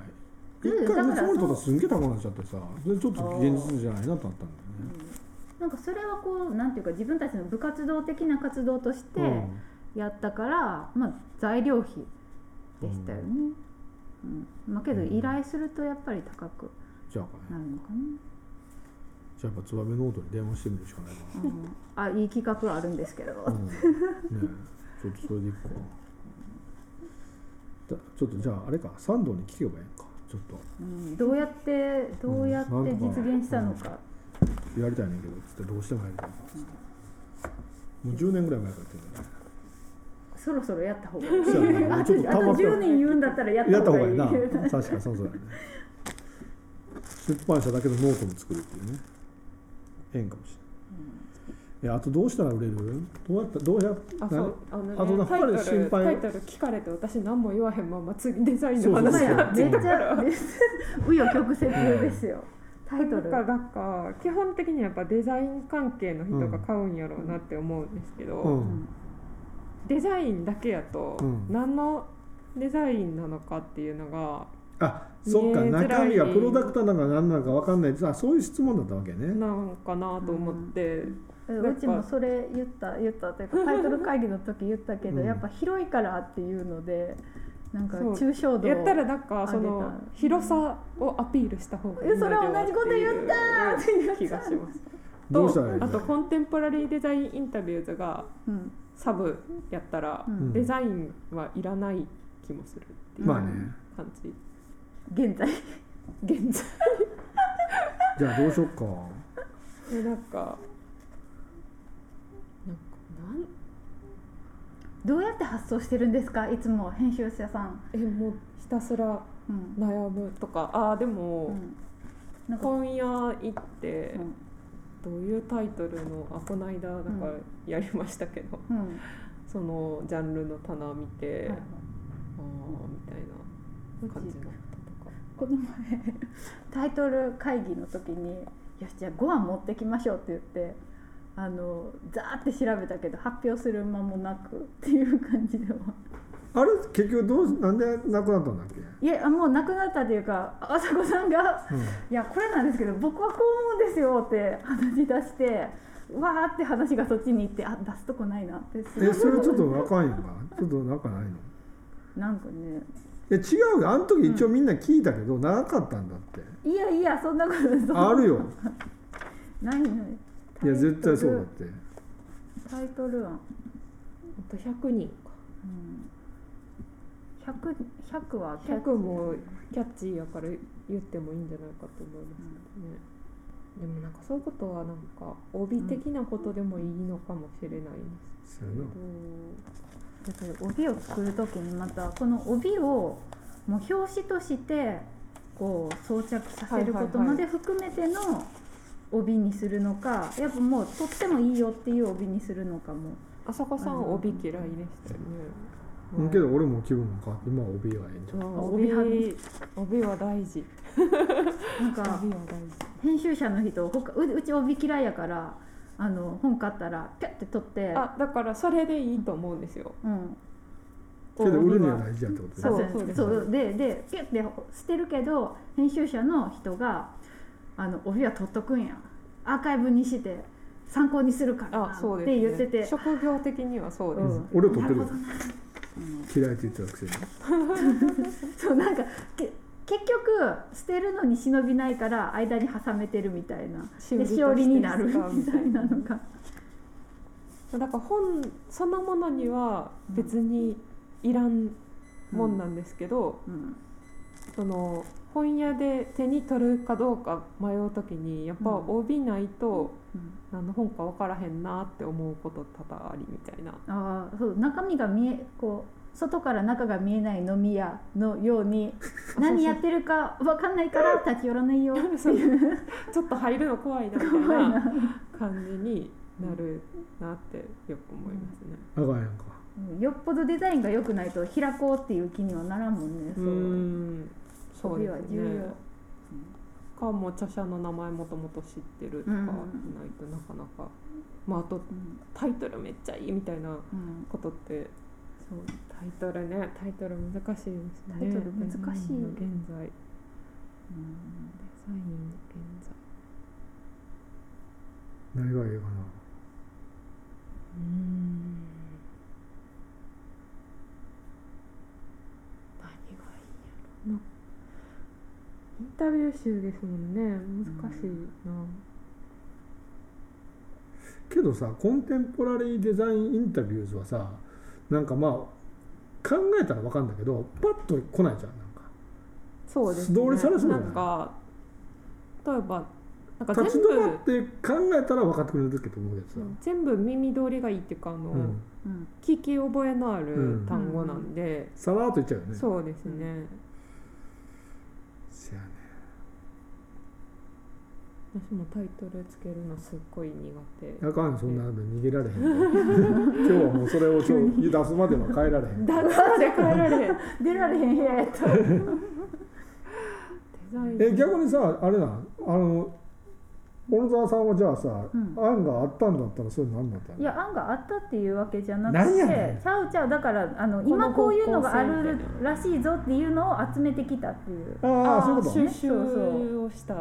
うん
一回
だか
盗
ら
まれたらすんげえ高くなっちゃってさでちょっと現実じゃないなとなったん
なんかそれはこうなんていうか自分たちの部活動的な活動として
だよね、
やったから、まあ材料費でしたよね、うんまあ、けど依頼するとやっぱり高く
うん、じゃあか
な
ね
るのか
じゃあやっぱツバメノートに電話してみるしかないか
な、うんあいい企画あるんですけど、
な、うん、ねえちょっとそれでいこうだちょっとじゃああれか三道に聞けばいいのかちょっと
うんどうやってどうやって実現したのか、
やりたいねんけどつってどうしてもやりたいからもう10年ぐらい前からやってるんだね
そろそろやった方がいい。
そうやねも
あ
う
と
ちょっと
あ
溜ま
と
って
10年言うんだったらやっ
やった方
た方
が
が
い
い
い
い。
な確かにそうそうやね出版社だけのノートも作るっていうね縁かもしれないいやあとどうしたら売れるどうやったどうやっ
あそうあの、ね、
あとなんか
タイトル
心配
タイトル聞かれて私何も言わへんまま次デザイン
そう
の
そう
ほん
話
ま
にな
や
っ
め
ちゃ
っ
っ
ち
た
ゃ
から。
紆余曲折ですよ。タイト
なん
ル。
かなんか基本的にやっぱデザイン関係の人が買うんやろうなって思うんですけど、
う
うんん
デザインだけやと
うん
何のデザインなのかっていうのが
あそっか
見えづらい
中身がプロダクトなんか何なのか分かんないあそういう質問だったわけね
なんかなと思って、
うちもそれ言った言ったというかタイトル会議の時言ったけど、
うん
やっぱ広いからっていうのでなんか
そう
抽象度
やったらなんかその
あげた
広さをアピールした方がいいのでは
えそれ同じこと言った
っていう気がします。
どうしたらいい
とあ
の
とコンテンポラリーデザインインタビューズが
うん
サブやったら
う、ん
デザインはいらない気もするっていう
まあね
感じ、
現在
現在
じゃあどうしよっか
でなんかなんかなん
どうやって発想してるんですかいつも編集者さん、
えもうひたすら
うん
悩むとかああで
う
も、
ん、なんか、
本屋行って
うん
どういうタイトルのあこの間だから
うん
やりましたけど、
うん
そのジャンルの棚見て、
はい
ああみたいな感じだったとか。
この前タイトル会議の時に「よしじゃあ5話持ってきましょう」って言ってあのザーって調べたけど発表する間もなくっていう感じでは
あれ結局どうなんでなくなったんだっけ、
いやもうなくなったというかあさこさんが「いやこれなんですけど僕はこう思うんですよ」って話し出してわーって話がそっちに行ってあ出すとこないなって
うん、えそれちょっとあかんやんかちょっとなんかないの
なんかね
え違うよあの時一応みんな聞いたけど、長かったんだって
いやいやそんなことそんな
あるよ
ないない
いや絶対そうだって
タイトル案、
あと100人か
うん、100, 100はキャッチ
100もキャッチーやから言ってもいいんじゃないかと思いますけどね、でもなんかそういうことはなんか帯的なことでもいいのかもしれないです
そう
けど、
だから帯を作る時にまたこの帯をもう表紙としてこう装着させることまで含めての帯にするのか、やっぱもう取ってもいいよっていう帯にするのかも
浅香さん帯嫌いでしたよね、
やなけど俺も気分が変わって今は帯がええんじゃん
うん
帯
帯
派
帯は大事
なん
帯は
か
大事
編集者の人他ううち帯嫌いやからあの本買ったらピャッて取って、
あだからそれでいいと思うんですよ、
うん、
けど売るには大事やってこと
そ
ね
そうう
そ
そうう
で
ですす
そうででピュッて捨てるけど編集者の人があの帯は取っとくんやアーカイブにして参考にするからな
あそう
っ
です、
て
ね、
言ってて、
職業的にはそう
う
です、
ん
俺は取ってるよ
なほどなうん
嫌いって言ってたくせに
そうなんかけ結局捨てるのに忍びないから間に挟めてるみたいな
しおりと
で
して
しおりになるみ
使うみ
た
た
い
い
な
な
のが
だから本そのものには別にいらんもんなんですけど、
うん
その本屋で手に取るかどうか迷う時にやっぱ
うん
帯ないと
うん
何の本か分からへんなって思うこと多々ありみた いな
ああそう中身が見えこう外から中が見えない飲み屋のように何やってるか分かんないから立ち寄らないよっていう
ちょっと入るの怖いなみたい
怖い
な
な
感じになるなってよく思いますね。
あかんやんか
うんよっぽどデザインが良くないと開こうっていう気にはならんもんね
う
そ
ー
うん
そう
帯
で
は
す
重要、
ね。かもう著者の名前もともと知ってるとか
うん
ないとなかなか、まあ、あと
うん
タイトルめっちゃいいみたいな
うん
ことってそうタイトルねタイトル難しいですね
タイトル難し
デザイ
い
ンの現在
うん
デザインの現在
何がいいか
うーん何がいいんやろなインタビュー集ですもんね難しいな、
なけどさコンテンポラリーデザインインタビューズはさなんかまあ考えたらわかんだけどパッと来ないじゃんなんか
そうです
素通りされそうだ
な
よね
んか例えばなんか
立ち
全
止ま
部
って考えたら分かってくれるけど思うやつだ、
全部耳通りがいいっていうかあの、
うん、
うん
聞き覚えのあ
う
る
ん
単語なんで、
さらっと言っちゃうよね
そうですね、
せやね
私もタイトルつけるのすっごい苦手
あかんそんなの逃げられへん 今日はもうそれを今日出すまでは変えられへん
だからで帰られへん
出られへん部屋やった
デザイ
え
ン
逆にさあれなんあの小野沢さんはじゃあさ、
ん
案があったんだったらそれ何だったの
いや案があったっていうわけじゃな
なん
く
やね
てちゃうちゃうだからあの
この
今こういうのが
方向
あ
性み
る
たいな
らしいぞっていうのを集めてきたっていう
ああそういうこと
収集をした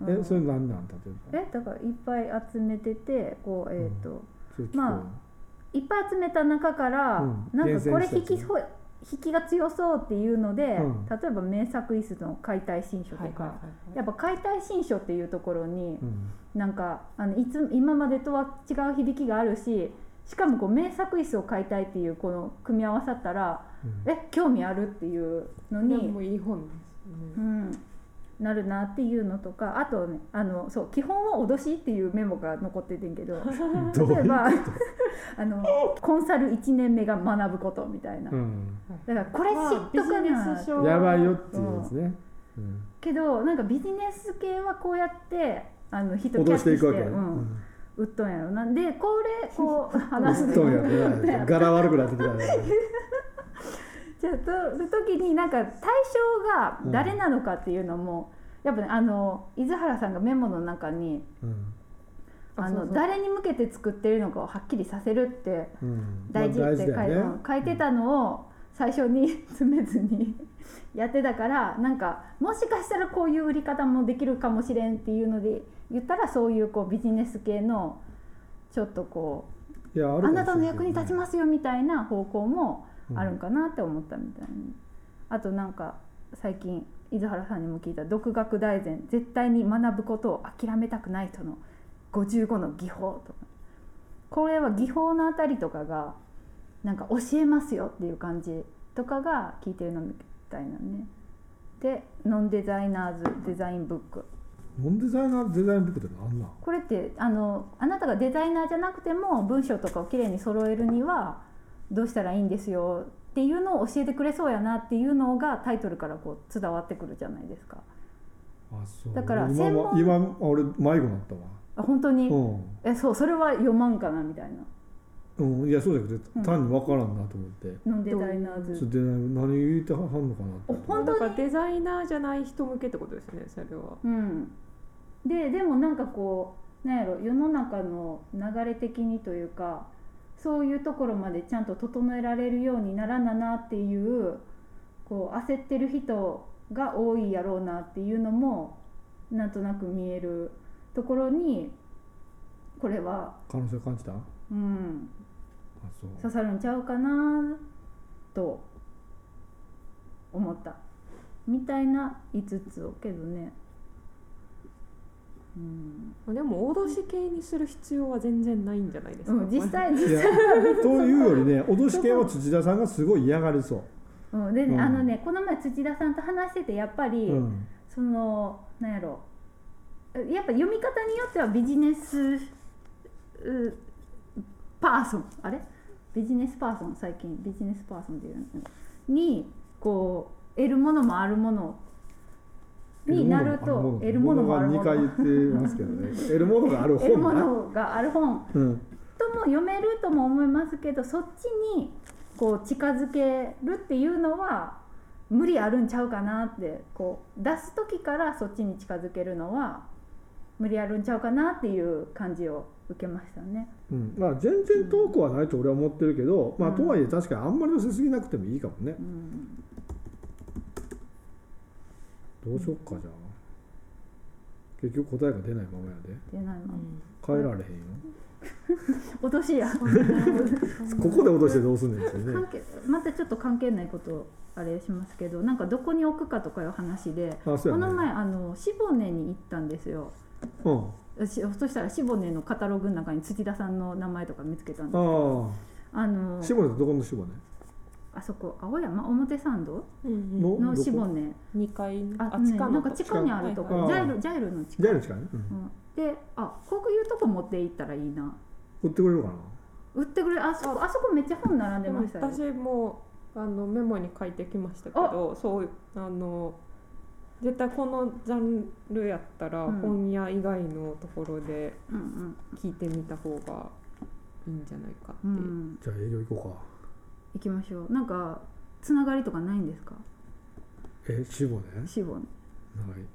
うん
えそれ何なんだって
えだからいっぱい集めててこうえっ、ー、と、
それ聞く
まいっぱい集めた中から、
うん
なんかこれ
厳選
引き
したやつね
そう引きが強そうっていうので、
うん
例えば名作椅子の解体新書とか、やっぱ解体新書っていうところに
うん
なんかあのいつ今までとは違う響きがあるししかもこう名作椅子を解体っていうこの組み合わさったら
うん
え興味あるっていうの
で
に、
もいい本です
う
ね
ん、なるなっていうのとかあとねあのそう基本は脅しっていうメモが残っててんけど
どうい
例え
う
ば あのコンサル1年目が学ぶことみたいな、
うん
だからこれ知っとか
まあビジネ
な
ス書
やばいよっていうやつね、うん
けどなんかビジネス系はこうやってあの人キャ
脅
ッチ
していくわけね、
うん、売っとんやろなんでこれこう話
う
す
ん、
と
ど
ち
う
ょ
やってな柄悪くなってきたね
っとの時になんか対象が誰なのかっていうのも、やっぱねあの伊豆原さんがメモの中に
うん
あの
そうそう
誰に向けて作ってるのかをはっきりさせるって
うん
大事
まあ
って書い,、
だよね
書いてたのを最初に詰めずに やってたからなんかもしかしたらこういう売り方もできるかもしれんっていうので言ったらそういうこうビジネス系のちょっとこう
いやあ
あなたの役に立ち
す
ますよみたいな方向もあるん
か
かなって思ったみたいに、あとなんか最近伊豆原さんにも聞いた「独学大全絶対に学ぶことを諦めたくない人の55の技法」とかこれは技法のあたりとかがなんか教えますよっていう感じとかが聞いてるのみたいなね。でノンデザイナーズデザインブック
らノンデザイナーデザインブックって何なん
これってあのあなたがデザイナーじゃなくても文章とかをきれいに揃えるにはどうしたらいいんですよっていうのを教えてくれそうやなっていうのがタイトルからこう伝わってくるじゃないですか。
あそう
だから
今
専門
は今俺迷子になったわ
あ本当に、
うん
えそうそれは読まんかなみたいな
うん、いやそうじゃなくて
うん
単に分からんなと思って、
ノンデザイナー
そ
ズ。
れで何言ってはんのかなと思って
ほん
だからデザイナーじゃない人向けってことですねそれは
うん、ででもなんかこうなんやろ世の中の流れ的にというかそういうところまでちゃんと整えられるようにならななっていうこう焦ってる人が多いやろうなっていうのもなんとなく見えるところにこれは、
可能性感じたあ
うん、
そう
刺さるんちゃうかなと思ったみたいな5つをけどね。うん
でも脅し系にする必要は全然ないんじゃないですか、
うん、実際実
い や
際、
というよりね脅し系は土田さんがすごい嫌がりそう
うん、でね、
うん
あのねこの前土田さんと話しててやっぱり、
うん
そのなんやろやっぱ読み方によってはビジネスうパーソンあれビジネスパーソン最近ビジネスパーソンっていうのにこう得るものもあるものになると
得
得
る
る
も
も
の
の
も
も
あ
あ
る
る
もの
も
2
の
回言ってますけどね得るものがある
得る
本
も
な
のがある本
うん
とも読めるとも思いますけどそっちにこう近づけるっていうのは無理あるんちゃうかなってこう出す時からそっちに近づけるのは無理あるんちゃうかなっていう感じを受けましたね。
うんまあ、全然遠くはないと俺は思ってるけど、まあ、
うん
とはいえ確かにあんまり寄せすぎなくてもいいかもね
うん、
どうしよっかじゃあ結局答えが出ないままやで
出ないま
うん
変えられへんよ、
ま落としや
ここで脅してどうすんねんってね
関係またちょっと関係ないことあれしますけどなんかどこに置くかとかいう話で、
あそう
こ
やね
の前あのシボネに行ったんですよ。
うん
しそしたらシボネのカタログの中に土田さんの名前とか見つけたんですけど
あ
あの
あ絞れどこの絞れ
あそこ青山表参道
うん
の
うん、
ど
の
こ
シボネ
2階の
あ、
あ
ね、
地下
な
の
んか地下にあるとこ
はい
ジ
はい
ャイルジャイルの地
ジャイ
下
ル近いね、うん
うんであこういうとこ持って行ったらいいな
売ってくれるかな
売ってくれるあそこあそこめっちゃ本並んで
で
ま
も
したよ
私もあのメモに書いてきましたけどそうあの絶対このジャンルやったら、
うん
本屋以外のところで
うん
聞いてみた方がいいんじゃないかって
う
い
ん、う
う、
ん、
じゃあ営業行こ
行きましょうなんかつながりとかないんですか
うかえシボね
シボネ
はい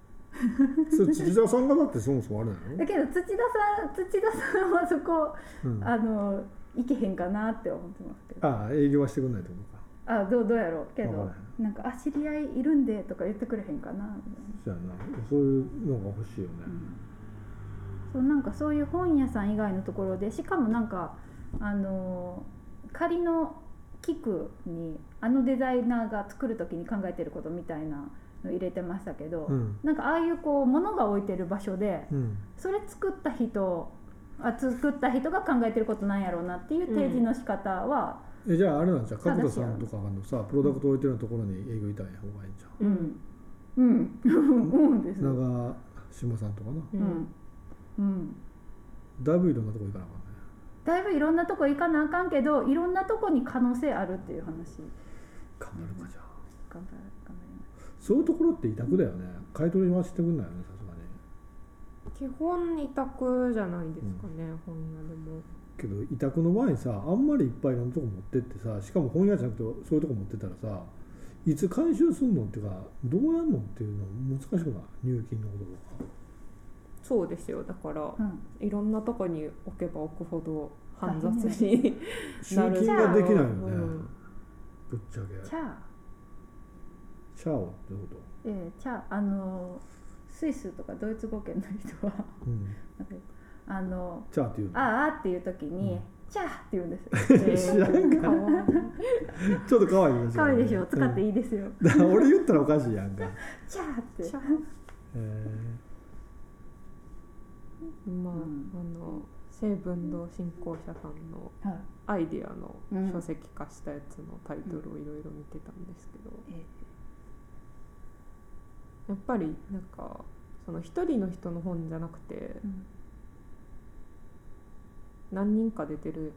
それ土田さんがだってそもそもあれなの
だけど土田さん土田さんはそこ
うん、あ
あの行けへんかなって思ってますけど
あ営業はしてくんないってことか
あどうどうやろうけ
わ
ど
から
なんか「あ知り合いいるんで」とか言ってくれへんかなみたいな
そうやなそういうのが欲しいよね、
そうなんかそういう本屋さん以外のところでしかもなんかあのー仮の器具にあのデザイナーが作る時に考えてることみたいなの入れてましたけど、
うん
なんかああいうこう物が置いてる場所で
うん
それ作った人あ作った人が考えてることなんやろうなっていう提示の仕方は、
えじゃああれなんじゃう角田さんとかのさプロダクト置いてるところに営業いたんや方がいいんじゃん
うんうんうん、うんですね。
長島さんとかな
う
うんんうん
だいぶいろんなとこ行かなあかったね
だいぶいろんなとこ行かなあかんけどいろんなとこに可能性あるっていう話
頑張るかじゃあ
頑張る頑張ります
そういうところって委託だよね買い取りはしてくんないよねさすがに
基本二択じゃないですかね、本屋でも
けど委託の場合さあんまりいっぱいいろんなとこ持ってってさしかも本屋じゃなくてそういうとこ持ってたらさいつ回収するのっていうかどうやんのっていうの難しくない入金のこととか
そうですよだから
うん
いろんなとこに置けば置くほど煩雑に
集
なる
金ができないよね、
うん
ぶっちゃけ
チャー
チャオってこ
えー、チャーあのースイスとかドイツ語圏の人は
と、うん、
なんかあの
チャーっていう
ー
の
あーあっていう時に、
うん
チャーって言うん ですよ
知らん
かわいい
ちょっと可愛いよね
可愛いでしょ使っていいですよ、
だから 俺言ったらおかしいやん か、
チャーって
ちゃ
えー
まあ、
うん
あの成文堂新校舎さんの
はい
アイディアの
うん
書籍化したやつのタイトルをいろいろ見てたんですけど、
え
やっぱりなんかその一人の人の本じゃなくて
ーうん
何人か出てる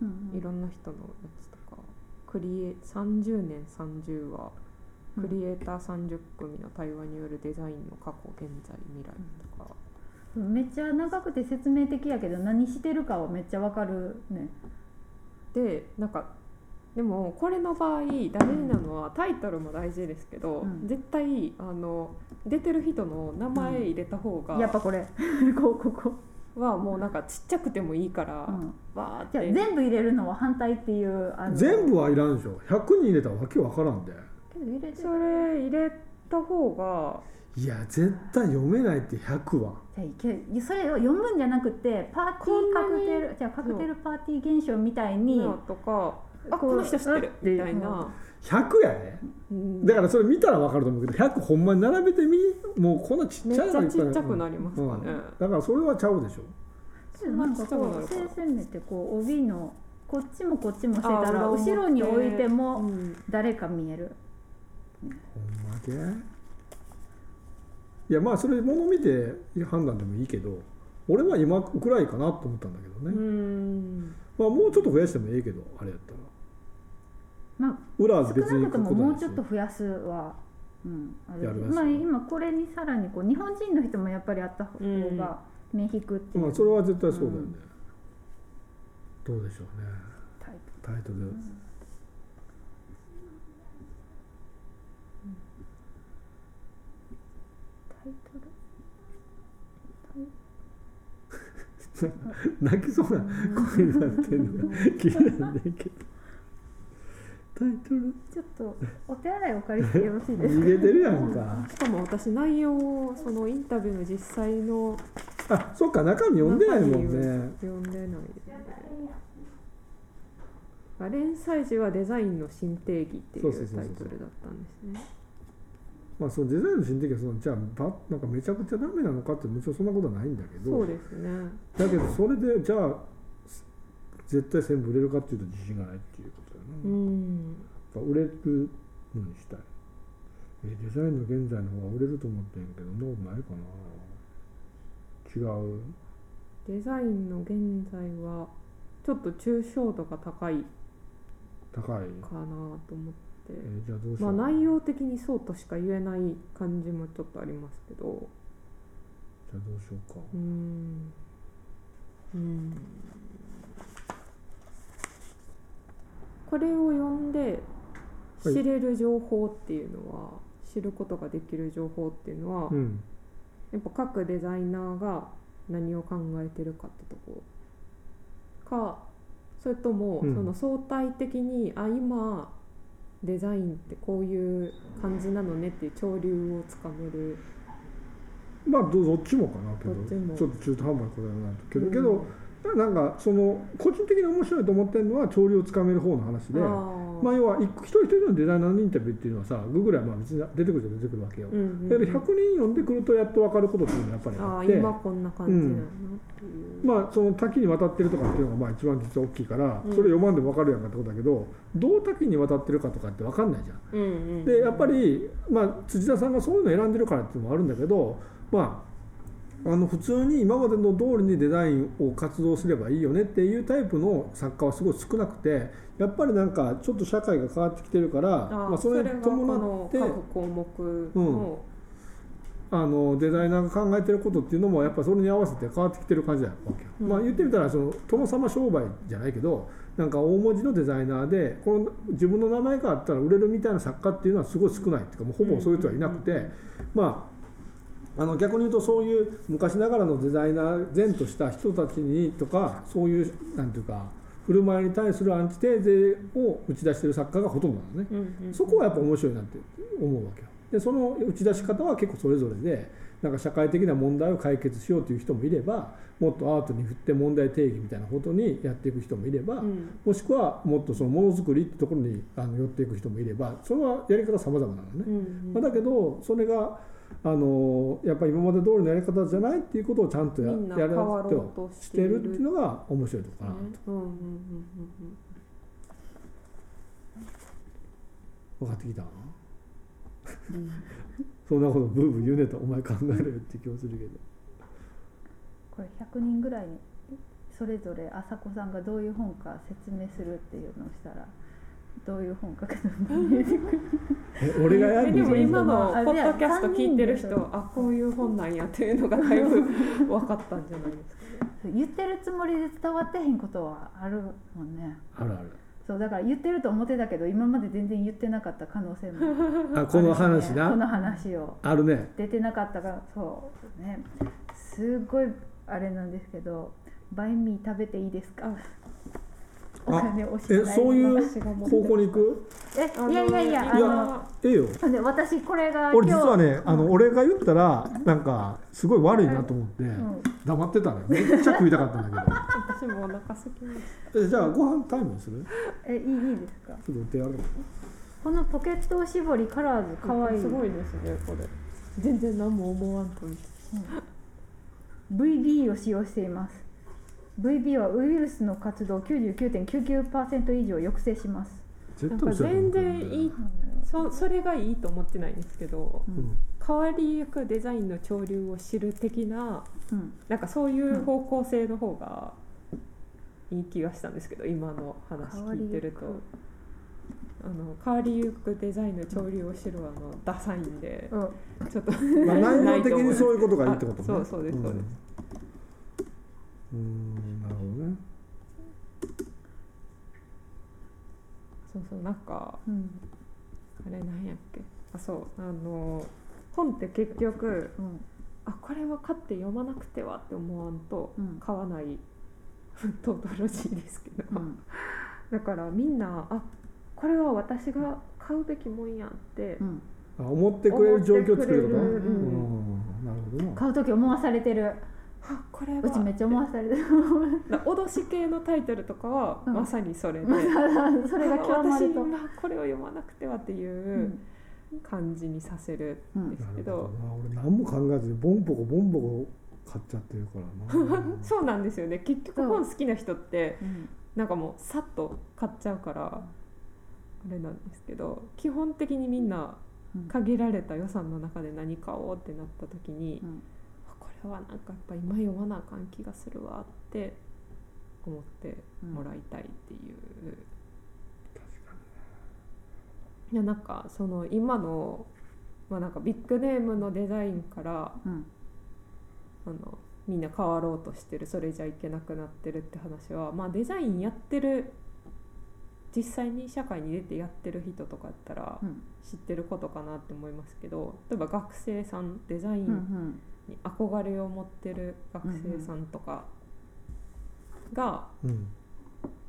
うんうん
いろんな人のやつとか、クリエ30年30話クリエイター30組の対話によるデザインの過去現在未来とか、
めっちゃ長くて説明的やけど何してるかはめっちゃわかるね
でなんかでもこれの場合大事なのはタイトルも大事ですけど、
うん
絶対あの出てる人の名前入れた方が、
やっぱこれ こうここ、
はもうなんかちっちゃくてもいいから、
うん、
わーっ
じゃあ
て
全部入れるのは反対っていうあの
全部はいらんでしょ100人入れたらわけわからんで
けど入れて
それ入れた方が
いや絶対読めないって100は
じゃあいけいやそれを読むんじゃなくてパーテ
こ
ィ
ん
ー
な
カ
に
クテルじゃあカクテルパーティー現象みたい
いい
に
なとかあ
こう
この人知ってるみたい
うん
な、
100やね
うん
だからそれ見たらわかると思うけど100ほんまに並べてみもうこんなちっ
めっ
ちゃい
ち
の
ゃ
いっぱい
ちっちゃくなりますかね、
うんだからそれはちゃうでしょ
なんか
そう
こ
な
う
のか
正線目ってこう帯のこっちもこっちもしてた
あ裏
ら
表
後ろに置いても
うん
誰か見える
ほんまけいやまあそれもの見て判断でもいいけど俺は今くらいかなと思ったんだけど
う
ね、
ん
まあもうちょっと増やしてもええけどあれやったら
ま
裏
あ
は
少
別に
な
書
く
くことと
も
な
も
いうし
ちょっと増やすは、うん、あれ
やりますよ
まあ今これにさらにこう日本人の人もやっぱりあった方
うん
が目引くってい
まあ
う
それは絶対そうだよね、どうでしょうね
タイ
タイトル、
プタイトル
泣きそうな声になってんのが気になんねんけどタイトル
ちょっとお手洗いお借りしてよろしいですか
逃げてるやんか
しかも私内容をそのインタビューの実際の
あそっか中身読んでないもんね
読んでないあ連載時はデザインの新定義ってい
そううそうそう
タ
そう
イトルだったんですね
まあそのデザインの心的はそのじゃあばなんかめちゃくちゃダメなのかってもちろんそんなことはないんだけど
そうですね
だけどそれでじゃあ絶対全部売れるかっていうと自信がないっていうことだよな、
うん
ぱ売れるのにしたいえデザインの現在の方が売れると思ってんけどそんなことないかな違う
デザインの現在はちょっと抽象度が高い
高い
かなと思って
えーじゃあどうし
ま
よ
あ
う、
内容的にそうとしか言えない感じもちょっとありますけど
じゃあどうしようか
うーんうーんこれを読んで
はい
知れる情報っていうのは、知ることができる情報っていうのは、
うん
やっぱ各デザイナーが何を考えてるかってとこかそれとも、
うん
その相対的にあ今デザインってこういう感じなのねっていう潮流をつかめる
まあどどっちもかなけど
どっちも
ちょっと中途半端なことやなとけど、
うん
けどなんかその個人的に面白いと思ってるのは潮流をつかめる方の話で
あー
まあ要は一一人一人のデザイナーのインタビューっていうのはさ Google はまあ別に出てくるじゃ出てくるわけよ、
うんうんうん
だけど100人読んでくるとやっと分かることっていうの
あ
が
あ
やっぱりあ
今
って
こんな感じなのっていう、
まあその多岐にわたってるとかっていうのがまあ一番実は大きいから
う
そ
ん
れ読まんでも分かるやんかってことだけどどう多岐にわたってるかとかって分かんないじゃん。
うんうんうん
でやっぱり、まあ、辻田さんがそういうの選んでるからっていうのもあるんだけど、まあ、あの普通に今までの通りにデザインを活動すればいいよねっていうタイプの作家はすごい少なくてやっぱりなんかちょっと社会が変わってきてるから
あー
まあ、
そ
それ
れ
に
がこ
伴
の
って
各項目の、
あのデザイナーが考えてることっていうのもやっぱそれに合わせて変わってきてる感じだわけよ、
うん
まあ、言ってみたらその殿様商売じゃないけどなんか大文字のデザイナーでこの自分の名前があったら売れるみたいな作家っていうのはすごい少ないっていうかもうほぼそういう人はいなくて、まああの逆に言うとそういう昔ながらのデザイナー前とした人たちにとかそういうなんていうか振る舞いに対するアンチテーゼを打ち出してる作家がほとんどなのね。
うんうんうん
そこはやっぱ面白いなって思うわけよでその打ち出し方は結構それぞれでなんか社会的な問題を解決しようという人もいればもっとアートに振って問題定義みたいなことにやっていく人もいれば、
うん
もしくはもっとそのものづくりってところにあの寄っていく人もいればそれはやり方様々なのね
う、ん
まあ
うん
だけどそれがあのやっぱり今まで通りのやり方じゃないっていうことをちゃんとや
みんな
や
変
ら
わ
なくて
ろ
を
うとし
してて
い
る
る
っていうのが面白いとこかなと
ねうんうんうんうんうん
分かってきた、 そんなことブーブー言うねとお前考えるよって気もするけど。
これ100人ぐらいにそれぞれ朝子さんがどういう本か説明するっていうのをしたらどういう本かが見えてくる
え俺がや
え
る
で
の
も今の
あ
ポッドキャスト聞いてる人
いや三人
はあこういう本なんやっていうのがだいぶ分かったんじゃないですか
言ってるつもりで伝わってへんことはあるもんね
あるある
そうだから言ってると思ってたけど今まで全然言ってなかった可能性もあるしね、
あこの話
こ
な
の話を
あるね
出てなかったからそうねすごいあれなんですけどバインミー食べていいですかお
あ
金お支払い
えそういう
私が持って
高校に行く
えいやいやいやあ
いや
の
ええよ
で私これが
俺実は
ね、
ねあの俺が言ったらなんかすごい悪いなと思って
ん
黙ってたねめっちゃ食いたかったんだ
私もお腹すきまし
けどえじゃあご飯タイムにする
えいいいいですか
ちょっとお手やる
このポケットおしぼりカラーズ
た
かわいい
すごいですねこれ全然何も思わんと見て
VB を使用しています VB はウイルスの活動を99.99%以上抑制します
な
絶
んか
対嘘やと思
全
って
然いいそそれがいいと思ってないんですけど
うん
変わりゆくデザインの潮流を知る的な
うん
なんかそういう方向性の方がいい気がしたんですけど今の話聞いてると
変わりゆく
あの変わりゆくデザインの潮流を知るはあのダサいんで
うん
ちょっと
まあ 内容的にそういうことがいいってことね
あそうそうですそうです
うんうんなるほどね
そうそうなんか
うん
あれなんやっけあそうあの本って結局
うん
あこれは買って読まなくてはって思わんと
うん
買わないトートロジーですけど、
うん
だからみんなあこれは私が買うべきもんやって
うん
あ思ってくれる状況を作ること
思って
くれ
う
る
うん
んなるほどな
買う時思わされてる
あこれは
うちめっちゃ思わされてる
な脅し系のタイトルとかは
うん
まさにそれで、
それが極ま
私
ると、
今これを読まなくてはって
う
いうん感じにさせる
うんん
です
な
け
る
ど
ほな俺何も考えずにボンボコボンボコ買っちゃってるからな
そうなんですよね結局本好きな人って
うん
なんかもうさっと買っちゃうからあれなんですけど基本的にみんな
うん
限られた予算の中で何買おうってなった時に、
うん
あこれはなんかやっぱ今読まなあかん気がするわって思ってもらいたいっていう、いやなんかその今の、まあ、なんかビッグネームのデザインから
うん
あのみんな変わろうとしてるそれじゃいけなくなってるって話は、まあ、デザインやってる実際に社会に出てやってる人とかやったら
うん
知ってることかなって思いますけど例えば学生さんデザイ
う
ン
ん
に憧れを持ってる学生さんとかが、
うん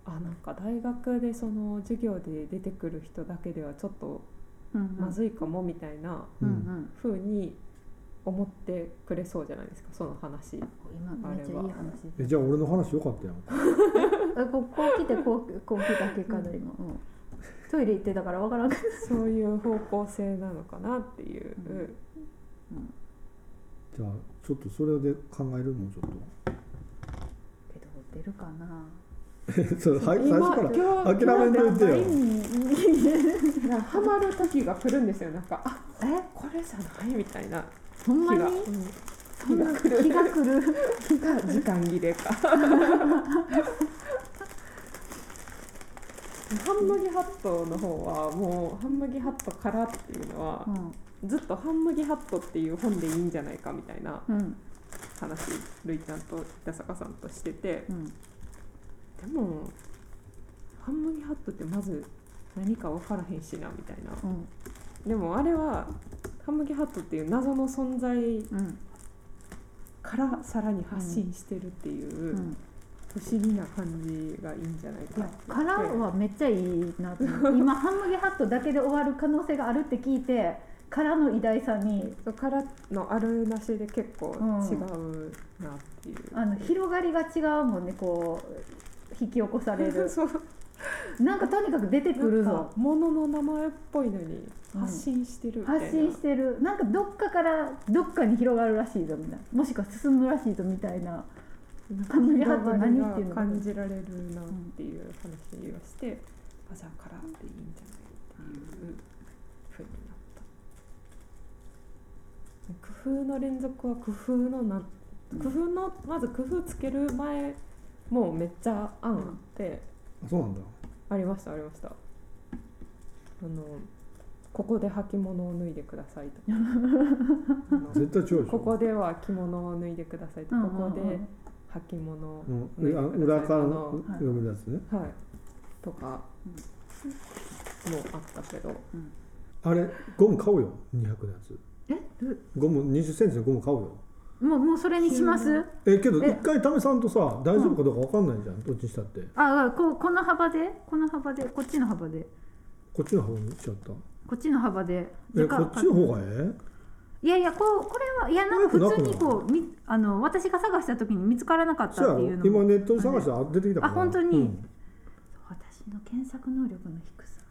あなんか大学でその授業で出てくる人だけではちょっと
うん
まずいかもみたいな
う
うんん
うん
風に思ってくれそうじゃないですかその 話。
今めっちゃいい話
えじゃあ俺の話よかったやん
えここう来てこうこう来た結果だ今、うん、トイレ行ってたからわからんかった
そういう方向性なのかなっていう、
うん
じゃあちょっとそれで考えるもんちょっ
けど出るかな
とそれはい最
今
初から
今日
諦めんといてよ
なんかハマる時が来るんですよなんかあ
え
これじゃないみたいな
ほん
日
まに
が、
そんな気が来る
日が時間切れ かハンムギハットの方はもうハンムギハットからっていうのは
う、ん
ずっとハンムギハットっていう本でいいんじゃないかみたいな
うん
話るいちゃんと北坂さんとしてて、
うん
でもハンムギハットってまず何か分からへんしなみたいな
うん
でもあれはハンムギハットっていう謎の存在
うん
からさらに発信してるっていうう、
ん
不思議な感じがいいんじゃない
い
か
や
って
カラーはめっちゃいいなと思って今ハンムギハットだけで終わる可能性があるって聞いてからの偉大さに
そうからのあるなしで結構違うなっていう、
あの広がりが違うもんねこう引き起こされ る
そう
なんかとにかく出てくる
なん
ぞ
か物の名前っぽいのに発信してるみたいな、
発信してるなんかどっかからどっかに広がるらしいぞみたいなもしくは進むらしいぞみたいな
なんか
ハンムギハット何っていうの
感じられるなっていう話をして、あじゃあカラーでいいんじゃないっていうふうになった工夫の連続は工夫のな工夫のまず工夫つける前もうめっちゃ案あって、
あそうなんだ
ありましたありましたあのここで履物を脱いでください とかあの
絶対違うでしょ
ここでは着物を脱いでくださいとか、ここで履物を
うん
脱いで
あ
くだ
裏
さい
から
あ
の
の
読むやつね
はい、とかもあったけど
あれゴム買おうよ200のやつ
え
ゴム20センチのゴム買おうよ
もうもうそれにします
えけど
え
一回試さんとさ大丈夫かどうか分かんないじゃんどっちにしたって
ああこうこの幅でこの幅でこっちの幅で
こっちの方にしちゃった
こっちの幅で
え
時間
こっちの方がえ
いやいやこうこれはいやなんか普通に
こう
こうみあの私が探した時に見つからなかっ
そう
た
や
っていう
ろ今
のも
ネットで探してあ出てきたから
あ本当に
うん
私の検索能力の低さ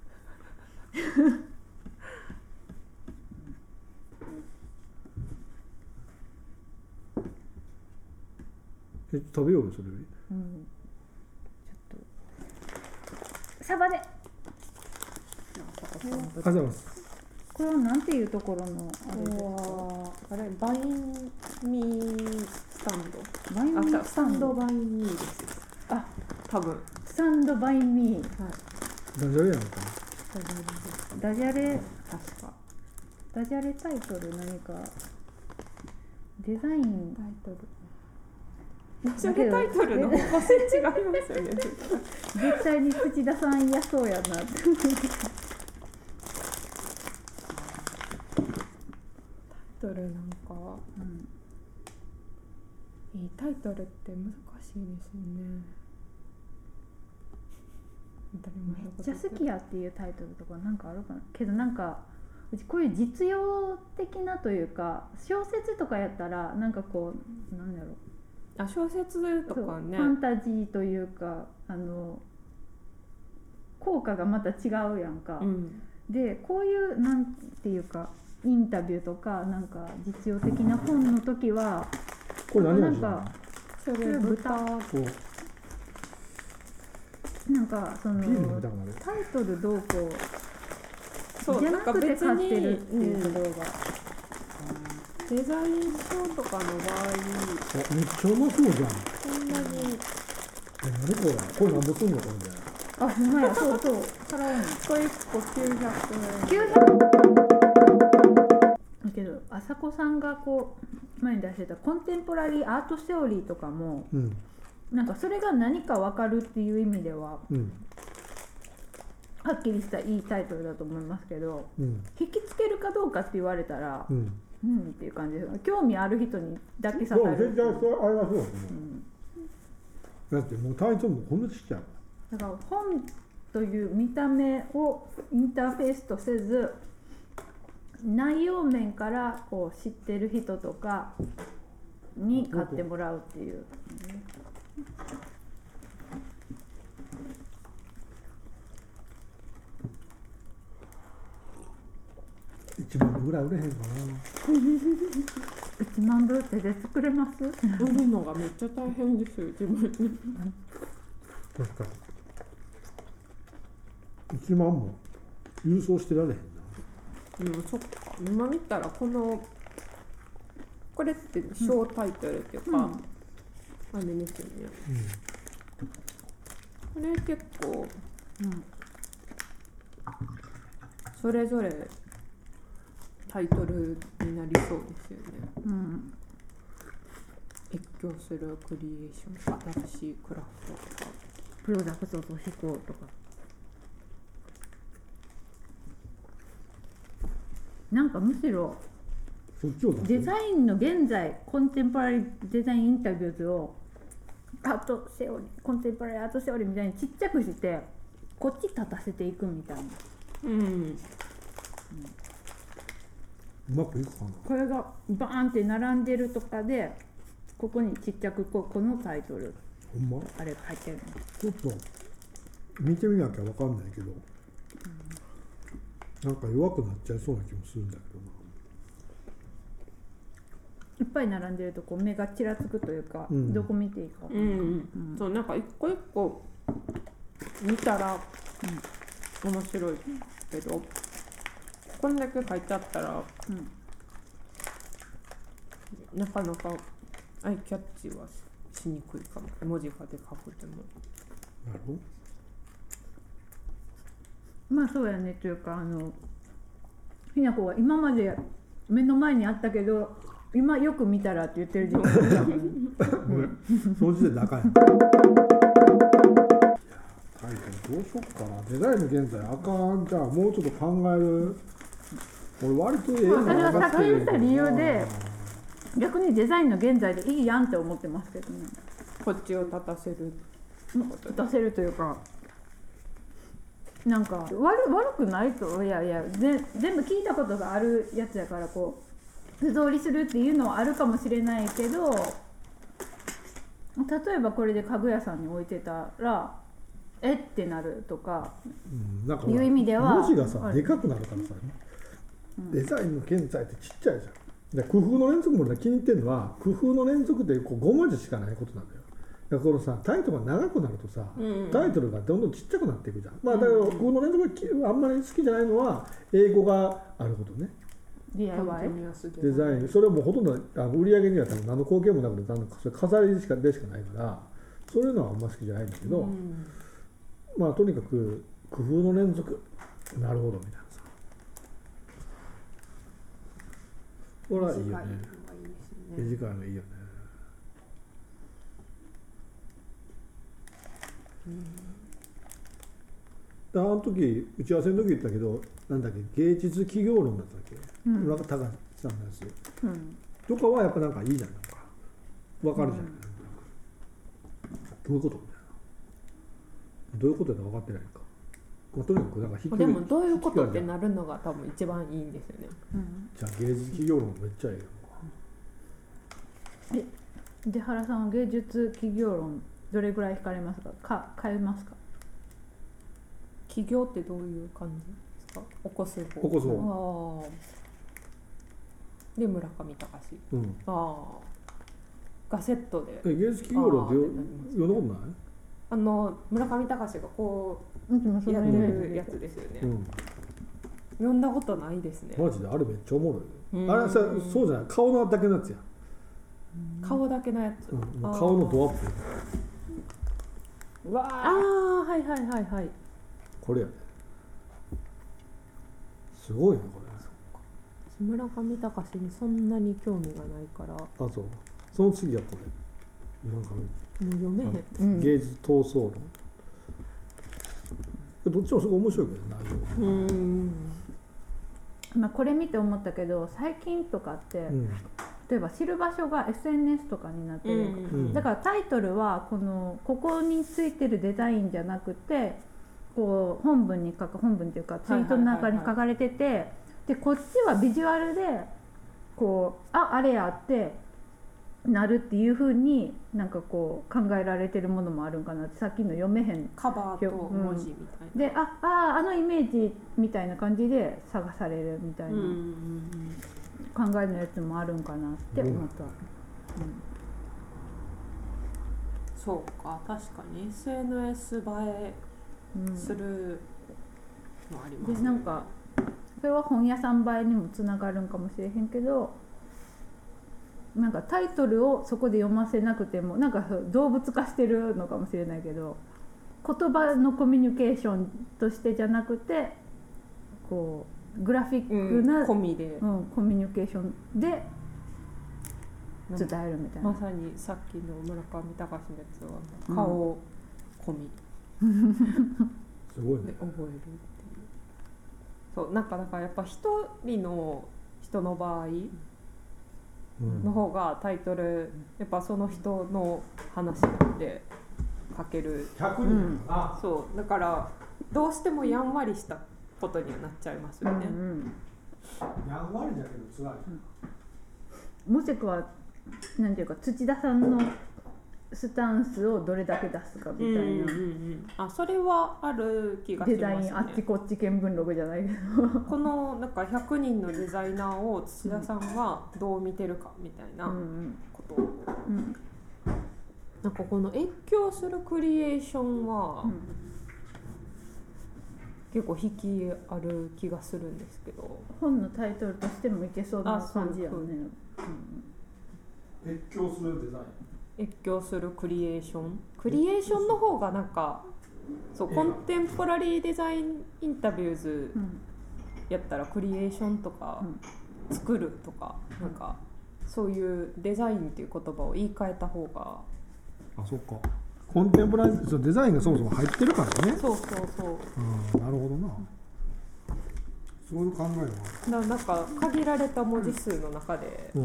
え食べようよそれより
うんちょっとサバで
ありがとうございます
これはなんていうところのあれですか
はあれバインミースタン
バイン
ド
ミ
あ違
ー
うスタンドバインミーですあ多分はい
スタンドバインミー
ダジャレやんか
大丈夫です
ダジャレ
確か
ダジャレタイトル何かデザイン
タイトルダジャレタイトルの方向性違いますよね
絶対に土田さん嫌そうやなって
タイトルなんか
うん
いいタイトルって難しいですね当たり前
め
の
っ
こと
ちゃ好きやっていうタイトルとかなんかあるかなけどなんかうちこういう実用的なというか小説とかやったらなんかこうなんだろう
あ小説とかね
そうファンタジーというかあの効果がまた違うやんか、
うん
でこういうなんていうかインタビューとかなんか実用的な本の時は
これ何
な
味
んか
それ
れ
豚
豚
こう
なんかその
ビール飲みたくなる
タイトルどうこ
そう
じゃ
うな
なん
か
くて
別
買って
に
るっていうところが、
うんデザイン書とかの場合
あめっちゃうまそうじゃん
そんなに
え何これこれなんぼすんのこれで
あほん まやそうそう払わない
これ1個900円
900だけど朝子さんがこう前に出してたコンテンポラリーアートセオリーとかも
うん
なんかそれが何か分かるっていう意味では
うん
はっきりしたいいタイトルだと思いますけど
うん
引きつけるかどうかって言われたら
う、ん
うん、っていう感じです興味ある人にだけ刺さ
そう
る
絶対それありますよね
うん
だってもうタイトルもこんなちっちゃいもん
だから本という見た目をインターフェースとせず内容面からこう知ってる人とかに買ってもらうっていう
1万部ぐらい売れへんかな
1万部ってで作れます
売るのがめっちゃ大変ですよ自分に
確かに1万も郵送してられへんな
うんそっか今見たらこのこれって小タイトルっていうか、
うん
あれですよねこれ結構、うん、それぞれタイトルになりそうですよね
うん
越境するクリエーション新しいクラフトとか
プロダクトと思考とかなんかむしろ
そっちを出
デ
す
ザインの現在コンテンポラリーデザインインタビューズをアートセオリーコンテンポラリーアートセオリーみたいにちっちゃくしてこっち立たせていくみたいな
うん
うまくいくかな
これがバーンって並んでるとかでここにちっちゃくこうこのタイトル
ほんま
あれが入ってるの
ちょっと見てみなきゃわかんないけど、なんか弱くなっちゃいそうな気もするんだけどない
っぱい並んでるとこう目がちらつくというか、
うん
どこ見ていいか、
うん、
うん
そうなんか一個一個見たら面白いけど、こんだけ書いてあったら
うん
なかなかアイキャッチはしにくいかも文字化で書くでも
なるほど
まあそうやねというかあのひなこは今まで目の前にあったけど今よく見たらって言ってる時間だもん
ごめん、その時点で 赤やん。いやタイトルどうしよっかな。デザインの現在あかんじゃあもうちょっと考える。俺割とええの分かってるんやけどな
それは先言った理由で逆にデザインの現在でいいやんって思ってますけどね
こっちを立たせる
出せるというかなんか悪悪くないといやいやぜ全部聞いたことがあるやつやからこう不造りするっていうのはあるかもしれないけど例えばこれで家具屋さんに置いてたらえってなるとか
うん、なんか
いう意味では
文字がさ
はい
でかくなるからさ、デザインの現在ってちっちゃいじゃん。で工夫の連続も俺気に入ってるのは工夫の連続でこう5文字しかないことなんだよ。だからこのさタイトルが長くなるとさ、
うん
タイトルがどんどんちっちゃくなっていくじゃん。まあだから僕の連続がきあんまり好きじゃないのは英語があることね。
DIY
デザインそれはもうほとんどあの売り上げには多分何の貢献もなくてあのそれ飾りでしかでしかないからそういうのはあんま好きじゃないんだけど、
うん
まあとにかく工夫の連続なるほどみたいなさこれはいいよね
短いのがいいですね
短いのいいよねであの時打ち合わせの時言ったけどなんだっけ芸術企業論だったっけ、
うん
村田隆さんのやつ
う
と
ん
かはやっぱなんかいいじゃんなんかわかるじゃん、どういうことみたいなどういうことだか分かってないのか、まあ、とにかくなんか引っ
でも
掛
どういうことってなるのが多分一番いいんですよね
うん
けじゃあ芸術企業論めっちゃいいよ
出原さんは芸術企業論どれぐらい惹かれますかか買えますか
起業ってどういう感じですか起こす方
ここ
あ
そ
ー
うで村上隆
う、うん、
ああがセットで
え芸術企業論ってよ
あー
読んだことない
あの村上隆がこ
うん、でもそう
や
の
っ
イ
て
メー
る
ジ
やつですよね、
うん、
読んだことないですね、
マジであれめっちゃおもろいね、
うん
あれさそうじゃない顔のだけのやつや、
顔だけのやつ
うん、もう
あー
顔のドアップ
うわ
あ
あ
あはいはいはいはい
これやねすごいねこ
村上隆にそんなに興味がないからも
れあそうその次はこれなんか
う読めへん
うん
芸術闘争論、どっちもすごい面白いけど内容は
うん
まあ、これ見て思ったけど最近とかって、
うん
例えば知る場所が SNS とかになって
う
る、
ん
ん
だからタイトルはこのここについてるデザインじゃなくてこう本文に書く本文というかツイートの中に書かれてて、でこっちはビジュアルでこうああれやってなるっていうふうになんかこう考えられてるものもあるんかなってさっきの読めへん
カバーと文字みたいな
でああーあのイメージみたいな感じで探されるみたいな
うん
考えのやつもあるんかなって思った。
そうか確かに SNS 映え
うん
するのあります
でなんかそれは本屋さん映えにもつながるんかもしれへんけどなんかタイトルをそこで読ませなくてもなんかそう動物化してるのかもしれないけど言葉のコミュニケーションとしてじゃなくてこうグラフィックな、
う
うん
ん、込みで
コミュニケーションで伝えるみたいな。
まさにさっきの村上隆のやつは顔込み
すごい
で
ね
覚えるっていうそうなんかだからやっぱ一人の人の場合
うん
の方がタイトルやっぱその人の話で書ける
100人、
うん
あ
そうだからどうしてもやんわりしたことにはなっちゃいますよね、
うんうん
やんわりだけどつらい
もしくはなんていうか土田さんのスタンスをどれだけ出すかみたい
うん
な。
うんうんあそれはある気がし
デ
ま
ザイ
す
ンあっち
ね
こっち見聞録じゃないけど、
このなんか100人のデザイナーを土田さんはどう見てるかみたいな
うん
こと、
うん
なんかこの越境するクリエーションは
うん、
結構引きある気がするんですけど
本のタイトルとしてもいけそうな
あそう
感じやね
越境するデザイン
越境するクリエーションクリエーションの方がなんかそうコンテンポラリーデザインインタビューズ
うん
やったらクリエーションとか
うん
作るとかなんかそういうデザインっていう言葉を言い換えた方が
あそっかコンテンポラリーそうデザインがそもそも入ってるからね
そうそうそう
うんなるほどなそういう考え
だからなんか限られた文字数の中で
は、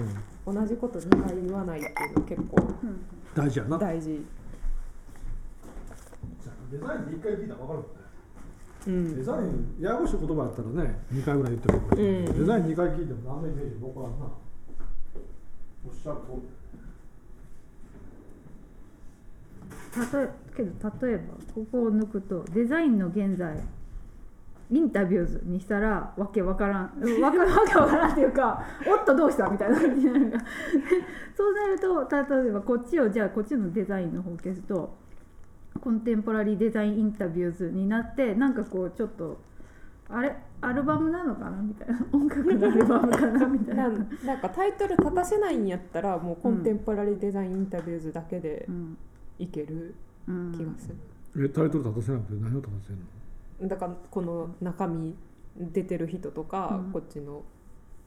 うん、
同じこと2回言わないっていうの結構
うん
大事やな
大事
デザインで一回聞いたら分かるもんね
う
デ
ん
ザインややこしい言葉やったらね2回ぐらい言っても分かる、
うん
デザイン2回聞いても何のイメージも僕はなおっしゃると
例えけど例えばここを抜くとデザインの現在インタビューズにしたらわけわからんうんわけわけわからんっていうかおっとどうしたみたいな感じになるからそうなると例えばこっちをじゃあこっちのデザインの方を消すとコンテンポラリーデザインインタビューズになってなんかこうちょっとあれアルバムなのかなみたいな音楽のアルバムかなみたい
な
な。
なんかタイトル立たせないんやったらもうコンテンポラリーデザインインタビューズだけで
うん
いける
うん
気がする、
えタイトル立たせなくて何を立たせるの
だからこの中身出てる人とか、
うん
こっちの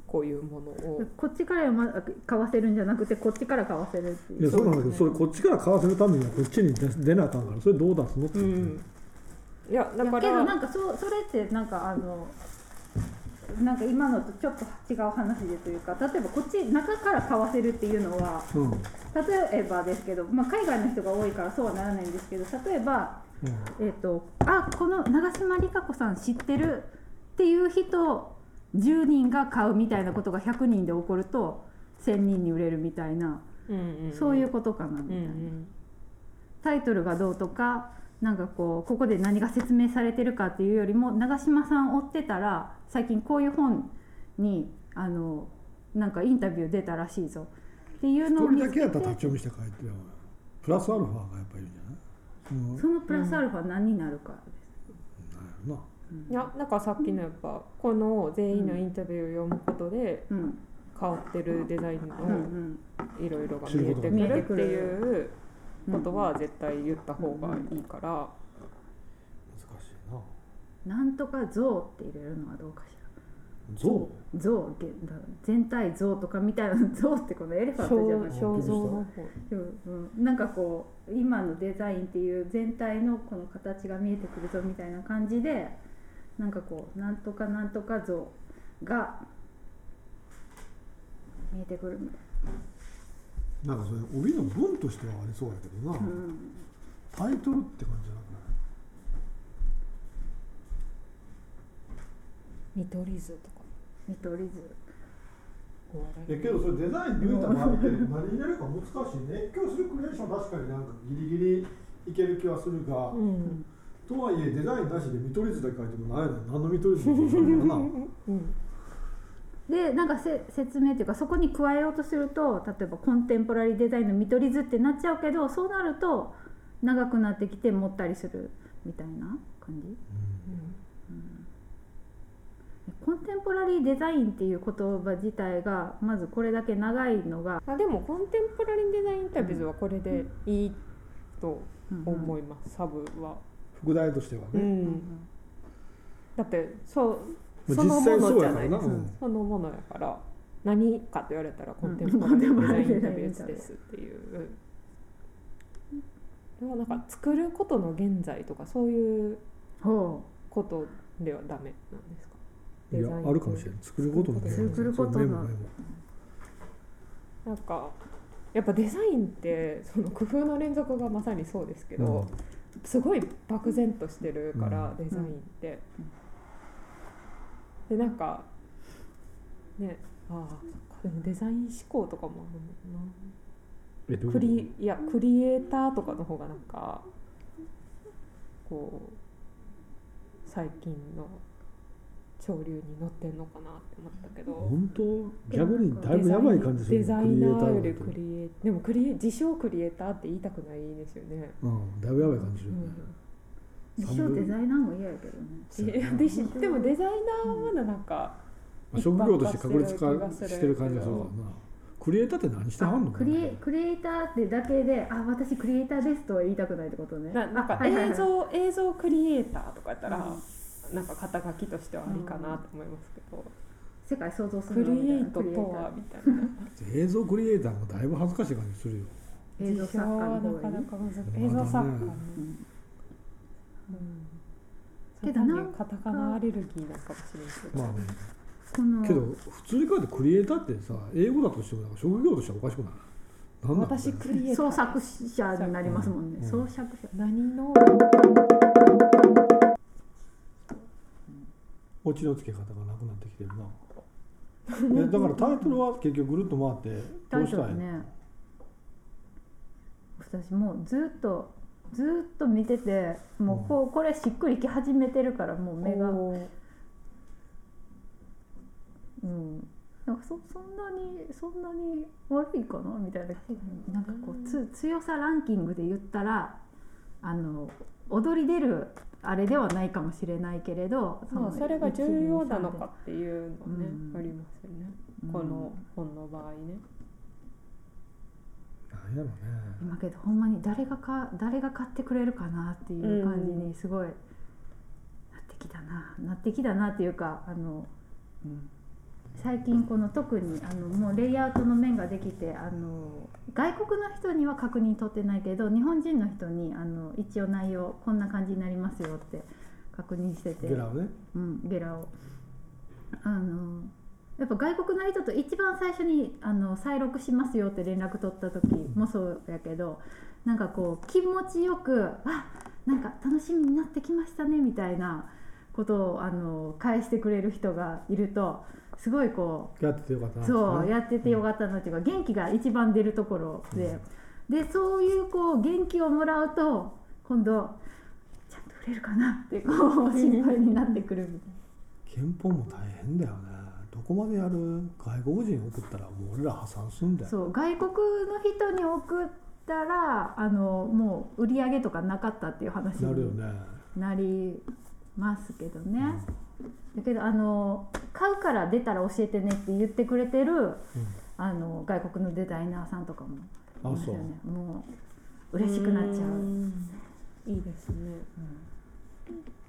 こういうものを
こっちから読ま買わせるんじゃなくてこっちから買わせるっていう
いやそうなんだけど
そ
そうれこっちから買わせるためにはこっちに出出なあかんからそれどう出すのって、
うんいやだ
いや
か
けどな
ら
んかそうそれってなんかあのなんか今のとちょっと違う話でというか例えばこっち中から買わせるっていうのは
うんうん
例えばですけど、まあ、海外の人が多いからそうはならないんですけど例えば、えー、とあこの長嶋理香子さん知ってるっていう人10人が買うみたいなことが100人で起こると1000人に売れるみたいな、
うんん
そういうことかな
う
みた
ん
いうな。
ん
タイトルがどうとかなんかこうここで何が説明されてるかっていうよりも長嶋さん追ってたら最近こういう本にあのなんかインタビュー出たらしいぞっていうのを
これだ
つ
け
け
やったら
て
立ち読みして書いてるよプラスアルファがやっぱいるんじゃないうん、な
そのプラスアルファ何になるかです、
るな
うん
いやなんかさっきのやっぱこの全員のインタビューを読むことで
うん
変わってるデザイン
う
の
ん
いろいろが見えてくるっていう
うん
ことは絶対言った方がいいか
難
ら
しいな
なんとか像って入れるのはどうかし
象
ら像げだ全体像とかみたいな像ってこのエレファントじゃな
肖
い
肖像の方
うんうん、なんかこう今のデザインっていう全体のこの形が見えてくるぞみたいな感じでなんかこうなんとかなんとか像が見えてくる、
なんかそれ帯の文としてはありそうやけどな、
うん、
タイトルって感じじゃなくない
見取り図とか
見取り図
えけどそれデザイン抜 いた場合って何入れるか難しいね熱狂するクリエーション確かになんかギリギリいける気はするが、
うん
とはいえデザインなしで見取り図だけ書いても何やねん何の見取り図か分からんからな
うん
でなんかせ説明というかそこに加えようとすると例えばコンテンポラリーデザインの見取り図ってなっちゃうけどそうなると長くなってきてもったりするみたいな感じコンテンポラリーデザインっていう言葉自体がまずこれだけ長いのが、
あでもコンテンポラリーデザインインタビューズはこれでいいと
うんうん
思いますサブは。
副題としてはね、
うんだってそう
ま
そ
あ
のも
実際
の
そう
じゃ
やか
な
ら
い
な
ですか、
うん
そのものやから何かと言われたらコンテンポラリーデザインインタビューズですっていう。でもなんか作ることの現在とかそういう
ほ
ことではダメなんですか
い
デ
や
ザイン
あるかもしれない作ることのね
作ることの
そうメモメモ
なんかやっぱデザインってその工夫の連続がまさにそうですけど、
うん
すごい漠然としてるから、デザインって、でなんかねああそっかでもデザイン思考とかもあるもん
えどういうこと
なクリいやクリエイターとかの方がなんかこう最近の潮流に乗ってんのかなって思ったけど、
本当逆にだいぶやばい感じする
デザイナーより
ク
ク
リエイターだと
リエイでもクリエ自称クリエイターって言いたくないですよね。
うんだいぶやばい感じするよね、
う一生デザイナーも嫌やけどね
そうや
いやでしでもデザイナーはまだなんか、
まあ、職業として確立化してる感じがするからなクリエイターって何してはんの
クリエクリエイターってだけで「あ私クリエイターです」とは言いたくないってことね
ななんか
あはいはいはい
映像映像クリエイターとかやったら、なんか肩書きとしてはありかなと思いますけど、
世界想像す
ク
る
リエイトとはみたい な。
映像クリエイターもだいぶ恥ずかしい感じするよ
クリエイター映像
自
作
称
家の
は
方
なか
がいい
なか難し
まだね
い。映像作家ね。
う
う
ん
ん
けどなん
カタカナアレルギーなんかもしれないけど、
まあね
この
けど普通に書いてクリエイターってさ英語だとしてもなんか職業としてはおかしくないなんなん
私クリエイタ
創
ー
作者になりますもんね、
うん
創作者
何の
オチのつけ方がなくなってき てるなえだからタイトルは結局ぐるっと回って
タ
どう
イ
し
ト
た
ル
い、
ね私もうずっとずっと見ててもうこう、これしっくりき始めてるからもう目が
こう
うんなんかそそんなにそんなに悪いかなみたいななんかこうつ強さランキングで言ったらあの踊り出るあれではないかもしれないけれど
まあ、
の
それが重要なのかっていうのね、
うん
ありますよね、
うん
この本の場合ね
なんやろね
今けどほんまに誰がか誰が買ってくれるかなっていう感じにすごいなってきたな、なってきたなっていうかあの、最近この特にあのもうレイアウトの面ができてあの外国の人には確認取ってないけど日本人の人にあの一応内容こんな感じになりますよって確認してて
ゲラをね
うん、ゲラをあのやっぱ外国の人と一番最初にあの再録しますよって連絡取った時もそうやけどなんかこう気持ちよくあなんか楽しみになってきましたねみたいなことをあの返してくれる人がいるとすごいこう
やっててよかったな
そう
や
やっててよかったなっていうか元気が一番出るところで、でそういうこう元気をもらうと今度ちゃんと売れるかなってこう心配になってくるみたいな。
憲法も大変だよねどこまでやる外国人送ったらもう俺ら破産すんだよ
そう外国の人に送っしたらあのもう売り上げとかなかったっていう話
なるよ
に
ね。
なりますけどね。だけどあの買うから出たら教えてねって言ってくれてるあの外国のデザイナーさんとかもい
うん、
ま
あ
す
そ
よ
う。
ね。もう嬉しくなっちゃう。
んいいですね。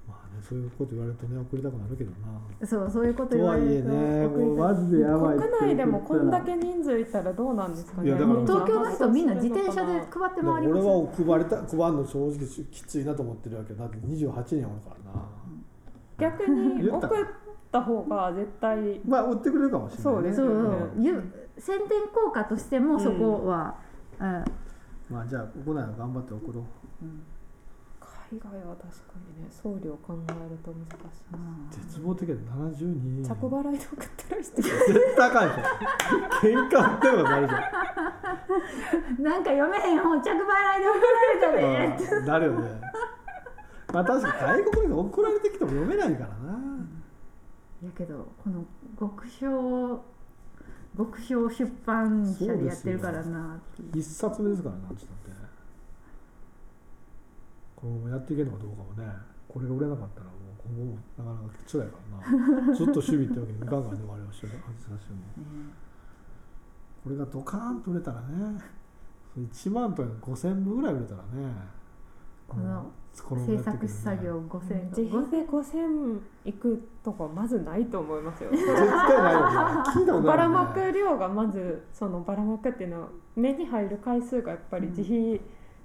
まあねそういうこと言われるとね送りたくなるけどな。
そうそういうこと
と
言わ
はい
れ
え
ると
ね
送り
もう
たい
マジでやばいって言ったら。
国内でもこんだけ人数いたらどうなんですかね。
いやだから
東京の人みんな自転車で配って回
俺
ります
は
よ。
配れた配るの正直きついなと思ってるわけだって28人おるからな、
逆に送った方が絶対
まあ売ってくれるかもしれない、ね、
そうです
そ
よ
う
ね
そう、ゆ宣伝効果としてもそこは、うん
まあじゃあ国内は頑張って送ろう
海外は確かにね送料考えると難しい。
絶望的やで72人
着払いで送ったりしてる。
絶対あかんじゃん喧嘩売ってるのがなるじゃ
なんか読めへん本着払いで送られたね。
ん、うん、なるよねまあ確かに外国で送られてきても読めないからな、
やけどこの極小極小出版社でやってるからなっていう
一冊目ですからなちょっと待ってこのままやっていけるのかどうかもねこれが売れなかったらもう今後もなかなか辛いからなずっと守備ってわけにいかんからね我々はしてるもこれがドカーンと売れたらね1万とか5000部ぐらい売れたらね
この
このままやってい
制
け
作
る
作業5000
自費で5000行くとかまずないと思いますよ。
絶対ないよね聞いたことないよね
ばらまく量がまずそのばらまくっていうのは目に入る回数がやっぱり自費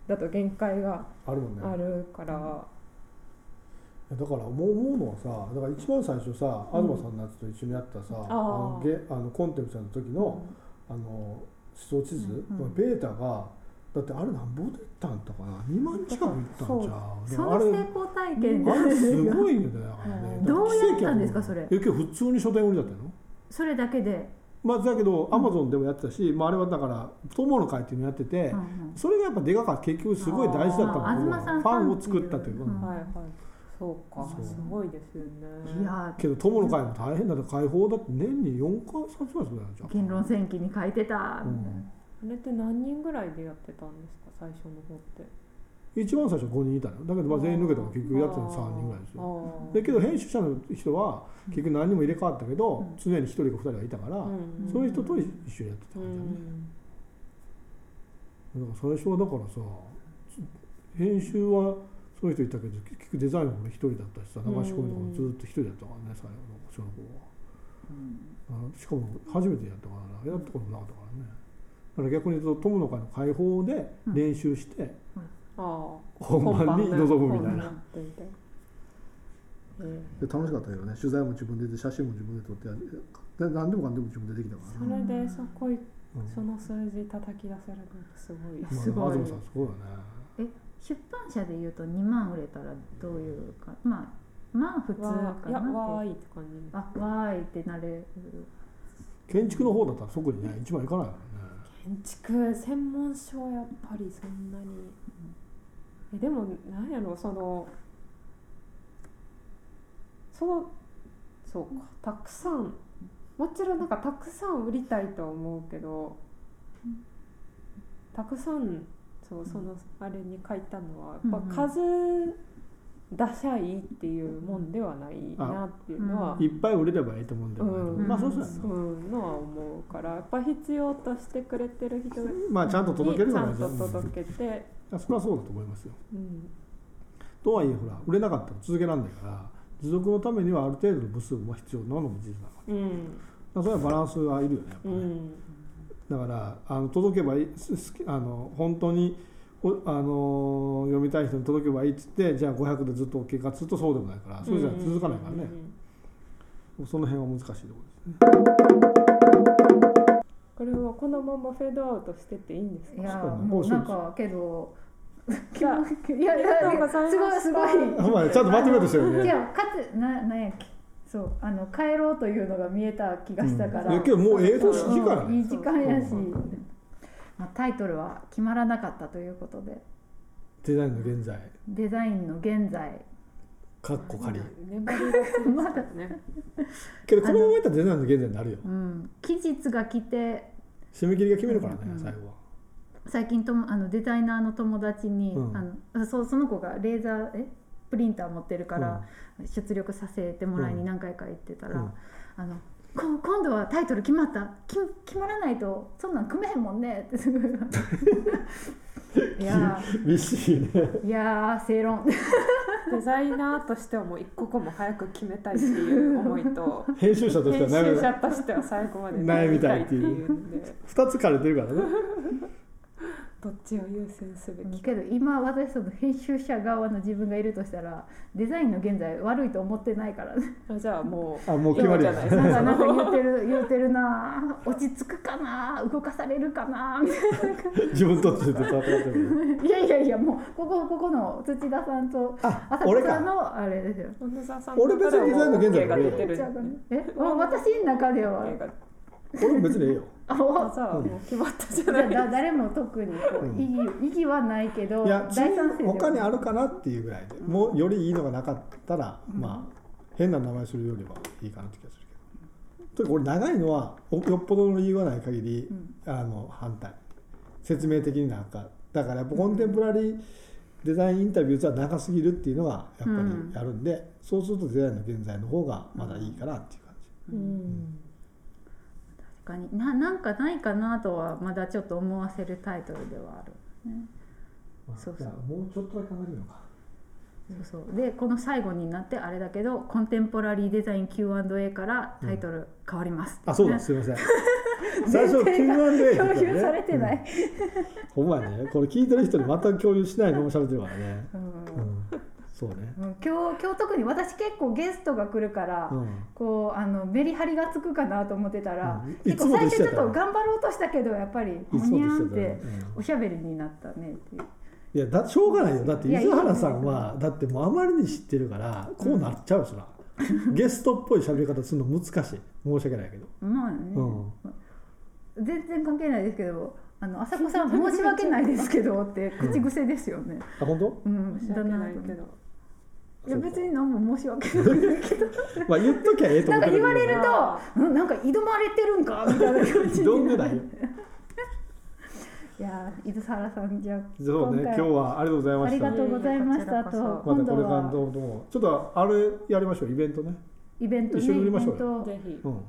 だと限界が
あるもんね
あるから、
だからもう思うのはさだから一番最初さ東さんのやつと一緒にやったさ、あのゲあのコンテンツの時の,、あの思想地図、
うんうん
ベータがだってあれ何本でいったんだかな2万近くいったんじゃ
そ
んあ
の
れ
成功体験で
あれすごいよねだからね
どうやったんですかそれ
え今日普通に書店売りだったの
それだけで、
まあだけどアマゾンでもやってたし、まあ、あれはだから友の会っていうのやってて、
うんうん
それがやっぱでかかった結局すごい大事だった
あー
んだ
東さん
ファンを作ったというか、
ファンっていううん
はいはいそうか
そう
すごいですよね
いや
けど友の会も大変だって解放だって年に4回3回ぐらいじゃ
ー
ん
言論戦記に書いてた
う
みたい
ん
あれって何人ぐらいでやってたんですか最初の方って
一番最初5人いたのだけどまあ全員抜けたから結局やってたの3人ぐらいですよ
よ
だけど編集者の人は結局何人も入れ替わったけど、
うん
常に1人か2人がいたから、
うん
そういう人と一緒にやってた
う
感じだね、
ん
だから最初はだからさ編集はそういう人いたけど結局デザインも俺1人だったしさ流し込みとかもずっと1人だったからね最後の後ろの方は。あしかも初めてやったからやったことなかったからねだから逆に言うと友の会の解放で練習して、
ああ
本番に臨むみたい
本番
な
やってみたいええ
で楽しかったけどね取材も自分でで写真も自分で撮ってやで何でもかんでも自分でできたから
そ
ね、
れでそこい
うん
その数字叩き出せるのってすごい
まあ
すごい
東さんすごいよね
出版社でいうと2万売れたらどういうかまあまあ普通かな
わ
っ
ー
て
いやわーいって感じ
あわーいってなれる
建築の方だったら特にね一番いかないからね
建築専門書はやっぱりそんなにえでもなんやろそのそうそうかたくさんもちろんなんかたくさん売りたいとは思うけどたくさんそうそのあれに書いたのはやっぱ数出しゃいいっていうもんではないなっていうのは
いっぱい売れればいいと思うんだよね、
うん
まあそうそうや
う
な、
んのは思うからやっぱ必要としてくれてる人に
まあちゃんと届ける
ち
じゃ
ゃ
ない
ん
ですか
と届けて、
うんそれはそうだと思いますよ
うん、
とはいえほら売れなかったら続けらんないから持続のためにはある程度の部数も必要なのも事実だから
うん、
だからそれはバランスはいるよねやっぱ
う
ね、
ん、
だからあの届けばいいすすあの本当におあの読みたい人に届けばいいっつってじゃあ500でずっと OK かっつうとそうでもないからそうじゃ続かないからね、その辺は難しいところですね
これはこのままフェードアウトしてっていいんです
い
か
や
そうだね
もうなんかけど
じゃあ
いやい
ありがとうございま
や
し
すご
た
いすご
あ
い
まあちゃんとまとめとしてる
い
ね
やかつななんやっけそうあの帰ろうというのが見えた気がしたから、
うんいやけどもう英語し時間や
うんいい時間やし、
うん
まあ、タイトルは決まらなかったということで
デザインの現在
デザインの現在
かっこ仮
眠りがちですからね
けどこのままやったらデザインの現在になるよ
うん期日が来て
締め切りが決めるからね
うん
最後は
最近ともあのデザイナーの友達に、
うん
あのそうその子がレーザーえプリンター持ってるから出力させてもらいに何回か行ってたら、
うん
あのこ今度はタイトル決まったき決まらないとそんなん組めへんもんねって すごいいや
厳しいね
ーいやー正論
デザイナーとしてはもう一刻も早く決めたいっていう思いと
編集者として
編
は悩
集
み
者
が
としては最後まで
悩みたいっていう
悩みたいっていうんで
2つ枯れてるからね
どっちを優先すべきか
けど今私その編集者側の自分がいるとしたらデザインの現在悪いと思ってないからね
あじゃあもう
あもう決まり
今
や
じゃ
ね
ない
なんかなんか言うてる言うてるなぁ落ち着くかなぁ動かされるかなぁみたい
自分とってずっと戦ってる
ないやいやいやもうここここの土田さんと
あ
浅
俺
草
か
のあれですよ
小野沢さん
俺別にデザインの現在
が
だけ
出
ど
てる
じゃあえわ私の中では
OK が
俺も別にええよ
あ
あ
お
じゃあもう決まったじゃ
じ
な
ゃ
い
あ
です
だ誰も特にこ
うん
う意義意義はないけど
いや
大賛成では
他にあるかなっていうぐらいでもうよりいいのがなかったら、まあ変な名前するよりはいいかなって気がするけどとにかく俺長いのはおよっぽどの理由がない限り、あの反対説明的になんかだからやっぱコンテンポラリーデザインインタビューズは長すぎるっていうのがやっぱり
うん
あるんで、そうするとデザインの現在の方がまだいいかなっていう感じ、
うん
確かにななんかないかなとはまだちょっと思わせるタイトルではある、ね、そうそう
じゃあもうちょっとだけ考えるのか
そうそうでこの最後になってあれだけどコンテンポラリーデザイン Q&A からタイトル変わります、
あそうだ すいません最初 Q&A って言ったよね
共有されてない、
ほんまやね、これ聞いてる人に全く共有しないのも喋ってるからね。
うん
うん、そうね。
うん今日今日特に私結構ゲストが来るから、
うん、
こうあのメリハリがつくかなと思ってたら、
うんい
結
つ
構
もと
最
一緒
初
やっ
ちょったと
ね
頑張ろうとしたけどやっぱり
い
ほ
つも
に
と
ゃんっ
一緒や
て
ったねうん
おしゃべりになったねっていう。
いやだしょうがないよだって
いや
伊豆原さんはだってもうあまりに知ってるからこうなっちゃうしな、ゲストっぽい喋り方するの難しい申し訳ないけど、
まあね、
うん
全然関係ないですけどあの浅子さん申し訳ないですけどって口癖ですよね。
あ本当
うん、
申し訳ない
と思
け
う
ど
いや別に何も申し 訳ないですけど
まあ言っときゃええと
な
思
ん
ってるけ
か言
ど
われる
あ
と うんなんか挑まれてるんかみたいな感 じ
ど
に
んぐ
な
らい
るいやー伊豆原さんじゃあ
そうね
今
今
回
日はありがとうございま
あり
し
が
た
とうございましたと
いえいえこちらこ
またこ
今度
れから
は
どうもちょっとあれやりましょうイベントね
イベントね
一緒に撮りましょうよ
イベント
ぜひ
うん
うん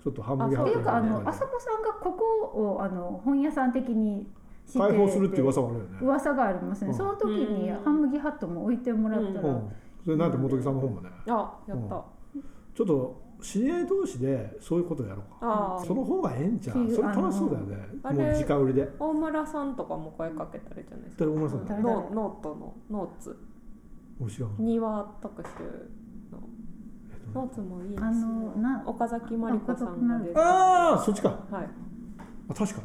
ちょっと半分
っ
あ
ていうかあ
そういう
の浅子さんがここをあの本屋さん的にして
解放するっていう噂もあるよね
噂がありますね、
うん
その時に
うん
ハムギハットも置いてもらった
う
ら、
んそれなんて元木さんの方もね
あやった
ちょっと知り合い同士でそういうことやろうか
あ
その方がええんちゃう
き
それ楽しそうだよね
あ
も
の
う時間売りで
大村さんとかも声かけたらいいじゃないですか
誰大村さん
誰
ノノートのノーツ
もう知らん
庭特集の
えっと
ノーツもいいです
あの
よ
な
岡崎まりこさんが出て
ああそっちか
はい
あ確か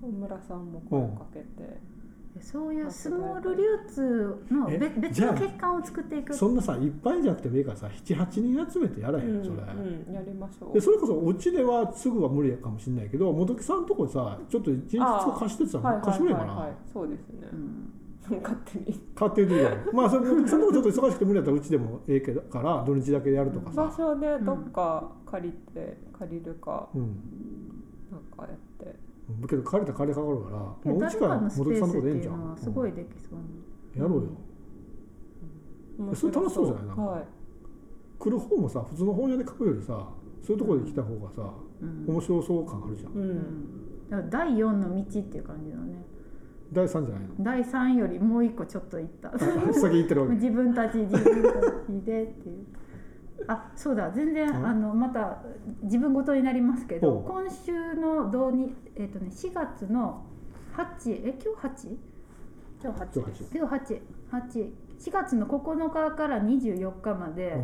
大村さんも声かけて
そういうスモール流通の
え
べ別
じゃあ
の欠陥を作っていく
にそんなさいっぱいじゃなくてもいいからさ78人集めてやらへ
うん
んそれ
うんやりましょう
でそれこそうちではすぐは無理やかもしれないけど元木さんのとこさちょっと一日を貸してって
はい
さ
は
貸し
い
てく
は
れ
い
んか
は
ない
そうですね
う ん
勝手に
買ってる時はまあそれ元木さんのとこちょっと忙しくて無理やったらうちでもええけどから土日だけやるとか
場
さ
所でどっか借りて借りるか
うん
なんかやって
けど借りたら金かかるから、まあ、
いや
うち
誰
から
かのス
元
ペ
木さ
ー
んの
ス
とこ
って
でええん
い
ち
う
ゃう
のはすごいできそうな
やろうよ
面白
それ楽しそうじゃないなんか
はい
来る方もさ普通の本屋で書くよりさそういうところで来た方がさ
うん
面白そう感あるじゃん、
う
うんんだから第四の道っていう感じだね
第3じゃないの
第三よりもう一個ちょっと行った
あ先行ってるわけ
自分たち自分たちでっていうあそうだ全然
うん
あのまた自分ごとになりますけ
ほ
ど
う
今週のどうにえっ、とね4月の8え今日 8?
今日
ちょっと
8
待って
今日84月の9日から24日まで、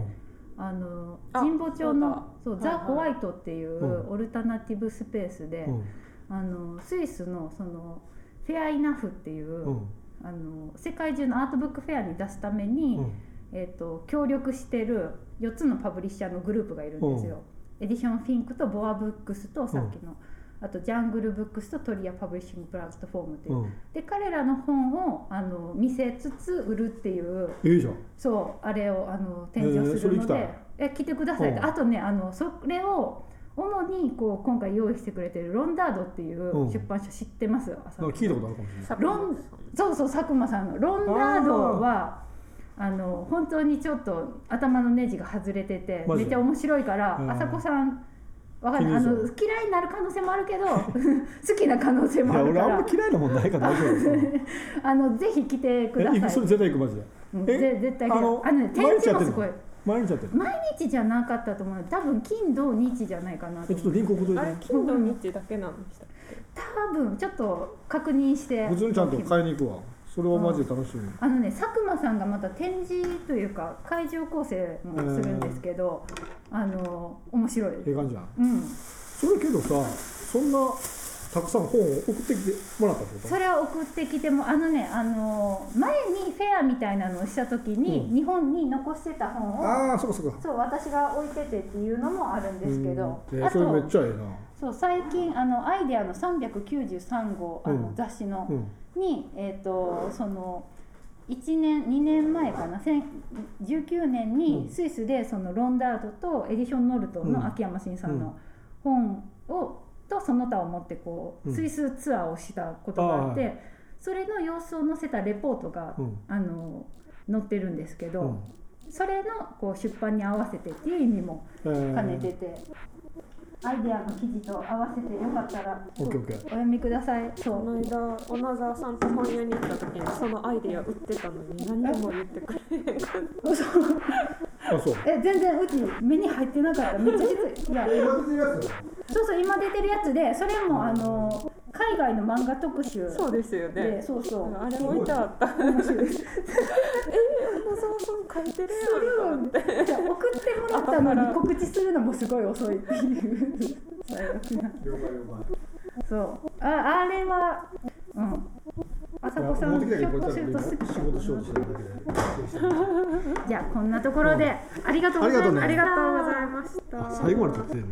う
あの
あ
神保町のそう
そうだ
ザ・
はいはい
ホワイトっていううオルタナティブスペースで、
ん
あのスイスのそのフェア・イナフっていうう、
ん
あの世界中のアートブックフェアに出すために、
うん
えー、と協力してる4つのパブリッシャーのグループがいるんですよ、エディションフィンクとボアブックスとさっきの、あとジャングルブックスとトリアパブリッシングプラットフォームっていう、
うんうん
で彼らの本をあの見せつつ売るっていう
いいじゃん
そうあれをあの展示をするの
えーそれ行き
で、え来てくださいって、
うん
あとねあのそれを主にこう今回用意してくれてるロンダードっていう出版社知ってます、浅
な
野
んか聞いたことあるかもしれない。
ロンそうそう佐久間さんのロンダードはあの本当にちょっと頭のネジが外れてて
マジ
めっちゃ面白いから
うん
朝子さんわかんないあ
気に
の
入る
嫌いになる可能性もあるけど 好きな可能性
い
もあ
や
る
俺
か
あん
ら
ま嫌いなもんないから大丈夫。
あのぜひ来てくだ
え行く
さ
そ
い
れ絶対行くマジで。
うん
え
ぜ絶対来て
あの
あのね展示もすごい
毎日やってる。
毎日じゃなかったと思う多分金土日じゃないかな
え
と
ちょっ
思
と
う
リンク送っとい
あれ
て。
金土日だけなんでしたっ
多分ちょっと確認して
普通にちゃんと買いに行くわ。それはマジで楽しみ。
あのね佐久間さんがまた展示というか会場構成もするんですけど、あの面白い、
ええ感じじゃん。
うん、
それけどさ、そんなたくさん本を送ってきてもらったってこと
それは送ってきてもあのねあの前にフェアみたいなのをした時
う
に、
ん
日本に残してた本を
ああ、そっかそっか。
そう私が置いててっていうのもあるんですけど、
うんえ
あ
それめっ
と
ちゃええな。
そう最近あのアイデアの393号あ
う
の
ん
雑誌の、
うん。
に、えー、とその1年2年前かな千19年
うん
にスイスでそのロンダードとエディション・ノルトン
うん
の秋山真さん
うん
の本をとその他を持ってこ
う
うんスイスツアーをしたことがあっ
あ
てそれの様子を載せたレポートが
うん。
あの載ってるんですけ
う
どそれのこう出版に合わせてっていう意味も
ん。
兼ね
え
てて。アイデアの記事と合わせてよかったら
オ
お
ッケーオッケー
読みください。そ
こ
う
の間小名沢さんと本屋に行った時にそのアイデア売ってたのに何も言ってくれへんかっ
ー。あ、そう。
え全然うち目に入ってなかっためっちゃきついいやそうそう今出てるやつでそれもあの海外の漫画特集
た そうですよ
で
ね
そうそう
あれ置いてあった え小名沢さん書いてる
それ
やんと思って
をじゃあ送ってもらったのに告知するのもすごい遅いっていう最悪なそうああれはうん朝子さんひょっとすると好き
仕事しようとしてるだけで。
じゃあこんなところでありがとうござい
ありがと
ます
うね
ありがとうございました
最後まで撮ってるね。